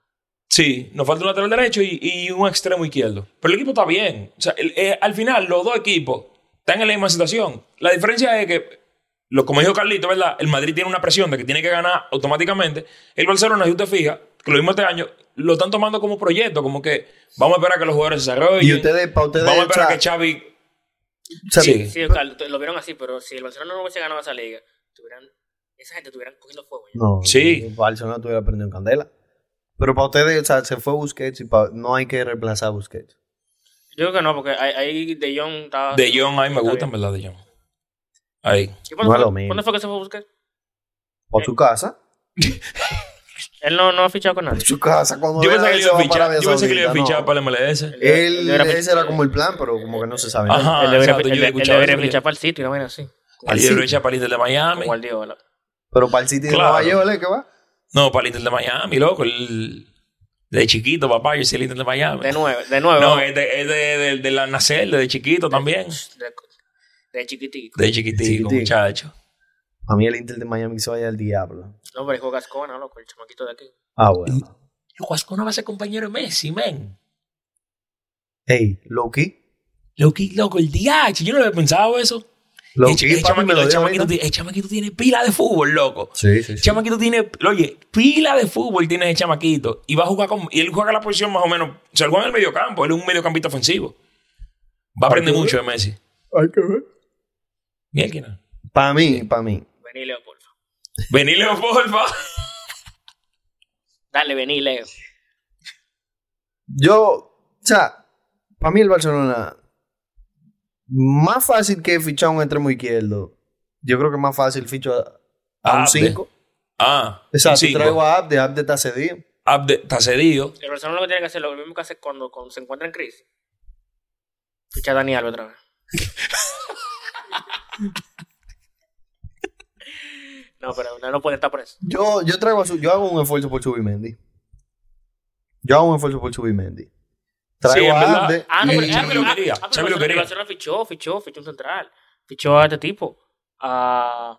[SPEAKER 2] Sí, nos falta un lateral derecho y, y un extremo izquierdo. Pero el equipo está bien. O sea, el- eh, al final, los dos equipos están en la misma situación. La diferencia es que, lo, como dijo Carlito, ¿verdad? El Madrid tiene una presión de que tiene que ganar automáticamente. El Barcelona, si usted fija, que lo mismo este año, lo están tomando como proyecto, como que vamos a esperar a que los jugadores se desarrollen.
[SPEAKER 1] Y ustedes, para ustedes.
[SPEAKER 2] vamos a esperar
[SPEAKER 1] o
[SPEAKER 2] a
[SPEAKER 1] sea,
[SPEAKER 2] que Xavi...
[SPEAKER 1] o sea,
[SPEAKER 2] Sí.
[SPEAKER 3] Sí, Carlos, te- lo vieron así, pero si el Barcelona no hubiese ganado esa liga, tuvieran, esa gente estuvieran cogiendo fuego. ya.
[SPEAKER 1] No,
[SPEAKER 2] Sí.
[SPEAKER 1] el Barcelona tuviera prendido en candela. Pero para ustedes, o sea, se fue Busquets y pa- no hay que reemplazar a Busquets.
[SPEAKER 3] Yo creo que no, porque ahí, ahí De Jong estaba.
[SPEAKER 2] De Jong, ahí me
[SPEAKER 3] Ah, Está
[SPEAKER 2] gusta, en
[SPEAKER 3] bien.
[SPEAKER 2] verdad, De Jong. Ahí.
[SPEAKER 3] ¿Y ¿Cuándo,
[SPEAKER 1] No es
[SPEAKER 3] fue,
[SPEAKER 1] lo mismo.
[SPEAKER 3] cuándo fue que se fue a buscar?
[SPEAKER 1] Por
[SPEAKER 2] Eh.
[SPEAKER 1] su casa.
[SPEAKER 3] Él no, no ha fichado con nadie.
[SPEAKER 1] Por su casa. Cuando
[SPEAKER 2] Yo
[SPEAKER 1] venga,
[SPEAKER 2] pensé que
[SPEAKER 1] él
[SPEAKER 2] le
[SPEAKER 1] se
[SPEAKER 2] iba a
[SPEAKER 1] va para
[SPEAKER 2] fichar,
[SPEAKER 1] Arabia
[SPEAKER 2] yo pensé que le iba a
[SPEAKER 1] Saudita,
[SPEAKER 2] fichar
[SPEAKER 1] no.
[SPEAKER 2] para el MLS.
[SPEAKER 1] Él,
[SPEAKER 3] debería
[SPEAKER 1] ese
[SPEAKER 3] fichar-
[SPEAKER 1] era como el plan, pero como que no se sabe.
[SPEAKER 2] Ajá,
[SPEAKER 3] él debería,
[SPEAKER 2] exacto, Ah, yo
[SPEAKER 3] él-
[SPEAKER 2] he
[SPEAKER 3] él
[SPEAKER 2] escuchado
[SPEAKER 3] debería
[SPEAKER 2] eso.
[SPEAKER 3] fichar para el sitio, una vaina así.
[SPEAKER 2] Al
[SPEAKER 1] Sí.
[SPEAKER 2] Inter lo echa para el Inter de
[SPEAKER 3] Como
[SPEAKER 2] Miami.
[SPEAKER 3] Guardiola.
[SPEAKER 1] Pero para el City
[SPEAKER 2] Claro.
[SPEAKER 1] de Nueva York, ¿eh? ¿qué va?
[SPEAKER 2] No, para el Inter de Miami, loco. El- De chiquito, papá, yo soy el Inter de Miami.
[SPEAKER 3] De nuevo, de nuevo.
[SPEAKER 2] No, es de, es de- de- de la nacer, de chiquito también.
[SPEAKER 3] de, de chiquitico.
[SPEAKER 2] De chiquitico,
[SPEAKER 1] Chiquitico.
[SPEAKER 2] muchacho.
[SPEAKER 1] A mí el Inter de Miami se vaya al diablo.
[SPEAKER 3] No, pero dijo Gascona, loco, el chamaquito de aquí.
[SPEAKER 1] Ah, bueno.
[SPEAKER 2] Guascona va a ser compañero de Messi, men.
[SPEAKER 1] Ey, Loki.
[SPEAKER 2] Loco, loco, el DH. Yo no había pensado eso. El
[SPEAKER 1] Loki,
[SPEAKER 2] ch-
[SPEAKER 1] papi,
[SPEAKER 2] el
[SPEAKER 1] me
[SPEAKER 2] chamaquito-
[SPEAKER 1] lo
[SPEAKER 2] el
[SPEAKER 1] dio
[SPEAKER 2] chamaquito
[SPEAKER 1] ahorita.
[SPEAKER 2] tiene- el chamaquito tiene pila de fútbol, loco.
[SPEAKER 1] Sí, sí,
[SPEAKER 2] El
[SPEAKER 1] sí.
[SPEAKER 2] chamaquito tiene, oye, pila de fútbol tiene el chamaquito. Y va a jugar con. Y él juega la posición más o menos. O sea, él juega en el mediocampo. Él es un mediocampista ofensivo. Va a aprender
[SPEAKER 1] Ok.
[SPEAKER 2] mucho de Messi. Bien, ¿quién es?
[SPEAKER 1] Para mí, para mí.
[SPEAKER 3] Vení, Leo, porfa.
[SPEAKER 2] Vení, Leo, porfa.
[SPEAKER 3] Dale, vení, Leo.
[SPEAKER 1] Yo, o sea, para mí el Barcelona, más fácil que fichar un extremo izquierdo, yo creo que más fácil ficho a, a un
[SPEAKER 2] Abde.
[SPEAKER 1] 5.
[SPEAKER 2] Ah,
[SPEAKER 1] Exacto,
[SPEAKER 2] cinco.
[SPEAKER 1] traigo a Abde, Abde está cedido.
[SPEAKER 2] Abde está cedido.
[SPEAKER 3] El Barcelona lo que tiene que hacer, lo mismo que hace cuando, cuando se encuentra en crisis. Ficha a Dani Alves otra vez. no, pero no, no puede estar preso.
[SPEAKER 1] Yo, yo traigo a su- yo hago un esfuerzo por Subimendi. Yo hago un esfuerzo por Subimendi. Traigo
[SPEAKER 2] Sí, en verdad.
[SPEAKER 1] a Abde.
[SPEAKER 3] Ah, no, pero
[SPEAKER 1] y-
[SPEAKER 2] Xavi lo
[SPEAKER 3] ah,
[SPEAKER 2] quería,
[SPEAKER 3] ah, pero
[SPEAKER 2] Xavi lo
[SPEAKER 3] el
[SPEAKER 2] quería.
[SPEAKER 3] Barcelona fichó, fichó, fichó un central. Fichó a este tipo. A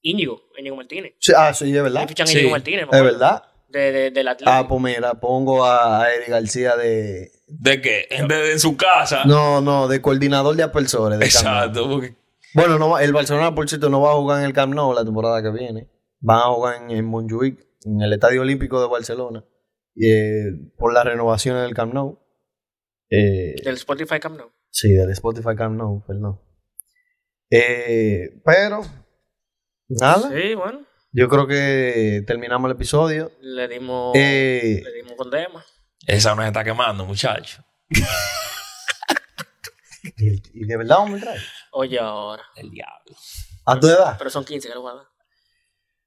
[SPEAKER 3] Íñigo, Íñigo Martínez.
[SPEAKER 1] Sí, ah, sí, es verdad.
[SPEAKER 3] Fichan a
[SPEAKER 2] Sí.
[SPEAKER 3] Íñigo Martínez, me
[SPEAKER 1] Es
[SPEAKER 3] acuerdo.
[SPEAKER 1] verdad.
[SPEAKER 3] De, de, del
[SPEAKER 1] Ah,
[SPEAKER 3] Atlético.
[SPEAKER 1] pues mira, pongo a a Eric García de.
[SPEAKER 2] ¿De qué? De, de su casa.
[SPEAKER 1] No, no, de coordinador de aspersores. De Camp Nou.
[SPEAKER 2] [laughs] Exacto. Porque,
[SPEAKER 1] Bueno, no, va- el Barcelona, por cierto, no va a jugar en el Camp Nou la temporada que viene. Van a jugar en, en Montjuic, en el Estadio Olímpico de Barcelona, eh, por las renovaciones del Camp Nou. Eh,
[SPEAKER 3] del Spotify Camp Nou.
[SPEAKER 1] sí, del Spotify Camp Nou, perdón. Eh, pero, nada,
[SPEAKER 3] Sí, bueno.
[SPEAKER 1] yo creo que terminamos el episodio.
[SPEAKER 3] Le dimos,
[SPEAKER 1] Eh,
[SPEAKER 3] le dimos con tema.
[SPEAKER 2] esa nos está quemando, muchacho.
[SPEAKER 1] y, y de verdad vamos a entrar.
[SPEAKER 3] Oye, ahora.
[SPEAKER 2] El diablo.
[SPEAKER 1] A tu edad.
[SPEAKER 3] Pero son 15 que lo voy a dar.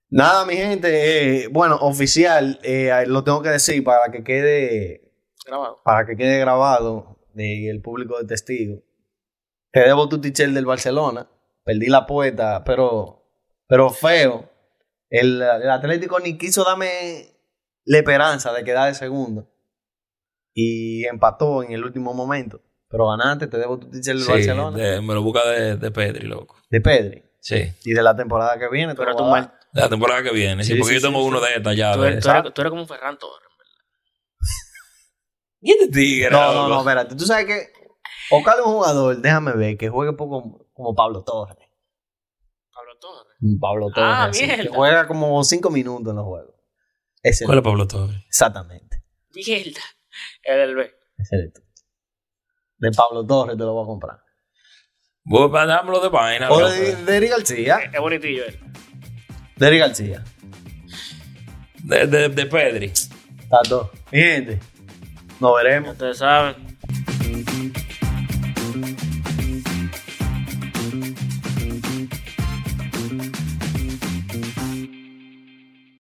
[SPEAKER 1] Nada, mi gente, eh, bueno, oficial, eh, lo tengo que decir para que quede
[SPEAKER 3] Grabado.
[SPEAKER 1] para que quede grabado y el público de testigo. Te debo tu tichel del Barcelona. Perdí la puerta, pero, pero feo. El, el Atlético ni quiso darme la esperanza de quedar de segundo. Y empató en el último momento. Pero ganaste, te debo tu tichel del
[SPEAKER 2] Sí,
[SPEAKER 1] Barcelona. De...
[SPEAKER 2] de- me lo busca de, de Pedri, loco.
[SPEAKER 1] Pedri.
[SPEAKER 2] Sí.
[SPEAKER 1] Y de la temporada que viene. te
[SPEAKER 3] Pero
[SPEAKER 1] lo
[SPEAKER 3] tú,
[SPEAKER 1] voy a dar.
[SPEAKER 3] mal,
[SPEAKER 2] De la temporada que viene. Sí,
[SPEAKER 1] Sí,
[SPEAKER 2] porque
[SPEAKER 1] sí,
[SPEAKER 2] yo tengo
[SPEAKER 1] sí,
[SPEAKER 2] uno
[SPEAKER 1] sí.
[SPEAKER 2] de estas ya.
[SPEAKER 3] tú,
[SPEAKER 2] de-
[SPEAKER 3] eres, tú, eres, tú eres como un Ferran Torres.
[SPEAKER 2] ¿Y este tigre?
[SPEAKER 1] No, no,
[SPEAKER 2] loco?
[SPEAKER 1] no, espérate. Tú sabes que. Ocal es un jugador, déjame ver, que juegue poco como Pablo Torres.
[SPEAKER 3] Pablo Torres.
[SPEAKER 1] Pablo Torres.
[SPEAKER 3] Ah,
[SPEAKER 1] sí, que
[SPEAKER 3] mierda.
[SPEAKER 1] juega como cinco minutos en los juegos. Ese
[SPEAKER 2] ¿Cuál es Pablo Torres?
[SPEAKER 1] Exactamente.
[SPEAKER 3] Mierda. El del B.
[SPEAKER 1] Ese eres tú. De Pablo Torres te lo voy a comprar.
[SPEAKER 2] Vos dámelo de vaina.
[SPEAKER 1] O
[SPEAKER 2] loco.
[SPEAKER 1] de, de Eric García.
[SPEAKER 3] Es bonitillo él.
[SPEAKER 1] De Eric García.
[SPEAKER 2] De, de, de Pedri.
[SPEAKER 1] Está todo. Mi gente, nos veremos.
[SPEAKER 3] Ustedes saben.